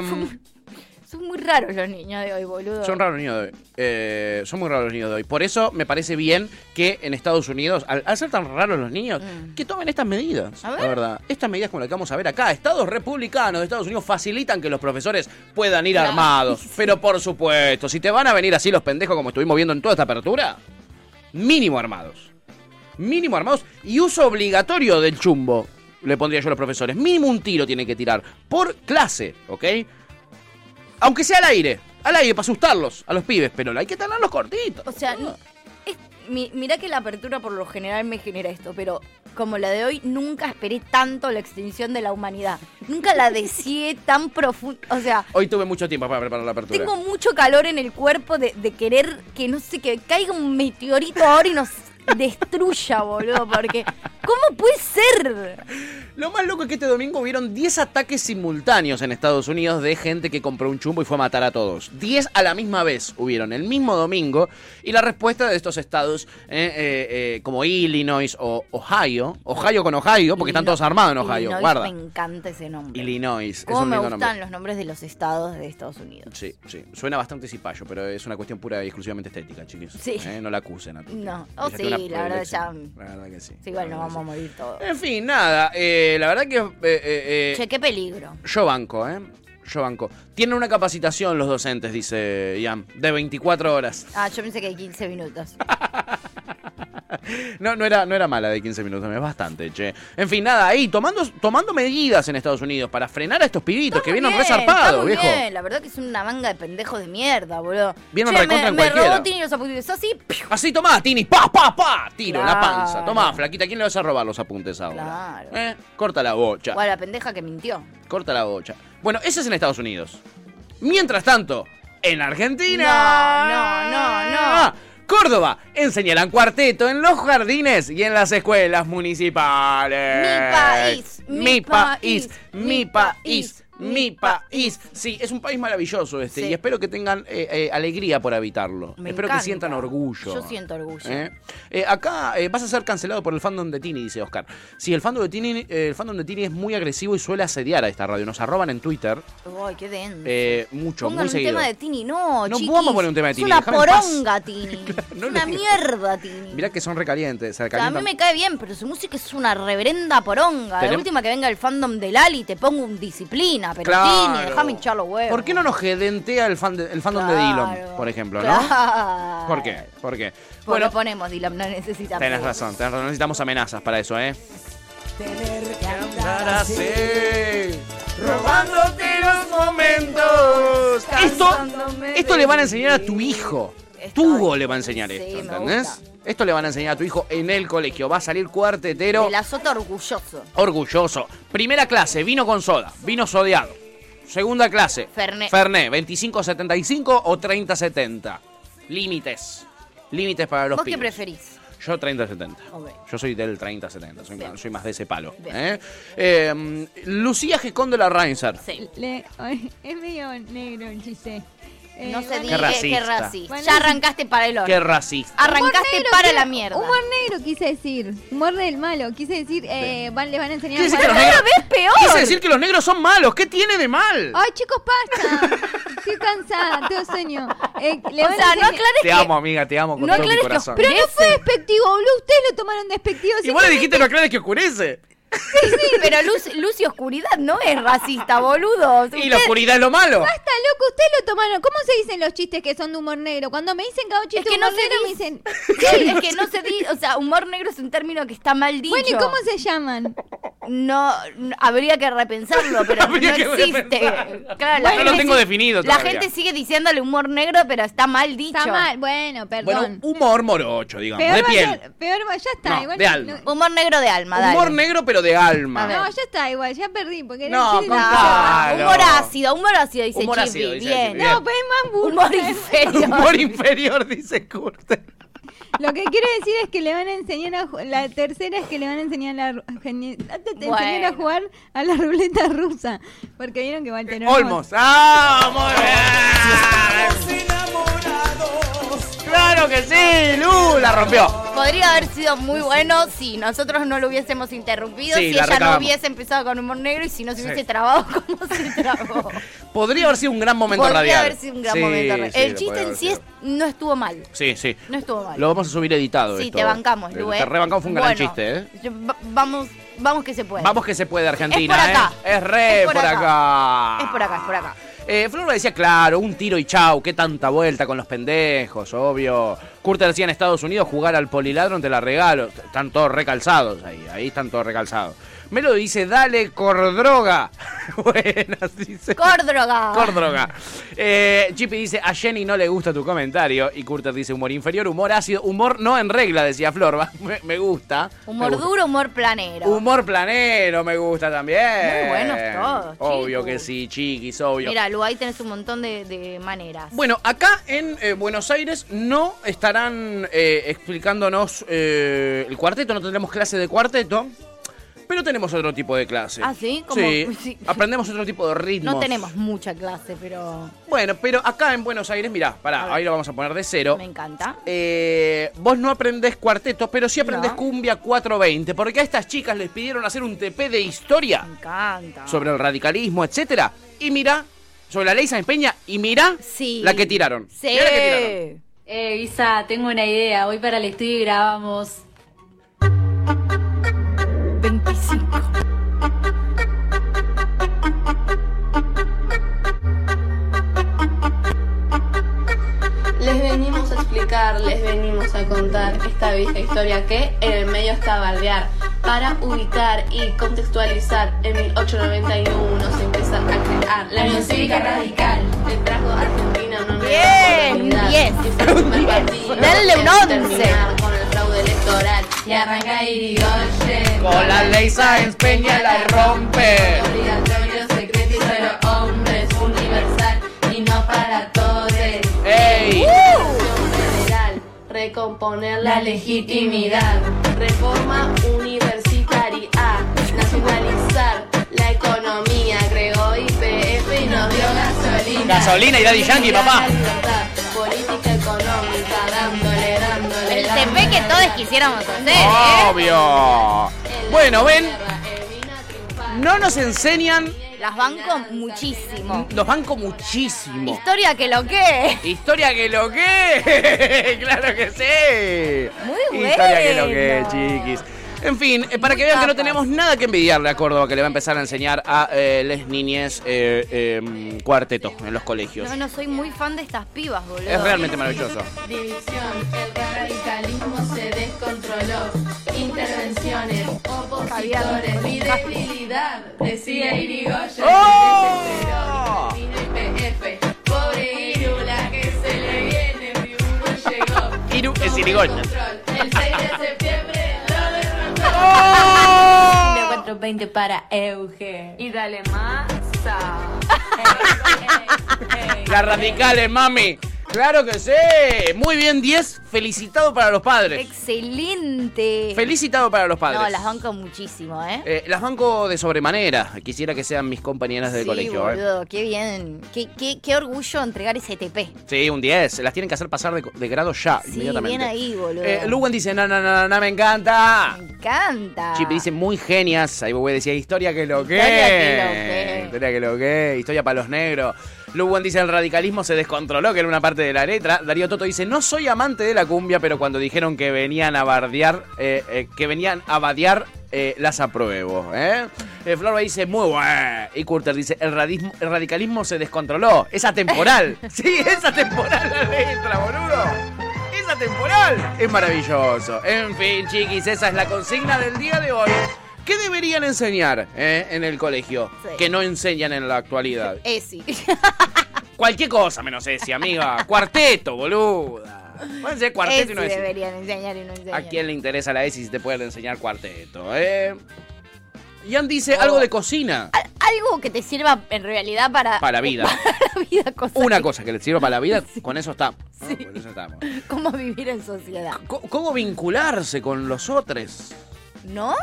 Speaker 3: Son muy raros los niños de hoy, boludo.
Speaker 2: son raros los niños de hoy. Eh, son muy raros los niños de hoy. Por eso me parece bien que en Estados Unidos, al, al ser tan raros los niños, que tomen estas medidas.
Speaker 3: Mm. A ver.
Speaker 2: La verdad. Estas medidas como las que vamos a ver acá. Estados republicanos de Estados Unidos facilitan que los profesores puedan ir
Speaker 3: Claro.
Speaker 2: armados. Pero por supuesto, si te van a venir así los pendejos como estuvimos viendo en toda esta apertura, mínimo armados. Mínimo armados y uso obligatorio del chumbo. Le pondría yo a los profesores. Mínimo un tiro tienen que tirar. Por clase, ¿ok? Aunque sea al aire. Al aire, para asustarlos a los pibes. Pero hay que tenerlos cortitos.
Speaker 3: O sea, no- es- mi- mirá que la apertura por lo general me genera esto, pero como la de hoy, nunca esperé tanto la extinción de la humanidad. Nunca la deseé tan profundo. O sea,
Speaker 2: Hoy tuve mucho tiempo para preparar la apertura.
Speaker 3: tengo mucho calor en el cuerpo de, de querer que, no sé, que caiga un meteorito ahora y nos destruya, boludo, porque ¿cómo puede ser?
Speaker 2: Lo más loco es que este domingo hubieron 10 ataques simultáneos en Estados Unidos de gente que compró un chumbo y fue a matar a todos. 10 a la misma vez hubieron, el mismo domingo. Y la respuesta de estos estados, eh, eh, eh, como Illinois o Ohio, Ohio con Ohio, porque están todos armados en Ohio,
Speaker 3: Illinois,
Speaker 2: guarda.
Speaker 3: Me encanta ese nombre.
Speaker 2: Illinois, es
Speaker 3: ¿Cómo
Speaker 2: un
Speaker 3: me
Speaker 2: lindo
Speaker 3: gustan
Speaker 2: nombre.
Speaker 3: los nombres de los estados de Estados Unidos?
Speaker 2: Sí, sí, suena bastante cipallo, pero es una cuestión pura y exclusivamente estética, chiquis.
Speaker 3: Sí.
Speaker 2: Eh, no la acusen a tu-
Speaker 3: No, oh,
Speaker 2: Ella
Speaker 3: sí,
Speaker 2: tiene una
Speaker 3: la verdad ya.
Speaker 2: predilección. La verdad que sí.
Speaker 3: Sí, igual nos vamos a morir todos.
Speaker 2: En fin, nada, eh, la verdad que... eh, eh, eh,
Speaker 3: Che, qué peligro.
Speaker 2: Yo banco, ¿eh? Yo banco. Tienen una capacitación los docentes, dice Ian, de 24 horas.
Speaker 3: Ah, yo pensé que hay 15 minutos.
Speaker 2: No, no era, no era mala de 15 minutos, es bastante, che. En fin, nada, ahí, tomando, tomando medidas en Estados Unidos para frenar a estos pibitos que vienen
Speaker 3: Bien, está
Speaker 2: resarpados,
Speaker 3: muy
Speaker 2: viejo.
Speaker 3: bien, La verdad que es una manga de pendejos de mierda, boludo.
Speaker 2: Vieron
Speaker 3: Che,
Speaker 2: recontra
Speaker 3: me,
Speaker 2: en
Speaker 3: me
Speaker 2: cualquiera.
Speaker 3: robó Tini los apuntes. Así, ¡piu!
Speaker 2: Así tomá, Tini, pa, pa, pa, tiro en la
Speaker 3: Claro.
Speaker 2: panza. Tomá, flaquita, ¿quién le vas a robar los apuntes ahora?
Speaker 3: claro.
Speaker 2: Eh, Corta la bocha,
Speaker 3: O a la pendeja que mintió.
Speaker 2: corta la bocha. Bueno, ese es en Estados Unidos. Mientras tanto, en Argentina... Ah,
Speaker 3: No, no, no, no.
Speaker 2: Córdoba enseñarán cuarteto en los jardines y en las escuelas municipales.
Speaker 3: Mi país, mi
Speaker 2: mi país,
Speaker 3: país,
Speaker 2: mi país, mi país. Sí, es un país maravilloso este
Speaker 3: Sí.
Speaker 2: y espero que tengan eh, eh, alegría por habitarlo.
Speaker 3: Me
Speaker 2: espero
Speaker 3: encanta.
Speaker 2: que sientan orgullo.
Speaker 3: Yo siento orgullo.
Speaker 2: ¿Eh? Eh, acá eh, vas a ser cancelado por el fandom de Tini, dice Oscar. Sí, el fandom de Tini, eh, el fandom de Tini es muy agresivo y suele asediar a esta radio. Nos arroban en Twitter
Speaker 3: Uy, qué denso.
Speaker 2: eh, mucho,
Speaker 3: Pongan
Speaker 2: muy
Speaker 3: un
Speaker 2: seguido.
Speaker 3: tema de Tini, no,
Speaker 2: No
Speaker 3: chiquis.
Speaker 2: vamos a poner un tema de Tini,
Speaker 3: Es una
Speaker 2: déjame en paz.
Speaker 3: poronga, Tini.
Speaker 2: no
Speaker 3: es una
Speaker 2: le-
Speaker 3: mierda, Tini.
Speaker 2: Mirá que son recalientes. Se
Speaker 3: O sea, a mí
Speaker 2: calientan-
Speaker 3: me cae bien, pero su música es una reverenda poronga.
Speaker 2: Tenem-
Speaker 3: La última que venga el fandom del Ali te pongo un disciplina, pero
Speaker 2: Claro.
Speaker 3: Tini, déjame hinchar los huevos.
Speaker 2: ¿Por qué no nos gedentea el, fan de- el fandom de Dylan, por ejemplo, no?
Speaker 3: Claro.
Speaker 2: ¿Por qué? ¿Por qué?
Speaker 3: Pues
Speaker 2: Bueno,
Speaker 3: lo ponemos, Dylan, no necesitamos.
Speaker 2: tenés razón, tenés razón. Necesitamos amenazas para eso, ¿eh? Ah,
Speaker 16: Robándote los momentos.
Speaker 2: Esto, esto le van a enseñar a tu hijo. Tugo le va a enseñar esto,
Speaker 3: me
Speaker 2: ¿entendés? Esto le van a enseñar a tu hijo en el colegio. Va a salir cuartetero,
Speaker 3: El azota orgulloso.
Speaker 2: orgulloso. Primera clase, vino con soda, vino sodeado. Segunda clase,
Speaker 3: Fernet.
Speaker 2: Ferné, 25.75 o 30.70. Límites. Límites para los
Speaker 3: ¿Vos qué
Speaker 2: pibes.
Speaker 3: preferís?
Speaker 2: Yo 30-70.
Speaker 3: Ok.
Speaker 2: Yo soy del 30-70. Soy,
Speaker 3: Bien.
Speaker 2: soy más de ese palo.
Speaker 3: Bien.
Speaker 2: ¿eh? Eh, Lucía Gecón de la Reinsert.
Speaker 20: Le- ay, es medio negro el chiste.
Speaker 3: Eh, No se
Speaker 2: Qué
Speaker 3: diga que
Speaker 2: racista.
Speaker 3: racista.
Speaker 21: Bueno,
Speaker 3: Ya arrancaste para el
Speaker 2: Qué
Speaker 3: horno.
Speaker 2: racista.
Speaker 3: Arrancaste
Speaker 20: Humor negro,
Speaker 3: para
Speaker 20: quiero-
Speaker 3: la mierda.
Speaker 20: Humor negro quise decir. Humor del malo. Quise decir, eh, van, les van a enseñar
Speaker 2: Quiere
Speaker 20: a
Speaker 2: decir
Speaker 20: jugar-
Speaker 2: que los negros- Quise decir que los negros son malos. ¿Qué tiene de mal?
Speaker 20: Ay, chicos, basta. Estoy cansada, tengo sueño. Eh, le
Speaker 3: O
Speaker 20: van a
Speaker 3: sea, no
Speaker 20: enseñar-
Speaker 3: aclares
Speaker 2: Te amo, amiga, te amo con todo mi corazón.
Speaker 20: Pero no fue despectivo, boludo. Ustedes lo tomaron despectivo.
Speaker 2: Y vos le
Speaker 20: simplemente-
Speaker 2: dijiste no aclares que oscurece.
Speaker 3: Pero luz, luz y oscuridad no es racista, boludo.
Speaker 2: Y la oscuridad es lo malo.
Speaker 20: Basta, loco, ustedes lo tomaron. ¿Cómo se dicen los chistes que son de humor negro? Cuando me dicen que hago chiste
Speaker 3: que
Speaker 20: de
Speaker 3: no
Speaker 20: humor
Speaker 3: se
Speaker 20: negro, me dicen.
Speaker 3: Sí, es que no se dice, o sea, humor negro es un término que está mal dicho.
Speaker 20: Bueno, ¿y cómo se llaman?
Speaker 3: No, no, habría que repensarlo, pero no
Speaker 2: Habría que
Speaker 3: existe.
Speaker 2: repensar.
Speaker 3: Claro, la
Speaker 2: No lo
Speaker 3: gente
Speaker 2: tengo
Speaker 3: sí-
Speaker 2: definido
Speaker 3: La
Speaker 2: todavía.
Speaker 3: gente sigue diciéndole humor negro, pero está mal dicho.
Speaker 20: Está mal, bueno,
Speaker 2: Bueno,
Speaker 20: perdón.
Speaker 2: humor morocho, digamos,
Speaker 20: peor,
Speaker 2: de
Speaker 20: va a
Speaker 2: piel.
Speaker 20: ser- peor va- ya está.
Speaker 2: No,
Speaker 20: igual
Speaker 2: de
Speaker 20: no-
Speaker 2: alma.
Speaker 20: no-
Speaker 3: Humor negro de alma, Ah, dale.
Speaker 2: Humor negro, pero de alma.
Speaker 20: No, ya está, igual, ya perdí. Porque era
Speaker 3: No,
Speaker 20: chiste
Speaker 3: con
Speaker 20: de-
Speaker 2: Ah, no.
Speaker 3: humor ácido, humor ácido dice
Speaker 2: Humor
Speaker 3: Chippy,
Speaker 2: ácido, dice
Speaker 3: bien.
Speaker 2: Chippy, bien. No,
Speaker 20: pero es más burro.
Speaker 3: Humor inferior.
Speaker 2: Humor inferior, dice Kurt.
Speaker 20: Lo que quiero decir es que le van a enseñar a ju- la tercera es que le van a enseñar a, la, ru- geni- a- te- te enseñar a
Speaker 3: Bueno.
Speaker 20: jugar a la ruleta rusa, porque vieron que Walter Olmos.
Speaker 2: Olmos. ¡Ah, muy bien! ¡Claro que sí! ¡Lu! La rompió.
Speaker 3: Podría haber sido muy bueno si nosotros no lo hubiésemos interrumpido,
Speaker 2: Sí,
Speaker 3: si
Speaker 2: la
Speaker 3: ella no
Speaker 2: recagamos.
Speaker 3: hubiese empezado con humor negro y si no se hubiese
Speaker 2: Sí.
Speaker 3: trabado como se trabó.
Speaker 2: Podría haber sido un gran momento
Speaker 3: podría
Speaker 2: radial.
Speaker 3: haber sido un gran
Speaker 2: Sí,
Speaker 3: momento
Speaker 2: sí,
Speaker 3: radial.
Speaker 2: lo
Speaker 3: El
Speaker 2: podría
Speaker 3: chiste en
Speaker 2: haber
Speaker 3: sí
Speaker 2: sido.
Speaker 3: es- no estuvo mal.
Speaker 2: Sí, sí.
Speaker 3: No estuvo mal.
Speaker 2: Lo vamos a subir editado.
Speaker 3: Sí,
Speaker 2: esto.
Speaker 3: te bancamos, Lu,
Speaker 2: Te
Speaker 3: eh.
Speaker 2: rebancamos, fue un gran
Speaker 3: Bueno.
Speaker 2: chiste, ¿eh?
Speaker 3: Yo- va- vamos, vamos que se puede.
Speaker 2: Vamos que se puede, Argentina,
Speaker 3: Es por acá.
Speaker 2: ¿eh? Es re
Speaker 3: Es
Speaker 2: por,
Speaker 3: por
Speaker 2: acá.
Speaker 3: Es por acá, es por acá.
Speaker 2: Eh, Flor lo decía, claro, un tiro y chau, qué tanta vuelta con los pendejos, obvio. Curter decía en Estados Unidos jugar al poliladrón te la regalo. Están todos recalzados ahí, ahí están todos recalzados. Melo dice, dale cordroga. Buenas, dice.
Speaker 3: Cordroga.
Speaker 2: Cordroga. Eh, Chippy dice, a Jenny no le gusta tu comentario. Y Curter dice, humor inferior, humor ácido, humor no en regla, decía Flor. Me, me gusta. me
Speaker 3: Humor
Speaker 2: gusta.
Speaker 3: duro, humor planero.
Speaker 2: Humor planero me gusta también.
Speaker 3: Muy buenos todos,
Speaker 2: Obvio que sí, chiquis, obvio.
Speaker 3: Mira, Lu, ahí tenés un montón de, de maneras.
Speaker 2: Bueno, acá en eh, Buenos Aires no estarán eh, explicándonos eh, el cuarteto, no tendremos clase de cuarteto, pero tenemos otro tipo de clase.
Speaker 3: Ah, ¿sí? Como-
Speaker 2: Sí,
Speaker 3: sí.
Speaker 2: aprendemos otro tipo de ritmos.
Speaker 3: No tenemos mucha clase, pero
Speaker 2: Bueno, pero acá en Buenos Aires, mirá, pará, ahí lo vamos a poner de cero.
Speaker 3: me encanta.
Speaker 2: Eh, vos no aprendés cuarteto, pero sí aprendés
Speaker 3: No.
Speaker 2: cumbia 420, porque a estas chicas les pidieron hacer un TP de historia.
Speaker 3: Me encanta.
Speaker 2: sobre el radicalismo, etcétera. Y mira, sobre la ley San Peña, y mira
Speaker 22: Sí.
Speaker 2: la que tiraron.
Speaker 22: Sí.
Speaker 2: Mirá la que tiraron.
Speaker 22: Eh, Isa, tengo una idea. Voy para el estudio y grabamos.
Speaker 3: 25.
Speaker 23: Les venimos a explicar, les venimos a contar esta vieja historia que en el medio está bardear. Para ubicar y contextualizar, en 1891 se empieza a crear la Unión Cívica Radical. Le trajo a Argentina una nueva
Speaker 3: Bien,
Speaker 23: oportunidad.
Speaker 3: yes.
Speaker 23: Y fue un partido
Speaker 3: Denle un
Speaker 23: que
Speaker 3: once.
Speaker 23: terminar Con el fraude electoral. Y arranca Irigoyen.
Speaker 2: Con la ley Sáenz Peña la rompe.
Speaker 23: Obligatorio, secreto y solo hombres. Universal y no para todos.
Speaker 2: ¡Ey!
Speaker 23: Federal, recomponer la legitimidad, reforma universitaria, nacionalizar la economía, agregó IPF y nos dio gasolina.
Speaker 2: Gasolina y Daddy Yankee, papá.
Speaker 23: Libertad, Política económica, dándole, dándole.
Speaker 3: El TP que todos quisiéramos hacer, ¿eh?
Speaker 2: Obvio. Bueno, ven. No nos enseñan,
Speaker 3: ¿eh? Las banco muchísimo.
Speaker 2: nos banco muchísimo.
Speaker 3: Historia que lo que.
Speaker 2: Historia que lo que, claro que sí.
Speaker 3: Muy
Speaker 2: Historia que lo que,
Speaker 3: bueno.
Speaker 2: chiquis. En fin, eh, para que vean que no tenemos nada que envidiarle a Córdoba, que le va a empezar a enseñar a eh, les niñes eh, eh, cuarteto en los colegios.
Speaker 3: No, no soy muy fan de estas pibas, boludo.
Speaker 2: Es realmente maravilloso.
Speaker 23: División, el radicalismo se descontroló. Intervenciones, opositores, mi debilidad, decía Irigoyen.
Speaker 2: ¡Oh!
Speaker 23: Vino IPF, pobre Irula que se le viene, mi humo llegó.
Speaker 2: Iru es Irigoyen.
Speaker 23: El 6 de septiembre lo derrotó.
Speaker 2: ¡Oh!
Speaker 23: 420 para Euge. Y dale masa.
Speaker 2: Las radicales, mami. Claro que sí. Muy bien, 10. Felicitado para los padres.
Speaker 3: Excelente.
Speaker 2: Felicitado para los padres.
Speaker 3: No, las banco muchísimo, ¿eh?
Speaker 2: Eh, las banco de sobremanera. Quisiera que sean mis compañeras de
Speaker 3: sí,
Speaker 2: colegio. ¿eh?
Speaker 3: boludo, qué bien. Qué, qué, qué orgullo entregar ese TP.
Speaker 2: Sí, un 10. Las tienen que hacer pasar de, de grado ya,
Speaker 3: Sí,
Speaker 2: inmediatamente.
Speaker 3: bien ahí, boludo.
Speaker 2: Eh, Luwen dice, no, no, no, no, me encanta.
Speaker 3: Me encanta.
Speaker 2: Chip dice, muy genias. Ahí voy a decir, historia que lo que.
Speaker 3: Historia que lo que.
Speaker 2: Historia que lo que. Historia para los negros. Luwen dice, el radicalismo se descontroló, que era una parte de la letra. Darío Toto dice, no soy amante de la cumbia, pero cuando dijeron que venían a bardear, eh, eh, que venían a vadear, eh, las apruebo. ¿eh? Eh, Florba dice, muy bueno. Y Curter dice, el, radismo- el radicalismo se descontroló. Es atemporal. sí, es atemporal la letra, boludo. Es atemporal. Es maravilloso. En fin, chiquis, esa es la consigna del día de hoy. ¿Qué deberían enseñar eh, en el colegio
Speaker 3: Sí.
Speaker 2: que no enseñan en la actualidad?
Speaker 3: Esi.
Speaker 2: Cualquier cosa menos ese, amiga. Cuarteto, boluda. Pueden ser cuarteto y no
Speaker 3: Esi
Speaker 2: decir.
Speaker 3: deberían enseñar y no
Speaker 2: ¿A
Speaker 3: enseñan.
Speaker 2: quién le interesa la ESI si te pueden enseñar cuarteto? Eh? Ian dice algo de cocina.
Speaker 3: Ah, Algo que te sirva en realidad para,
Speaker 2: Para la vida.
Speaker 3: vida, cosa
Speaker 2: Una cosa que le sirva para la vida, con eso estamos. ¿no? Con eso estamos.
Speaker 3: cómo vivir en sociedad.
Speaker 2: Co- ¿Cómo vincularse con los otros?
Speaker 3: ¿No?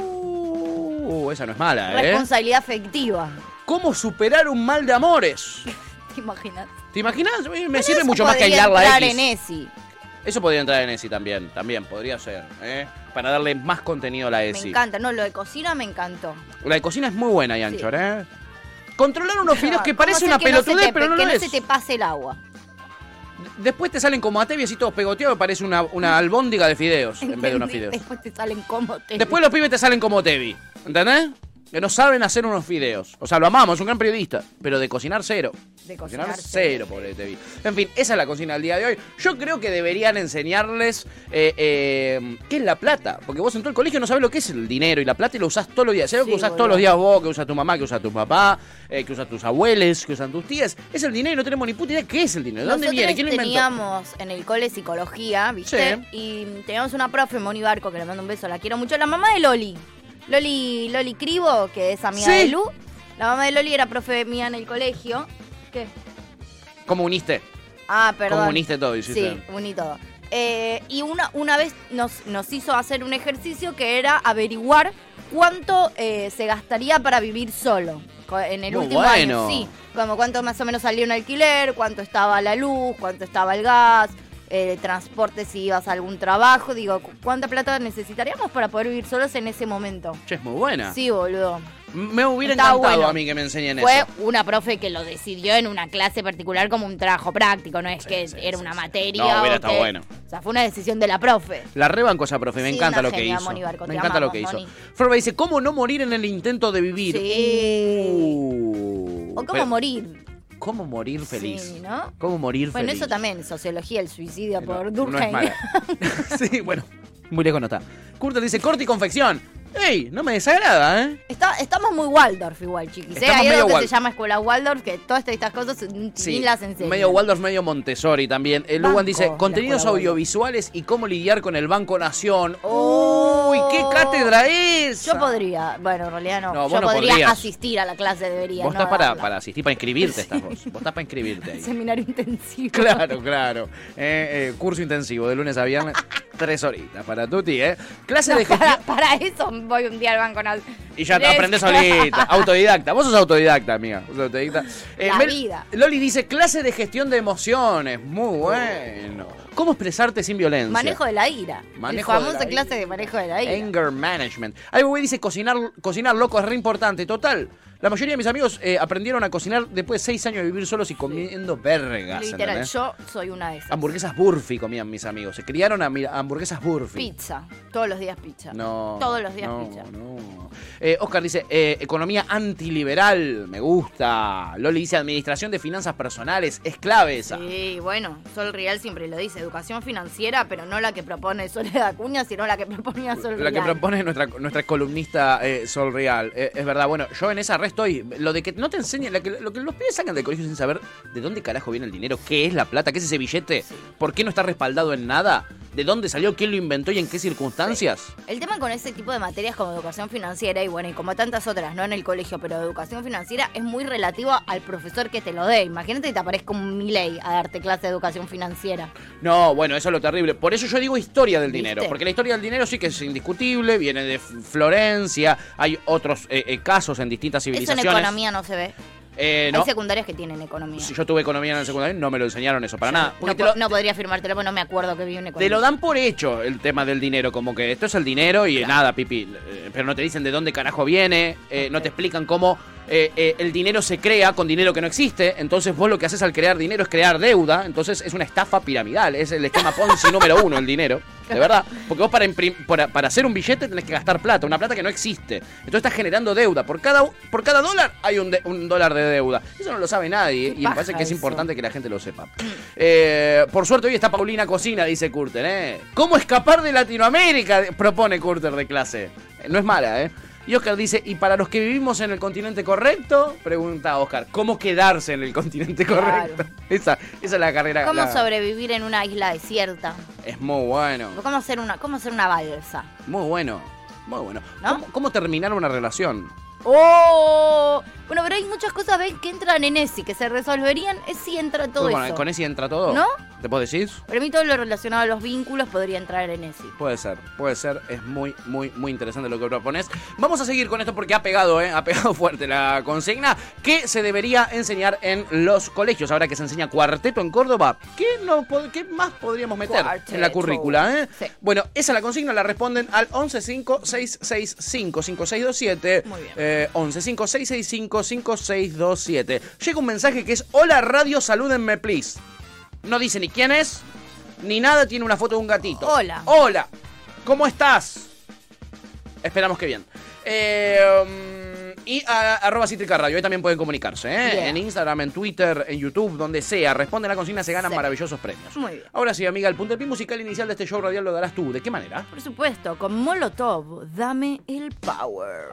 Speaker 2: Uh, esa no es mala, ¿eh?
Speaker 3: Responsabilidad afectiva.
Speaker 2: ¿Cómo superar un mal de amores?
Speaker 3: ¿Te imaginas?
Speaker 2: ¿Te imaginas? Eh, Me
Speaker 3: Pero
Speaker 2: sirve
Speaker 3: eso
Speaker 2: mucho más que
Speaker 3: podría
Speaker 2: aislar la
Speaker 3: entrar
Speaker 2: X.
Speaker 3: en E. ESI.
Speaker 2: Eso podría entrar en ESI también, también podría ser, ¿eh? Para darle más contenido a la
Speaker 3: Me
Speaker 2: ESI.
Speaker 3: encanta. No, lo de cocina me encantó.
Speaker 2: La de cocina es muy buena, Yanchor, ¿eh? Controlar unos fideos que
Speaker 3: ¿Cómo
Speaker 2: parece
Speaker 3: hacer
Speaker 2: una
Speaker 3: que no se
Speaker 2: pelotudez,
Speaker 3: te-
Speaker 2: pero no
Speaker 3: que
Speaker 2: lo
Speaker 3: no
Speaker 2: es.
Speaker 3: se te pase el agua.
Speaker 2: Después te salen como atebias y todos pegoteados, parece una, una albóndiga de fideos en vez de unos
Speaker 3: ¿Entendés?
Speaker 2: fideos.
Speaker 3: Después te salen como te...
Speaker 2: Después los pibes te salen como Tevi, ¿entendés? Que no saben hacer unos fideos. O sea, lo amamos, es un gran periodista, pero de cocinar cero.
Speaker 3: De
Speaker 2: Cocinar
Speaker 3: cocinar.
Speaker 2: cero, pobre Tevi. En fin, esa es la cocina del día de hoy. Yo creo que deberían enseñarles eh, eh, qué es la plata. Porque vos en todo el colegio no sabés lo que es el dinero y la plata y lo usás todos los días. Sabés
Speaker 1: Sí,
Speaker 2: que usás
Speaker 1: boludo.
Speaker 2: todos los días vos, que usa tu mamá, que usa tu papá, eh, que usa tus abuelos, que usan tus tías. Es el dinero y no tenemos ni puta idea qué es el dinero. ¿De dónde
Speaker 3: Nosotros
Speaker 2: viene? ¿Quién lo inventó?
Speaker 3: teníamos en el cole psicología, ¿viste? Y teníamos una profe, Moni Barco, que le mando un beso, la quiero mucho, la mamá de Loli. Loli, Loli Cribo, que es amiga
Speaker 2: Sí.
Speaker 3: de Lu. La mamá de Loli era profe mía en el colegio. ¿Qué?
Speaker 2: ¿Cómo uniste?
Speaker 3: Ah, perdón.
Speaker 2: ¿Cómo uniste todo? Hiciste?
Speaker 3: Sí, uní todo. Eh, y una, una vez nos, nos hizo hacer un ejercicio que era averiguar cuánto eh, se gastaría para vivir solo. Co- En el
Speaker 2: Muy
Speaker 3: último
Speaker 2: bueno.
Speaker 3: año, sí. Como cuánto más o menos salía un alquiler, cuánto estaba la luz, cuánto estaba el gas, eh, transporte si ibas a algún trabajo. Digo, cu- ¿cuánta plata necesitaríamos para poder vivir solos en ese momento?
Speaker 2: Che, es muy buena.
Speaker 3: Sí, boludo.
Speaker 2: Me hubiera
Speaker 3: Está
Speaker 2: encantado
Speaker 3: bueno.
Speaker 2: a mí que me enseñen
Speaker 3: Fue
Speaker 2: eso.
Speaker 3: una profe que lo decidió en una clase particular como un trabajo práctico, no es que era una materia.
Speaker 2: No, hubiera
Speaker 3: o
Speaker 2: estado
Speaker 3: que-
Speaker 2: bueno.
Speaker 3: O sea, fue una decisión de la profe.
Speaker 2: La rebanco esa profe, me
Speaker 3: Sí,
Speaker 2: encanta
Speaker 3: una
Speaker 2: lo que
Speaker 3: genia,
Speaker 2: hizo.
Speaker 3: Moni Barco,
Speaker 2: me
Speaker 3: te
Speaker 2: encanta lo que
Speaker 3: amamos,
Speaker 2: hizo.
Speaker 3: Moni.
Speaker 2: Florba dice, ¿cómo no morir en el intento de vivir?
Speaker 3: Sí.
Speaker 2: Uh,
Speaker 3: o cómo
Speaker 2: pero-
Speaker 3: morir.
Speaker 2: ¿Cómo morir feliz?
Speaker 3: Sí, ¿no?
Speaker 2: ¿Cómo morir
Speaker 3: Bueno,
Speaker 2: feliz?
Speaker 3: eso también, sociología, el suicidio por
Speaker 2: no es
Speaker 3: Durkheim.
Speaker 2: mala. sí, bueno, muy lejos no está. Curto dice, corte y confección. ¡Ey! No me desagrada, ¿eh?
Speaker 3: Está- estamos muy Waldorf igual, chiquis. ¿eh?
Speaker 2: Estamos
Speaker 3: Hay
Speaker 2: medio
Speaker 3: algo que
Speaker 2: Waldorf.
Speaker 3: se llama escuela Waldorf, que todas estas cosas ni
Speaker 2: Sí,
Speaker 3: las enseñan.
Speaker 2: medio Waldorf, medio Montessori también. El Lugan
Speaker 3: Banco,
Speaker 2: dice,
Speaker 3: la
Speaker 2: contenidos
Speaker 3: escuela Waldorf.
Speaker 2: audiovisuales y cómo lidiar con el Banco Nación. ¡Uy, qué
Speaker 3: Oh.
Speaker 2: cátedra es!
Speaker 3: Yo podría, bueno, en realidad no.
Speaker 2: No, vos
Speaker 3: Yo
Speaker 2: no
Speaker 3: podría
Speaker 2: podrías.
Speaker 3: asistir a la clase, debería.
Speaker 2: Vos
Speaker 3: no
Speaker 2: estás para,
Speaker 3: darla.
Speaker 2: para asistir, para inscribirte, estás vos. Vos estás para inscribirte ahí.
Speaker 3: Seminario intensivo.
Speaker 2: Claro, claro. Eh, eh, curso intensivo de lunes a viernes, tres horitas para Tuti, ¿eh? Clase
Speaker 3: No,
Speaker 2: de gestión.
Speaker 3: para, para eso voy un día al banco Nación.
Speaker 2: Y ya te
Speaker 3: Les-
Speaker 2: aprendes solita. Autodidacta. Vos sos autodidacta, amiga. Sos autodidacta. Eh,
Speaker 3: La vida.
Speaker 2: Loli dice clase de gestión de emociones. Muy bueno. ¿Cómo expresarte sin violencia?
Speaker 3: Manejo de la ira.
Speaker 2: Manejo
Speaker 3: el
Speaker 2: de
Speaker 3: famoso
Speaker 2: la
Speaker 3: clase de manejo de la ira.
Speaker 2: Anger management. Ahí güey dice cocinar, cocinar loco es re importante. Total. La mayoría de mis amigos eh, aprendieron a cocinar después de seis años de vivir solos y comiendo vergas.
Speaker 3: Literal,
Speaker 2: ¿entendés?
Speaker 3: yo soy una de esas.
Speaker 2: Hamburguesas Burfi comían mis amigos. Se criaron a mi- a hamburguesas Burfi.
Speaker 3: Pizza. Todos los días pizza.
Speaker 2: No.
Speaker 3: Todos los días
Speaker 2: no,
Speaker 3: pizza.
Speaker 2: no. Eh, Oscar dice, eh, economía antiliberal, me gusta. Loli dice, administración de finanzas personales, es clave esa.
Speaker 3: Sí, bueno, Sol Rial siempre lo dice, educación financiera, pero no la que propone Soledad Acuña, sino la que proponía Sol
Speaker 2: La que
Speaker 3: Rial.
Speaker 2: propone nuestra, nuestra columnista eh, Sol Real. Eh, es verdad, bueno, yo en esa red estoy. Lo de que no te enseñen, lo que, lo que los pibes sacan del colegio sin saber de dónde carajo viene el dinero, qué es la plata, qué es ese billete, por qué no está respaldado en nada. de dónde salió, quién lo inventó y en qué circunstancias.
Speaker 3: El tema con ese tipo de materias como educación financiera y bueno, y como tantas otras, no en el colegio, pero educación financiera es muy relativo al profesor que te lo dé. Imagínate que te aparezca un Miley a darte clase de educación financiera.
Speaker 2: No, bueno, eso es lo terrible. Por eso yo digo historia del dinero,
Speaker 3: ¿Viste?
Speaker 2: porque la historia del dinero sí que es indiscutible, viene de F- Florencia, hay otros eh, eh, casos en distintas
Speaker 3: Eso en
Speaker 2: civilizaciones.
Speaker 3: economía no se ve.
Speaker 2: Eh, no.
Speaker 3: Hay secundarias que tienen economía.
Speaker 2: Si yo tuve economía en el secundario, no me lo enseñaron eso para nada.
Speaker 3: No,
Speaker 2: Porque te,
Speaker 3: po-
Speaker 2: lo,
Speaker 3: no podría firmártelo porque no me acuerdo que vi un
Speaker 2: te
Speaker 3: economía.
Speaker 2: lo dan por hecho el tema del dinero, como que esto es el dinero y nada, pipi. Eh, Pero no te dicen de dónde carajo viene, eh, no te explican cómo eh, eh, el dinero se crea con dinero que no existe. Entonces vos lo que haces al crear dinero es crear deuda. Entonces es una estafa piramidal, es el esquema Ponzi número uno, el dinero. De verdad, porque vos para, imprim- para, para hacer un billete tenés que gastar plata, una plata que no existe. Entonces estás generando deuda. Por cada, por cada dólar hay un, de- un dólar de deuda. Eso no lo sabe nadie y me
Speaker 9: paja
Speaker 2: parece que es
Speaker 9: eso.
Speaker 2: importante que la gente lo sepa. Eh, por suerte hoy está Paulina Cocina, dice Curter. ¿eh? ¿Cómo escapar de Latinoamérica? Propone Curter de clase. Eh, No es mala, ¿eh? Y Oscar dice, ¿y para los que vivimos en el continente correcto? Pregunta Oscar, ¿cómo quedarse en el continente
Speaker 3: Claro.
Speaker 2: correcto? Esa, esa es la carrera.
Speaker 3: ¿Cómo
Speaker 2: la-
Speaker 3: sobrevivir en una isla desierta?
Speaker 2: Es muy bueno.
Speaker 3: ¿Cómo hacer una, cómo hacer una balsa?
Speaker 2: Muy bueno. Muy bueno. ¿Cómo, cómo terminar una relación?
Speaker 3: ¡Oh! Bueno, pero hay muchas cosas ¿ves? que entran en ESI, que se resolverían eh, si entra todo
Speaker 2: Uy, con,
Speaker 3: eso.
Speaker 2: con ese entra todo.
Speaker 3: ¿No?
Speaker 2: ¿Te puedo decir?
Speaker 3: Para mí todo lo relacionado a los vínculos podría entrar en ESI.
Speaker 2: Puede ser, puede ser. Es muy, muy, muy interesante lo que propones. Vamos a seguir con esto porque ha pegado, ¿eh? Ha pegado fuerte la consigna que se debería enseñar en los colegios. Ahora que se enseña cuarteto en Córdoba, ¿qué, no, pod- qué más podríamos meter en la
Speaker 9: Cuarteto.
Speaker 2: currícula, eh? Bueno, esa es la consigna, la responden al 1156655627. Muy bien. Eh, 1155-665-5627. Llega un mensaje que es: Hola, radio, salúdenme, please. No dice ni quién es, ni nada, tiene una foto de un gatito. Hola. Hola. ¿Cómo estás? Esperamos que bien. Eh, mm, y a- arroba Cítrica Radio. Ahí también pueden comunicarse. ¿eh?
Speaker 9: Yeah.
Speaker 2: En Instagram, en Twitter, en YouTube, donde sea. Responden la consigna, se ganan
Speaker 3: Sí.
Speaker 2: maravillosos premios.
Speaker 3: Muy bien.
Speaker 2: Ahora sí, amiga, el puntapié musical inicial de este show radial lo darás tú. ¿De qué manera?
Speaker 3: Por supuesto, con Molotov, dame el power.